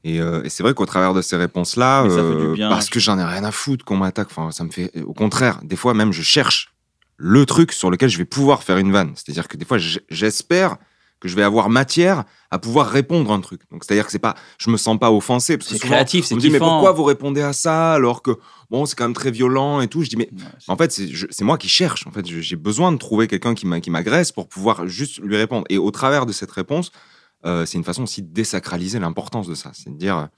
[SPEAKER 4] Et, euh, et c'est vrai qu'au travers de ces réponses-là,
[SPEAKER 1] Mais ça fait du
[SPEAKER 4] euh,
[SPEAKER 1] bien.
[SPEAKER 4] parce que j'en ai rien à foutre qu'on m'attaque, enfin, ça me fait. Au contraire, des fois même, je cherche le truc sur lequel je vais pouvoir faire une vanne. C'est-à-dire que des fois, j- j'espère que je vais avoir matière à pouvoir répondre à un truc. Donc, c'est-à-dire que c'est pas, je me sens pas offensé parce que
[SPEAKER 1] C'est
[SPEAKER 4] souvent,
[SPEAKER 1] créatif, c'est
[SPEAKER 4] on me dit mais
[SPEAKER 1] kiffant.
[SPEAKER 4] pourquoi vous répondez à ça alors que bon, c'est quand même très violent et tout. Je dis mais
[SPEAKER 1] Ouais, c'est-
[SPEAKER 4] en fait, c'est je- c'est moi qui cherche. En fait, je- j'ai besoin de trouver quelqu'un qui m'a- qui m'agresse pour pouvoir juste lui répondre. Et au travers de cette réponse, euh, c'est une façon aussi de désacraliser l'importance de ça. C'est de dire,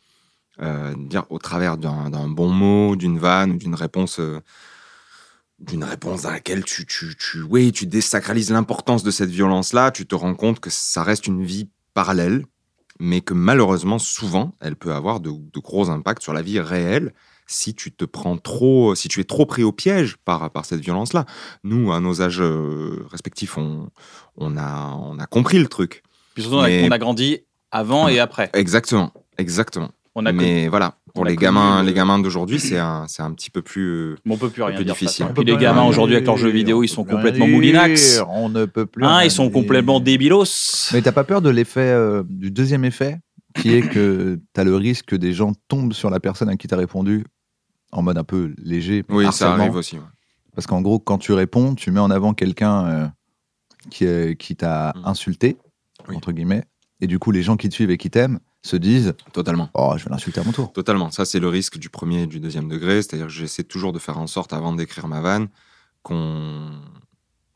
[SPEAKER 4] euh, de dire au travers d'un d'un bon mot, d'une vanne, ou d'une réponse. euh, d'une réponse dans laquelle tu, tu, tu, oui, tu désacralises l'importance de cette violence-là, tu te rends compte que ça reste une vie parallèle, mais que malheureusement, souvent, elle peut avoir de, de gros impacts sur la vie réelle si tu te prends trop, si tu es trop pris au piège par, par cette violence-là. Nous, à nos âges euh, respectifs, on, on, a, on a compris le truc.
[SPEAKER 1] Puis surtout, on a-
[SPEAKER 4] mais-
[SPEAKER 1] on a grandi avant et après.
[SPEAKER 4] Exactement, exactement.
[SPEAKER 1] On a connu-
[SPEAKER 4] mais voilà,
[SPEAKER 1] on
[SPEAKER 4] pour
[SPEAKER 1] a
[SPEAKER 4] les
[SPEAKER 1] connu euh,
[SPEAKER 4] gamins,
[SPEAKER 1] le-
[SPEAKER 4] les gamins d'aujourd'hui, c'est un, c'est un petit peu plus... euh,
[SPEAKER 1] mais on peut plus
[SPEAKER 4] un
[SPEAKER 1] rien
[SPEAKER 4] peu
[SPEAKER 1] dire. de toute
[SPEAKER 4] difficile.
[SPEAKER 1] façon.
[SPEAKER 4] On
[SPEAKER 1] Puis les
[SPEAKER 2] peut
[SPEAKER 1] gamins
[SPEAKER 2] rien
[SPEAKER 1] aujourd'hui avec
[SPEAKER 2] dire,
[SPEAKER 1] leurs jeux vidéo,
[SPEAKER 2] on
[SPEAKER 1] ils
[SPEAKER 2] peut
[SPEAKER 1] sont
[SPEAKER 2] plus rien
[SPEAKER 1] complètement
[SPEAKER 2] dire,
[SPEAKER 1] moulinax.
[SPEAKER 2] On ne peut plus.
[SPEAKER 1] Hein,
[SPEAKER 2] rien
[SPEAKER 1] ils sont
[SPEAKER 2] dire.
[SPEAKER 1] complètement débilos.
[SPEAKER 2] Mais t'as pas peur de l'effet, euh, du deuxième effet, qui est que t'as le risque que des gens tombent sur la personne à qui t'as répondu en mode un peu léger. mais
[SPEAKER 4] Oui, ça
[SPEAKER 2] harcèlement.
[SPEAKER 4] arrive aussi. ouais.
[SPEAKER 2] Parce qu'en gros, quand tu réponds, tu mets en avant quelqu'un euh, qui, euh, qui t'a
[SPEAKER 4] Mm.
[SPEAKER 2] insulté,
[SPEAKER 4] Oui.
[SPEAKER 2] entre guillemets. Et du coup, les gens qui te suivent et qui t'aiment se disent
[SPEAKER 4] Totalement.
[SPEAKER 2] Oh, je vais l'insulter à mon tour.
[SPEAKER 4] Totalement. Ça, c'est le risque du premier et du deuxième degré. C'est-à-dire que j'essaie toujours de faire en sorte, avant d'écrire ma vanne, qu'on.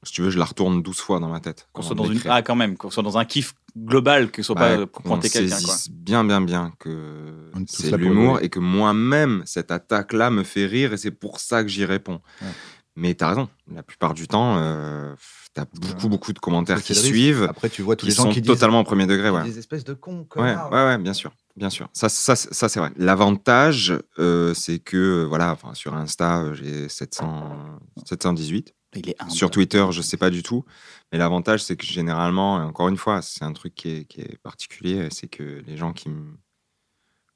[SPEAKER 4] Si tu veux, je la retourne 12 fois dans ma tête.
[SPEAKER 1] Qu'on
[SPEAKER 4] avant
[SPEAKER 1] soit
[SPEAKER 4] de
[SPEAKER 1] dans une.
[SPEAKER 4] l'écrire.
[SPEAKER 1] Ah, quand même, qu'on soit dans un kiff global, que ce soit
[SPEAKER 4] Ouais,
[SPEAKER 1] pas pour
[SPEAKER 4] qu'on
[SPEAKER 1] pointer quelqu'un. quoi.
[SPEAKER 4] saisisse bien, bien, bien que
[SPEAKER 2] On est tous là
[SPEAKER 4] c'est
[SPEAKER 2] pour
[SPEAKER 4] l'humour
[SPEAKER 2] rigoler.
[SPEAKER 4] et que moi-même, cette attaque-là me fait rire et c'est pour ça que j'y réponds.
[SPEAKER 2] Ouais.
[SPEAKER 4] Mais t'as raison. La plupart du temps, euh, t'as beaucoup, beaucoup de commentaires qui
[SPEAKER 2] C'est le risque.
[SPEAKER 4] suivent,
[SPEAKER 2] Après, tu vois tous
[SPEAKER 4] qui
[SPEAKER 2] les gens
[SPEAKER 4] Euh, sont
[SPEAKER 2] qui disent hein.
[SPEAKER 4] totalement au premier degré. Ouais.
[SPEAKER 2] Des espèces de cons.
[SPEAKER 4] Ouais, ouais, ouais, bien sûr, bien sûr. Ça, ça, c'est- ça c'est vrai. L'avantage, euh, c'est que euh, voilà, enfin, sur Insta, euh, j'ai 700, 718.
[SPEAKER 1] Il est humble.
[SPEAKER 4] Sur Twitter, je sais pas du tout. Mais l'avantage, c'est que généralement, et encore une fois, c'est un truc qui est, qui est particulier, c'est que les gens qui me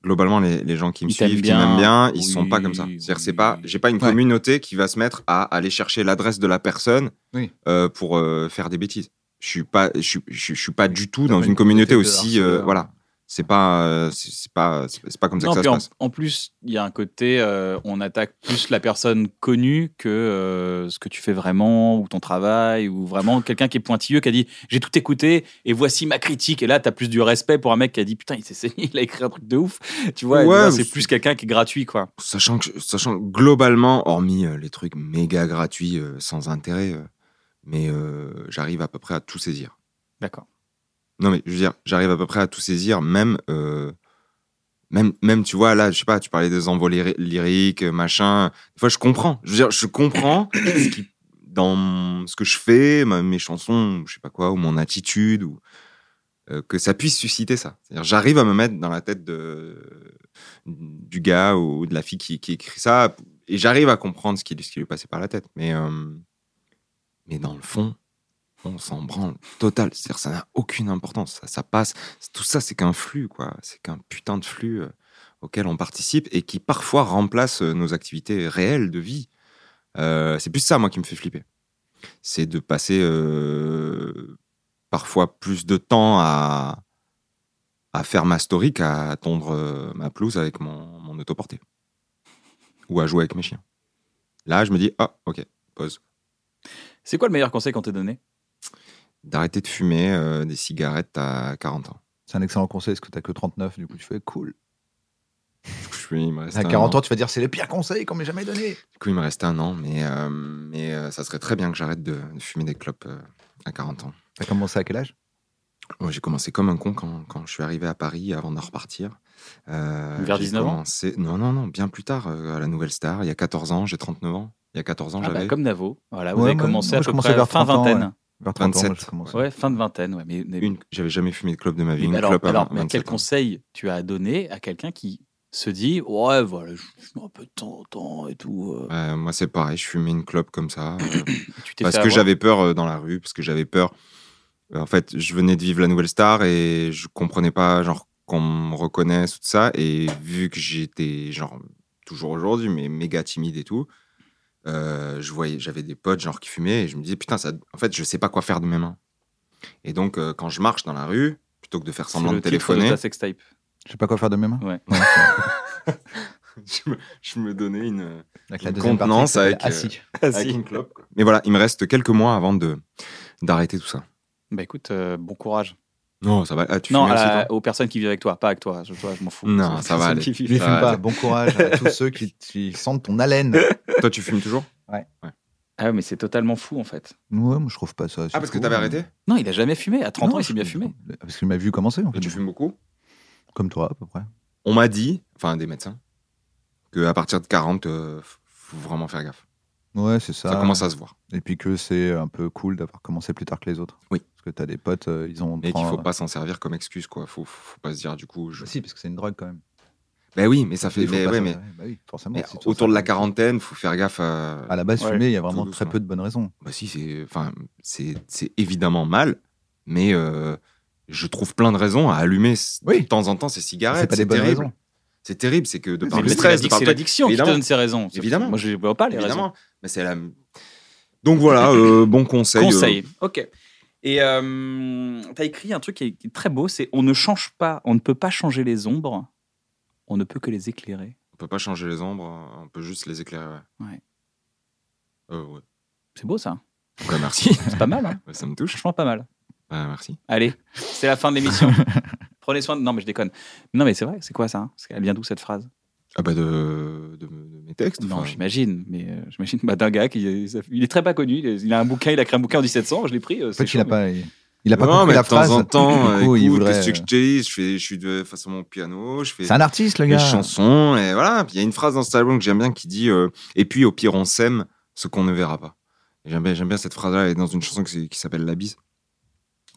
[SPEAKER 4] globalement les, les gens qui me
[SPEAKER 1] Ils t'aiment
[SPEAKER 4] suivent, qui
[SPEAKER 1] bien.
[SPEAKER 4] m'aiment bien, ils
[SPEAKER 1] Oui,
[SPEAKER 4] sont pas comme ça. C'est-à-dire, c'est
[SPEAKER 1] oui.
[SPEAKER 4] pas, j'ai pas une
[SPEAKER 2] Ouais.
[SPEAKER 4] communauté qui va se mettre à aller chercher l'adresse de la personne
[SPEAKER 2] Oui.
[SPEAKER 4] euh, pour euh, faire des bêtises. Je suis pas, je suis, je, suis- je suis pas du tout
[SPEAKER 2] T'as
[SPEAKER 4] dans
[SPEAKER 2] pas
[SPEAKER 4] une
[SPEAKER 2] une communauté
[SPEAKER 4] communauté
[SPEAKER 2] de
[SPEAKER 4] aussi, euh,
[SPEAKER 2] harceleurs.
[SPEAKER 4] voilà, C'est pas, euh, c'est c'est pas, c'est c'est pas comme ça
[SPEAKER 1] Non,
[SPEAKER 4] que ça
[SPEAKER 1] puis
[SPEAKER 4] se
[SPEAKER 1] en,
[SPEAKER 4] passe.
[SPEAKER 1] en plus, il y a un côté, euh, on attaque plus la personne connue que euh, ce que tu fais vraiment, ou ton travail, ou vraiment quelqu'un qui est pointilleux, qui a dit j'ai tout écouté et voici ma critique. Et là, t'as plus du respect pour un mec qui a dit putain, il s'est saigné, il a écrit un truc de ouf. Tu vois, et
[SPEAKER 4] Ouais,
[SPEAKER 1] là,
[SPEAKER 4] mais
[SPEAKER 1] c'est
[SPEAKER 4] c'est-
[SPEAKER 1] plus quelqu'un qui est gratuit, quoi.
[SPEAKER 4] Sachant que, sachant que globalement, hormis euh, les trucs méga gratuits, euh, sans intérêt, euh, mais euh, j'arrive à peu près à tout saisir.
[SPEAKER 1] D'accord.
[SPEAKER 4] Non, mais je veux dire, j'arrive à peu près à tout saisir, même, euh, même, même, tu vois, là, je sais pas, tu parlais des envois lyri- lyriques, euh, machin. Des fois, je comprends. Je veux dire, je comprends ce qui- dans mon- ce que je fais, ma- mes chansons, ou je sais pas quoi, ou mon attitude, ou euh, que ça puisse susciter ça. C'est-à-dire, j'arrive à me mettre dans la tête de, du gars ou de la fille qui, qui écrit ça, et j'arrive à comprendre ce qui, ce qui lui passait par la tête. Mais, euh, mais dans le fond, on s'en branle total. C'est-à-dire, ça n'a aucune importance. Ça, ça passe. Tout ça, c'est qu'un flux, quoi. C'est qu'un putain de flux euh, auquel on participe et qui parfois remplace euh, nos activités réelles de vie. Euh, c'est plus ça, moi, qui me fait flipper. C'est de passer euh, parfois plus de temps à, à faire ma story qu'à tondre euh, ma pelouse avec mon, mon autoporté. Ou à jouer avec mes chiens. Là, je me dis, ah, ok, pause.
[SPEAKER 1] C'est quoi le meilleur conseil qu'on t'ait donné
[SPEAKER 4] D'arrêter de fumer euh, des cigarettes à 40 ans.
[SPEAKER 2] C'est un excellent conseil, parce que t'as que 39, du coup tu fais cool.
[SPEAKER 4] Je suis- il me reste
[SPEAKER 2] À
[SPEAKER 4] un
[SPEAKER 2] 40
[SPEAKER 4] an.
[SPEAKER 2] ans, tu vas dire c'est le pire conseil qu'on m'ait jamais donné.
[SPEAKER 4] Du coup, il me reste un an, mais, euh, mais euh, ça serait très bien que j'arrête de, de fumer des clopes euh, à 40 ans.
[SPEAKER 2] T'as commencé à quel âge
[SPEAKER 4] Ouais, j'ai commencé comme un con quand, quand je suis arrivé à Paris avant de repartir. Euh,
[SPEAKER 1] Vers
[SPEAKER 4] j'ai
[SPEAKER 1] 19 ans
[SPEAKER 4] commencé- Non, non, non, bien plus tard, euh, à la Nouvelle Star, il y a 14 ans, j'ai 39 ans. Il y a 14 ans,
[SPEAKER 1] Ah bah,
[SPEAKER 4] j'avais.
[SPEAKER 1] Comme Navo. Voilà, vous
[SPEAKER 2] Ouais,
[SPEAKER 1] avez
[SPEAKER 2] moi,
[SPEAKER 1] commencé
[SPEAKER 2] moi,
[SPEAKER 1] à
[SPEAKER 2] je
[SPEAKER 1] peu
[SPEAKER 2] commençais
[SPEAKER 1] près
[SPEAKER 2] vers
[SPEAKER 1] fin
[SPEAKER 2] 30 ans,
[SPEAKER 1] vingtaine.
[SPEAKER 2] Vers 30 ans, moi,
[SPEAKER 4] 27.
[SPEAKER 2] j'ai commencé.
[SPEAKER 1] Ouais. fin de vingtaine, ouais. Mais, mais-
[SPEAKER 4] Une- J'avais jamais fumé de clope de ma vie.
[SPEAKER 1] mais
[SPEAKER 4] une
[SPEAKER 1] alors,
[SPEAKER 4] clope
[SPEAKER 1] alors,
[SPEAKER 4] avant
[SPEAKER 1] mais quel
[SPEAKER 4] 27 ans.
[SPEAKER 1] conseil tu as donné à quelqu'un qui se dit ouais, voilà, je fume un peu de temps en temps et tout. euh,
[SPEAKER 4] Ouais, moi, c'est pareil, je fumais une clope comme ça. euh,
[SPEAKER 1] tu t'es
[SPEAKER 4] parce
[SPEAKER 1] fait
[SPEAKER 4] que
[SPEAKER 1] avoir.
[SPEAKER 4] j'avais peur euh, dans la rue, parce que j'avais peur. Euh, En fait, je venais de vivre la Nouvelle Star et je comprenais pas, genre, qu'on me reconnaisse, tout ça. Et vu que j'étais, genre, toujours aujourd'hui, mais méga timide et tout, euh, je voyais, j'avais des potes, genre, qui fumaient et je me disais, putain, ça, en fait, je sais pas quoi faire de mes mains. Et donc, euh, quand je marche dans la rue, plutôt que de faire
[SPEAKER 1] C'est
[SPEAKER 4] semblant
[SPEAKER 1] le
[SPEAKER 4] de
[SPEAKER 1] titre de
[SPEAKER 4] téléphoner,
[SPEAKER 1] ta sextape.
[SPEAKER 2] Je sais pas quoi faire de mes mains.
[SPEAKER 1] Ouais.
[SPEAKER 4] je, me, je me donnais une. euh,
[SPEAKER 2] Avec la
[SPEAKER 4] Une
[SPEAKER 2] deuxième partie,
[SPEAKER 4] contenance
[SPEAKER 2] qui s'appelle
[SPEAKER 4] avec, euh,
[SPEAKER 2] assis.
[SPEAKER 4] avec une clope. quoi. Mais voilà, il me reste quelques mois avant de d'arrêter tout ça.
[SPEAKER 1] Bah écoute, euh, bon courage.
[SPEAKER 4] Non, ça va. Ah, tu
[SPEAKER 1] non, euh,
[SPEAKER 4] fumais aussi,
[SPEAKER 1] à-
[SPEAKER 4] toi
[SPEAKER 1] aux personnes qui vivent avec toi, pas avec toi. Je, toi, je m'en fous.
[SPEAKER 4] Non,
[SPEAKER 1] C'est les
[SPEAKER 4] ça va
[SPEAKER 1] personnes
[SPEAKER 4] aller.
[SPEAKER 1] qui vivent.
[SPEAKER 2] Je les fume
[SPEAKER 4] Ah,
[SPEAKER 2] pas.
[SPEAKER 4] ouais.
[SPEAKER 2] Bon courage à tous ceux qui, qui sentent ton haleine. Ouais,
[SPEAKER 4] Toi, tu fumes toujours
[SPEAKER 1] Ah, mais c'est totalement fou en fait.
[SPEAKER 2] moi je trouve pas ça.
[SPEAKER 4] Ah, parce que t'avais arrêté
[SPEAKER 1] Non, il a jamais fumé. À 30
[SPEAKER 2] Non,
[SPEAKER 1] ans, il s'est
[SPEAKER 2] je- Bah,
[SPEAKER 1] bien fumé.
[SPEAKER 2] Parce qu'il m'a vu commencer en
[SPEAKER 4] Et
[SPEAKER 2] fait.
[SPEAKER 4] tu fumes beaucoup
[SPEAKER 2] Comme toi à peu près.
[SPEAKER 4] On m'a dit, enfin des médecins, qu'à partir de 40, euh, faut vraiment faire gaffe.
[SPEAKER 2] Ouais, c'est ça.
[SPEAKER 4] Ça commence à se voir.
[SPEAKER 2] Et puis que c'est un peu cool d'avoir commencé plus tard que les autres.
[SPEAKER 4] Oui.
[SPEAKER 2] Parce que t'as des potes, euh, ils ont.
[SPEAKER 4] Mais qu'il
[SPEAKER 2] trente- Bah,
[SPEAKER 4] faut pas s'en servir comme excuse, quoi. Faut, faut pas se dire, du coup. Je...
[SPEAKER 2] Si, parce que c'est une drogue quand même.
[SPEAKER 4] Ben oui, mais ça fait.
[SPEAKER 2] Il faut
[SPEAKER 4] Mais,
[SPEAKER 2] pas
[SPEAKER 4] ouais,
[SPEAKER 2] s'en
[SPEAKER 4] mais,
[SPEAKER 2] servir. Bah oui, forcément.
[SPEAKER 4] mais
[SPEAKER 2] si tu
[SPEAKER 4] autour
[SPEAKER 2] en
[SPEAKER 4] de la
[SPEAKER 2] sers-
[SPEAKER 4] quarantaine, faut faire gaffe à.
[SPEAKER 2] À la base,
[SPEAKER 1] Ouais,
[SPEAKER 2] fumer, il y a vraiment
[SPEAKER 4] tout
[SPEAKER 2] très
[SPEAKER 4] doucement.
[SPEAKER 2] peu de bonnes raisons.
[SPEAKER 4] Bah si, c'est. Enfin, c'est c'est évidemment mal, mais euh, je trouve plein de raisons à allumer c-
[SPEAKER 2] Oui.
[SPEAKER 4] de temps en temps ces cigarettes.
[SPEAKER 2] C'est pas des bonnes
[SPEAKER 4] terrible.
[SPEAKER 2] raisons.
[SPEAKER 4] C'est terrible, c'est que de
[SPEAKER 2] Mais
[SPEAKER 4] par
[SPEAKER 1] C'est
[SPEAKER 4] le
[SPEAKER 1] le-
[SPEAKER 4] stress, de
[SPEAKER 1] c'est
[SPEAKER 4] par
[SPEAKER 1] l'addic- c'est
[SPEAKER 4] le
[SPEAKER 1] l'addiction qui te
[SPEAKER 4] Évidemment.
[SPEAKER 1] donne ses raisons.
[SPEAKER 4] Évidemment.
[SPEAKER 1] Moi, je ne vois pas les raisons.
[SPEAKER 4] Évidemment. Mais c'est la. Donc voilà, euh, bon conseil. euh,
[SPEAKER 1] Conseil. Ok. Et euh, t'as écrit un truc qui est, qui est très beau, c'est on ne change pas, on ne peut pas changer les ombres, on ne peut que les éclairer.
[SPEAKER 4] On peut pas changer les ombres, euh, on peut juste les éclairer. Ouais.
[SPEAKER 1] Ouais.
[SPEAKER 4] Euh, ouais.
[SPEAKER 1] C'est beau ça.
[SPEAKER 4] Bah, merci.
[SPEAKER 1] C'est pas mal. Hein
[SPEAKER 4] Ouais, Ça me touche.
[SPEAKER 1] Franchement, pas mal.
[SPEAKER 4] Bah, merci.
[SPEAKER 1] Allez, c'est la fin de l'émission. Prenez soin de. Non, mais je déconne. Non, mais c'est vrai, c'est quoi ça hein Elle vient d'où cette phrase
[SPEAKER 4] Ah bah de, de- de mes textes.
[SPEAKER 1] Non,
[SPEAKER 4] enfin,
[SPEAKER 1] j'imagine, mais euh, j'imagine bah, d'un gars qui il est très pas connu. Il est- Il a un bouquin, il a créé un bouquin en 1700, je l'ai pris. euh,
[SPEAKER 2] En
[SPEAKER 1] c'est
[SPEAKER 2] fait, il a
[SPEAKER 1] chaud,
[SPEAKER 2] pas. Il il a pas
[SPEAKER 4] non,
[SPEAKER 2] compris
[SPEAKER 4] mais
[SPEAKER 2] la
[SPEAKER 4] de temps
[SPEAKER 2] phrase.
[SPEAKER 4] en temps,
[SPEAKER 2] Du coup,
[SPEAKER 4] euh,
[SPEAKER 2] il
[SPEAKER 4] écoute,
[SPEAKER 2] voudrait,
[SPEAKER 4] qu'est-ce que je te dis je, fais, je suis de, face à mon piano, je fais
[SPEAKER 2] C'est un artiste, le
[SPEAKER 4] mes
[SPEAKER 2] gars.
[SPEAKER 4] chansons, et voilà. Puis Il y a une phrase dans cet album que j'aime bien qui dit euh, Et puis au pire, on s'aime ce qu'on ne verra pas. Et J'aime bien, j'aime bien cette phrase-là, elle est dans une chanson qui, s- qui s'appelle La bise.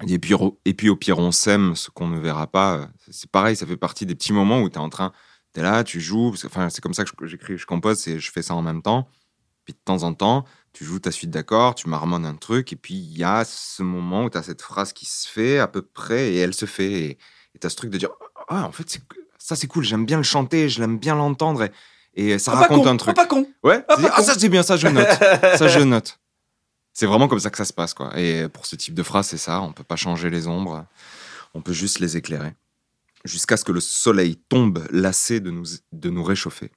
[SPEAKER 4] Il dit, Et puis, au- et puis au pire, on s'aime ce qu'on ne verra pas. C'est pareil, ça fait partie des petits moments où tu es en train, tu es là, tu joues. parce que, Enfin, c'est comme ça que je- j'écris, je compose, et je fais ça en même temps. Puis de temps en temps, tu joues ta suite d'accords, tu marmonnes un truc, et puis il y a ce moment où tu as cette phrase qui se fait à peu près, et elle se fait. Et tu as ce truc de dire Ah, en fait, c'est- ça c'est cool, j'aime bien le chanter, je l'aime bien l'entendre, et, et ça
[SPEAKER 1] Ah, pas
[SPEAKER 4] raconte
[SPEAKER 1] con,
[SPEAKER 4] un truc.
[SPEAKER 1] ah, pas con.
[SPEAKER 4] ouais,
[SPEAKER 1] ah,
[SPEAKER 4] tu
[SPEAKER 1] pas
[SPEAKER 4] dis, ah,
[SPEAKER 1] con.
[SPEAKER 4] ça c'est bien, ça je note. ça je note. C'est vraiment comme ça que ça se passe, quoi. Et pour ce type de phrase, c'est ça, on peut pas changer les ombres, on peut juste les éclairer. jusqu'à ce que le soleil tombe lassé de nous, de nous réchauffer.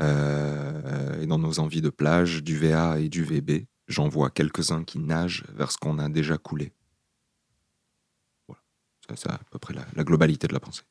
[SPEAKER 4] Euh, et dans nos envies de plage, du VA et du VB, j'en vois quelques-uns qui nagent vers ce qu'on a déjà coulé. Voilà, Ça, c'est à peu près la, la globalité de la pensée.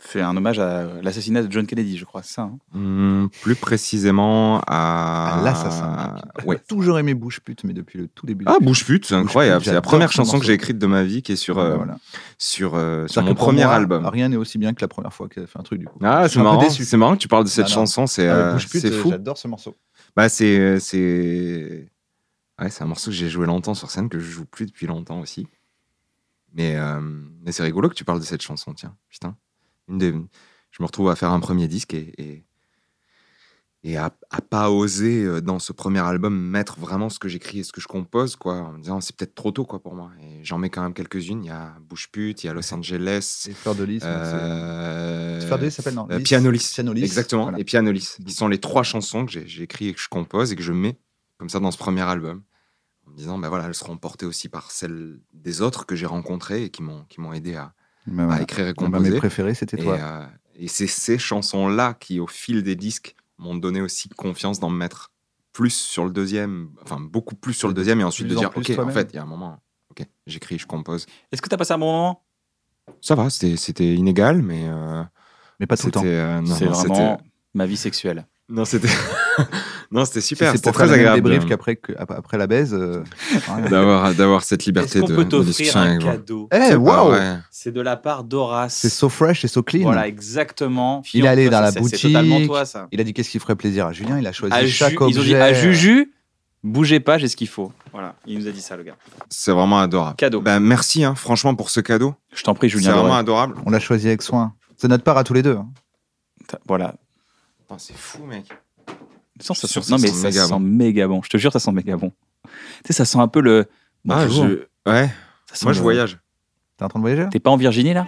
[SPEAKER 1] Fait un hommage à l'assassinat de John Kennedy, je crois, c'est ça. hein
[SPEAKER 4] Hmm, plus précisément à...
[SPEAKER 2] À l'assassin.
[SPEAKER 4] Ah, Ouais.
[SPEAKER 2] Toujours aimé Bouche Pute, mais depuis le tout début.
[SPEAKER 4] Ah, Bouche Pute, c'est incroyable.
[SPEAKER 2] Pute,
[SPEAKER 4] C'est la
[SPEAKER 2] j'adore
[SPEAKER 4] première
[SPEAKER 2] ce
[SPEAKER 4] chanson que
[SPEAKER 2] morceau.
[SPEAKER 4] j'ai écrite de ma vie qui est sur,
[SPEAKER 2] Ouais,
[SPEAKER 4] euh,
[SPEAKER 2] voilà.
[SPEAKER 4] sur, euh, sur
[SPEAKER 2] C'est-à-dire
[SPEAKER 4] mon
[SPEAKER 2] que pour
[SPEAKER 4] premier
[SPEAKER 2] moi,
[SPEAKER 4] album.
[SPEAKER 2] Rien n'est aussi bien que la première fois qu'elle a fait un truc, du coup.
[SPEAKER 4] Ah,
[SPEAKER 2] Je suis
[SPEAKER 4] c'est
[SPEAKER 2] un peu
[SPEAKER 4] marrant.
[SPEAKER 2] déçu.
[SPEAKER 4] C'est marrant que tu parles de cette
[SPEAKER 2] Non, non.
[SPEAKER 4] chanson, c'est
[SPEAKER 2] Ah,
[SPEAKER 4] euh,
[SPEAKER 2] Bouche Pute,
[SPEAKER 4] c'est
[SPEAKER 2] euh,
[SPEAKER 4] fou.
[SPEAKER 2] J'adore ce morceau.
[SPEAKER 4] Bah, c'est. c'est- Ouais, c'est un morceau que j'ai joué longtemps sur scène, que je joue plus depuis longtemps aussi. Mais, euh, mais c'est rigolo que tu parles de cette chanson, tiens. Putain. Une des- Je me retrouve à faire un premier disque et. et... et à, à pas oser euh, dans ce premier album mettre vraiment ce que j'écris et ce que je compose quoi en me disant c'est peut-être trop tôt quoi pour moi et j'en mets quand même quelques-unes il y a Bouche pute il y a Los Angeles
[SPEAKER 2] C'est Fleur de Lys. non,
[SPEAKER 4] euh,
[SPEAKER 2] c'est- Fleur de Lys s'appelle, non
[SPEAKER 4] euh,
[SPEAKER 2] Lys.
[SPEAKER 4] Piano Lys.
[SPEAKER 2] Piano Lys,
[SPEAKER 4] Exactement.
[SPEAKER 2] voilà.
[SPEAKER 4] Et Pianolis, qui sont les trois chansons que j'ai- j'écris et que je compose et que je mets comme ça dans ce premier album, en me disant, ben voilà, elles seront portées aussi par celles des autres que j'ai rencontrées et qui m'ont qui m'ont aidé à,
[SPEAKER 2] Mais
[SPEAKER 4] à
[SPEAKER 2] Bah, voilà.
[SPEAKER 4] écrire et
[SPEAKER 2] Mon ma- Mes
[SPEAKER 4] composer.
[SPEAKER 2] préférés, c'était
[SPEAKER 4] Et,
[SPEAKER 2] toi.
[SPEAKER 4] euh, et c'est ces chansons-là qui, au fil des disques, m'ont donné aussi confiance d'en mettre plus sur le deuxième, enfin beaucoup plus sur le deuxième, et ensuite
[SPEAKER 2] Plus
[SPEAKER 4] de
[SPEAKER 2] en
[SPEAKER 4] dire,
[SPEAKER 2] plus
[SPEAKER 4] ok, en
[SPEAKER 2] toi-même.
[SPEAKER 4] fait, il y a un moment, ok, j'écris, je compose.
[SPEAKER 1] Est-ce que t'as passé un bon moment
[SPEAKER 4] Ça va, c'était c'était inégal, mais euh,
[SPEAKER 2] Mais pas tout le
[SPEAKER 4] c'était
[SPEAKER 2] temps.
[SPEAKER 4] euh, non,
[SPEAKER 1] C'est
[SPEAKER 4] non, c'était-
[SPEAKER 1] vraiment ma vie sexuelle.
[SPEAKER 4] Non, c'était non, c'était
[SPEAKER 2] Si
[SPEAKER 4] super,
[SPEAKER 2] c'est
[SPEAKER 4] c'était
[SPEAKER 2] pour faire
[SPEAKER 4] très
[SPEAKER 2] le même
[SPEAKER 4] agréable Bah,
[SPEAKER 2] débrief qu'après que- ap- après la baise. euh, rien.
[SPEAKER 4] d'avoir d'avoir cette
[SPEAKER 1] Est-ce
[SPEAKER 4] liberté
[SPEAKER 1] qu'on
[SPEAKER 4] de,
[SPEAKER 1] peut
[SPEAKER 4] de
[SPEAKER 1] t'offrir
[SPEAKER 4] discussion
[SPEAKER 1] un
[SPEAKER 4] avec vous.
[SPEAKER 1] cadeau
[SPEAKER 2] Eh,
[SPEAKER 4] C'est pas
[SPEAKER 2] waouh
[SPEAKER 4] vrai.
[SPEAKER 1] C'est de la part d'Horace.
[SPEAKER 2] C'est so fresh et so clean.
[SPEAKER 1] Voilà, exactement.
[SPEAKER 2] Il est allé
[SPEAKER 1] Toi,
[SPEAKER 2] dans
[SPEAKER 1] ça,
[SPEAKER 2] la
[SPEAKER 1] c'est- C'est
[SPEAKER 2] boutique.
[SPEAKER 1] totalement toi, ça.
[SPEAKER 2] Il a dit qu'est-ce qui ferait plaisir à Julien. Il a choisi
[SPEAKER 1] À
[SPEAKER 2] chaque
[SPEAKER 1] Ju-
[SPEAKER 2] objet.
[SPEAKER 1] ils ont dit à Juju, bougez pas, j'ai ce qu'il faut. Voilà, il nous a dit ça, le gars.
[SPEAKER 4] C'est vraiment adorable.
[SPEAKER 1] Cadeau.
[SPEAKER 4] Ben, merci, hein, franchement, pour ce cadeau.
[SPEAKER 1] Je t'en prie,
[SPEAKER 4] C'est
[SPEAKER 1] Julien.
[SPEAKER 4] vraiment
[SPEAKER 1] Doré.
[SPEAKER 4] adorable.
[SPEAKER 2] On l'a choisi avec soin. C'est notre part à tous les deux. hein.
[SPEAKER 1] T'as- Voilà.
[SPEAKER 4] Putain, C'est fou, mec.
[SPEAKER 1] Ça, ça
[SPEAKER 4] Je suis sûr
[SPEAKER 1] sent-
[SPEAKER 4] que
[SPEAKER 1] non,
[SPEAKER 4] ça
[SPEAKER 1] mais
[SPEAKER 4] sent
[SPEAKER 1] ça
[SPEAKER 4] méga
[SPEAKER 1] sent
[SPEAKER 4] bon.
[SPEAKER 1] méga bon. Je te jure, ça sent méga bon. Tu sais, ça sent un peu le.
[SPEAKER 4] Ah,
[SPEAKER 1] Bonjour.
[SPEAKER 4] je- Ouais,
[SPEAKER 1] Ça sent
[SPEAKER 4] moi, je
[SPEAKER 1] le-
[SPEAKER 4] voyage.
[SPEAKER 2] T'es en train de voyager là
[SPEAKER 1] T'es pas en Virginie, là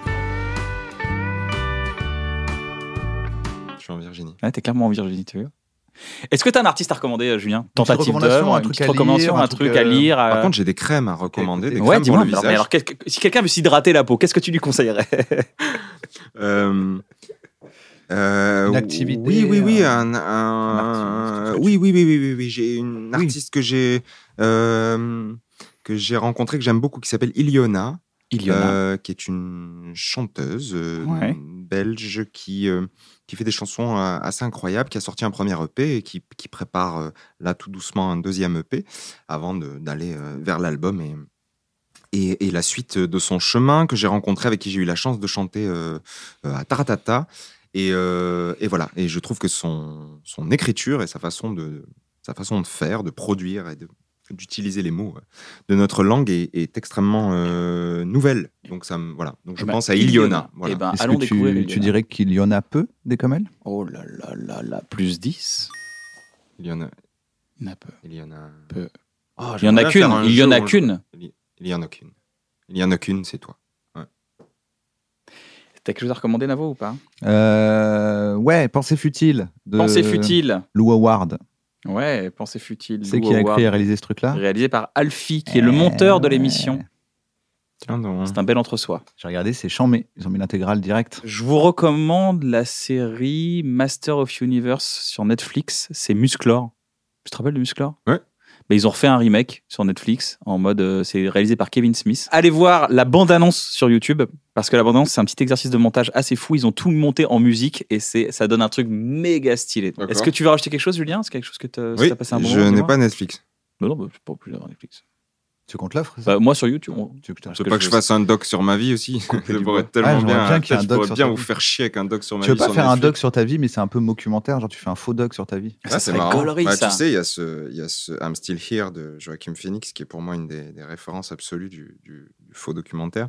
[SPEAKER 4] Je suis en Virginie.
[SPEAKER 1] Ouais, t'es clairement en Virginie, tu veux. Est-ce que t'as un artiste à recommander, euh, Julien Tentative
[SPEAKER 2] recommandation,
[SPEAKER 1] d'œuvre,
[SPEAKER 2] un
[SPEAKER 1] une
[SPEAKER 2] truc
[SPEAKER 1] petite
[SPEAKER 2] à lire,
[SPEAKER 1] recommandation,
[SPEAKER 2] un
[SPEAKER 1] un
[SPEAKER 2] truc,
[SPEAKER 1] truc à
[SPEAKER 2] euh,
[SPEAKER 1] lire.
[SPEAKER 4] Par
[SPEAKER 1] euh,
[SPEAKER 4] contre, j'ai des crèmes à recommander, des crèmes
[SPEAKER 1] Ouais,
[SPEAKER 4] pour
[SPEAKER 1] dis-moi.
[SPEAKER 4] le
[SPEAKER 1] Alors,
[SPEAKER 4] visage.
[SPEAKER 1] mais alors, quel- que- si quelqu'un veut s'hydrater la peau, qu'est-ce que tu lui conseillerais
[SPEAKER 4] Euh, euh,
[SPEAKER 2] Une activité,
[SPEAKER 4] Oui, oui, oui.
[SPEAKER 2] euh,
[SPEAKER 4] Un,
[SPEAKER 2] un
[SPEAKER 4] un,
[SPEAKER 2] artiste.
[SPEAKER 4] oui, oui, oui, oui, oui, oui, J'ai une
[SPEAKER 2] Oui.
[SPEAKER 4] artiste que j'ai euh, que j'ai rencontrée que j'aime beaucoup qui s'appelle Iliona.
[SPEAKER 1] Il y en a.
[SPEAKER 4] Euh, qui est une chanteuse euh,
[SPEAKER 1] Ouais.
[SPEAKER 4] belge qui, euh, qui fait des chansons euh, assez incroyables, qui a sorti un premier EP et qui, qui prépare euh, là tout doucement un deuxième EP avant de- d'aller euh, vers l'album et, et, et la suite de son chemin que j'ai rencontré, avec qui j'ai eu la chance de chanter euh, euh, à Taratata. Et, euh, et voilà, et je trouve que son, son écriture et sa façon de, sa façon de faire, de produire et de- d'utiliser les mots euh, de notre langue est, est extrêmement euh, nouvelle. Donc, ça me, voilà. Donc je
[SPEAKER 1] Eh ben,
[SPEAKER 4] pense à Iliona.
[SPEAKER 1] Eh
[SPEAKER 4] Voilà.
[SPEAKER 1] ben,
[SPEAKER 2] Est-ce
[SPEAKER 1] allons
[SPEAKER 2] que
[SPEAKER 1] découvrir.
[SPEAKER 2] tu,
[SPEAKER 1] Iliona.
[SPEAKER 2] tu dirais qu'il y en a peu des comme elle
[SPEAKER 1] Oh là là là là, plus 10
[SPEAKER 4] Iliona.
[SPEAKER 1] Il y en a peu.
[SPEAKER 4] Iliona.
[SPEAKER 1] Peu.
[SPEAKER 4] Oh,
[SPEAKER 1] Il y en a
[SPEAKER 4] j'aimerais faire
[SPEAKER 1] qu'une,
[SPEAKER 4] un
[SPEAKER 1] il y
[SPEAKER 4] jeu
[SPEAKER 1] en a
[SPEAKER 4] où je-
[SPEAKER 1] qu'une.
[SPEAKER 4] Il y en a qu'une. Il y en a qu'une, c'est toi.
[SPEAKER 1] T'as quelque chose à recommander, Navo, ou pas
[SPEAKER 2] Euh, Ouais, Pensée futile. De
[SPEAKER 1] Pensée futile.
[SPEAKER 2] Lou Howard.
[SPEAKER 1] Ouais, Pensée futile.
[SPEAKER 2] C'est
[SPEAKER 1] Lou
[SPEAKER 2] qui a
[SPEAKER 1] Howard,
[SPEAKER 2] écrit hein Eh. et réalisé ce truc-là
[SPEAKER 1] Réalisé par Alfie, qui est le monteur de l'émission.
[SPEAKER 4] Tiens donc.
[SPEAKER 1] C'est un bel entre-soi.
[SPEAKER 2] J'ai regardé, c'est chambé. Ils ont mis l'intégrale direct.
[SPEAKER 1] Je vous recommande la série Master of Universe sur Netflix. C'est Musclor. Tu te rappelles de Musclor
[SPEAKER 4] Ouais.
[SPEAKER 1] Ben, ils ont refait un remake sur Netflix en mode euh, c'est réalisé par Kevin Smith. Allez voir la bande-annonce sur YouTube parce que la bande-annonce c'est un petit exercice de montage assez fou. Ils ont tout monté en musique et c'est ça donne un truc méga stylé.
[SPEAKER 4] D'accord.
[SPEAKER 1] Est-ce que tu veux rajouter quelque chose, Julien C'est quelque chose que tu
[SPEAKER 4] Oui,
[SPEAKER 1] as passé un bon
[SPEAKER 4] je
[SPEAKER 1] moment
[SPEAKER 4] n'ai
[SPEAKER 1] dis-moi
[SPEAKER 4] pas Netflix.
[SPEAKER 1] Non, non, bah, je peux pas plus d'avoir Netflix.
[SPEAKER 2] Tu comptes l'offre ça
[SPEAKER 1] Bah, moi sur YouTube. on-
[SPEAKER 2] Tu veux que je
[SPEAKER 1] parce
[SPEAKER 4] Je veux pas que je
[SPEAKER 1] vais-
[SPEAKER 4] fasse un doc sur ma vie aussi. Ça
[SPEAKER 2] du
[SPEAKER 4] pourrait
[SPEAKER 2] bois.
[SPEAKER 4] être tellement
[SPEAKER 2] Ouais, j'aimerais
[SPEAKER 4] bien.
[SPEAKER 2] bien qu'il y ait un
[SPEAKER 4] je
[SPEAKER 2] doc
[SPEAKER 4] pourrais
[SPEAKER 2] sur
[SPEAKER 4] bien
[SPEAKER 2] ta
[SPEAKER 4] vous
[SPEAKER 2] vie.
[SPEAKER 4] faire chier avec un doc sur ma
[SPEAKER 2] Tu veux
[SPEAKER 4] vie.
[SPEAKER 2] pas
[SPEAKER 4] sur
[SPEAKER 2] faire un
[SPEAKER 4] Netflix.
[SPEAKER 2] doc sur ta vie, mais c'est un peu mockumentaire, genre tu fais un faux doc sur ta vie.
[SPEAKER 1] Ça
[SPEAKER 4] Ah,
[SPEAKER 1] serait gaulerie,
[SPEAKER 4] Bah,
[SPEAKER 1] ça.
[SPEAKER 4] Tu sais, il y a ce, il y a ce I'm Still Here de Joachim Phoenix qui est pour moi une des, des références absolues du, du- du faux documentaire,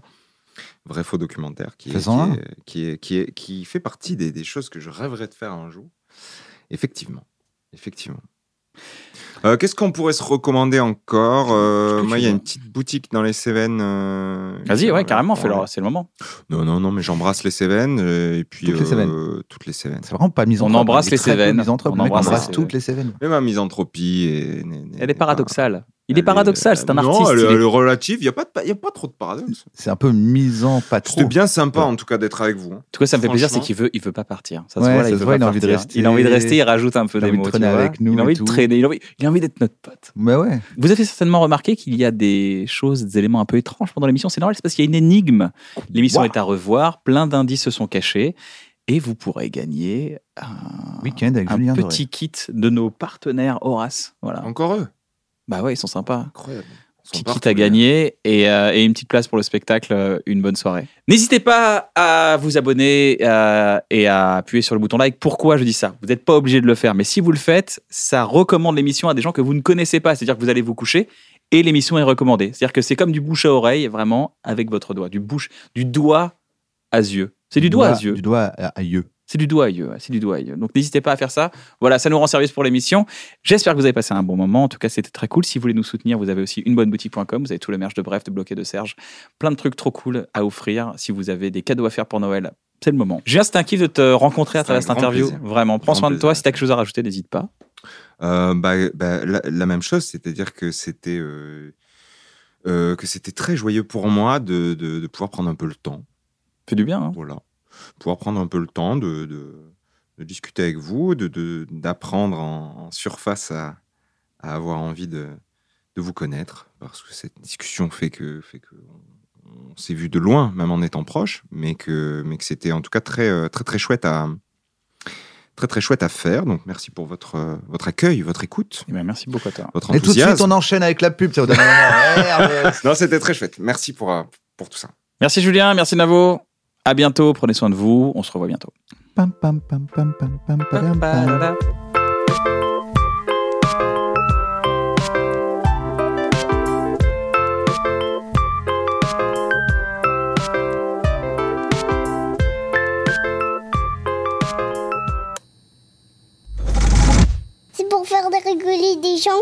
[SPEAKER 4] vrai faux documentaire, qui, est-
[SPEAKER 2] Fais-en
[SPEAKER 4] qui, est- qui, est- qui, est- qui fait partie des, des choses que je rêverais de faire un jour. Effectivement, effectivement. Euh, Qu'est-ce qu'on pourrait se recommander encore Euh,
[SPEAKER 1] Qu'est-ce que
[SPEAKER 4] Moi,
[SPEAKER 1] tu
[SPEAKER 4] il y a
[SPEAKER 1] veux
[SPEAKER 4] une petite boutique dans les Cévennes. euh,
[SPEAKER 1] Vas-y, ouais, carrément,
[SPEAKER 4] pour
[SPEAKER 1] fais
[SPEAKER 4] les-
[SPEAKER 1] le c'est le moment.
[SPEAKER 4] Non, non, non, mais j'embrasse les Cévennes euh, et puis
[SPEAKER 2] Toutes les Cévennes.
[SPEAKER 4] euh, toutes les Cévennes.
[SPEAKER 2] C'est vraiment pas hein, mise en
[SPEAKER 1] On embrasse les Cévennes.
[SPEAKER 2] On
[SPEAKER 1] On embrasse
[SPEAKER 2] embrasse
[SPEAKER 4] les
[SPEAKER 2] toutes les Cévennes.
[SPEAKER 4] Même ma misanthropie est- n'est- n'est-
[SPEAKER 1] Elle
[SPEAKER 4] n'est
[SPEAKER 1] est
[SPEAKER 4] pas-
[SPEAKER 1] paradoxale. Il est paradoxal, c'est un
[SPEAKER 4] euh, non,
[SPEAKER 1] artiste.
[SPEAKER 4] elle-
[SPEAKER 1] il est-
[SPEAKER 4] elle est relative, il n'y a, pas de pa- y a pas trop de paradoxe.
[SPEAKER 2] C'est un peu mis en
[SPEAKER 4] C'était
[SPEAKER 2] patron.
[SPEAKER 4] bien sympa
[SPEAKER 2] Ouais.
[SPEAKER 4] en tout cas d'être avec vous. hein.
[SPEAKER 1] En tout cas, ça me fait plaisir, c'est
[SPEAKER 4] Franchement.
[SPEAKER 1] qu'il veut, il veut pas partir. Ça
[SPEAKER 2] Ouais,
[SPEAKER 1] se voit, là,
[SPEAKER 2] ça
[SPEAKER 1] il
[SPEAKER 2] se
[SPEAKER 1] veut
[SPEAKER 2] voit,
[SPEAKER 1] pas
[SPEAKER 2] il a envie de
[SPEAKER 1] partir.
[SPEAKER 2] rester.
[SPEAKER 1] Il a envie de rester, il rajoute un peu
[SPEAKER 2] Il a
[SPEAKER 1] des
[SPEAKER 2] envie de
[SPEAKER 1] mots.
[SPEAKER 2] traîner
[SPEAKER 1] tu vois.
[SPEAKER 2] avec nous
[SPEAKER 1] il a
[SPEAKER 2] et
[SPEAKER 1] envie de
[SPEAKER 2] tout.
[SPEAKER 1] traîner, il a envie, il a envie d'être notre pote.
[SPEAKER 2] Mais ouais.
[SPEAKER 1] Vous avez certainement remarqué qu'il y a des choses, des éléments un peu étranges pendant l'émission. C'est normal, c'est parce qu'il y a une énigme. L'émission
[SPEAKER 2] Wow.
[SPEAKER 1] est à revoir, plein d'indices se sont cachés. Et vous pourrez gagner un,
[SPEAKER 2] Week-end avec
[SPEAKER 1] un
[SPEAKER 2] Julien Doré.
[SPEAKER 1] petit kit de nos partenaires Horace. Voilà.
[SPEAKER 4] Encore eux.
[SPEAKER 1] Bah ouais, ils sont sympas.
[SPEAKER 4] Incroyable. Ils sont
[SPEAKER 1] Petit kit
[SPEAKER 4] partout,
[SPEAKER 1] à gagner et, euh, et une petite place pour le spectacle, euh, une bonne soirée. N'hésitez pas à vous abonner euh, et à appuyer sur le bouton like. Pourquoi je dis ça Vous n'êtes pas obligé de le faire, mais si vous le faites, ça recommande l'émission à des gens que vous ne connaissez pas. C'est-à-dire que vous allez vous coucher et l'émission est recommandée. C'est-à-dire que c'est comme du bouche à oreille, vraiment avec votre doigt, du bouche, du doigt à yeux. C'est du doigt à yeux.
[SPEAKER 2] Du doigt à, à yeux.
[SPEAKER 1] C'est du doigt à yeux, ouais, c'est du doigt à yeux. Donc n'hésitez pas à faire ça. Voilà, ça nous rend service pour l'émission. J'espère que vous avez passé un bon moment. En tout cas, c'était très cool. Si vous voulez nous soutenir, vous avez aussi unebonneboutique.com. Vous avez tout le merch de Bref, de Bloqué, de Serge. Plein de trucs trop cool à offrir. Si vous avez des cadeaux à faire pour Noël, c'est le moment. Julien, c'était un kiff de te rencontrer à
[SPEAKER 4] C'était un
[SPEAKER 1] travers cette
[SPEAKER 4] grand
[SPEAKER 1] interview.
[SPEAKER 4] plaisir.
[SPEAKER 1] Vraiment, prends
[SPEAKER 4] Grand
[SPEAKER 1] soin de toi.
[SPEAKER 4] plaisir.
[SPEAKER 1] Si tu as quelque chose à rajouter, n'hésite pas.
[SPEAKER 4] Euh, bah, bah, la, la même chose, c'est-à-dire que c'était euh, euh, que c'était très joyeux pour moi de, de- de pouvoir prendre un peu le temps,
[SPEAKER 1] Fait du bien. hein.
[SPEAKER 4] voilà, pouvoir prendre un peu le temps de, de- de discuter avec vous, de- de d'apprendre en, en surface à, à avoir envie de, de vous connaître, parce que cette discussion fait que fait que on, on s'est vu de loin, même en étant proche, mais que mais que c'était en tout cas très euh, très très chouette à très très chouette à faire. Donc merci pour votre euh, votre accueil, votre écoute
[SPEAKER 1] Eh ben, merci beaucoup à toi.
[SPEAKER 4] votre
[SPEAKER 2] Et tout de suite,
[SPEAKER 4] enthousiasme.
[SPEAKER 2] on enchaîne avec la pub. ça vous donne un moment. Merde.
[SPEAKER 4] Non, c'était très chouette. Merci pour, euh, pour tout ça.
[SPEAKER 1] Merci Julien, merci Navo. À bientôt. Prenez soin de vous. On se revoit bientôt.
[SPEAKER 2] Pam, pam, pam, pam, pam, pam, pam, pam.
[SPEAKER 7] C'est pour faire de rigoler des gens.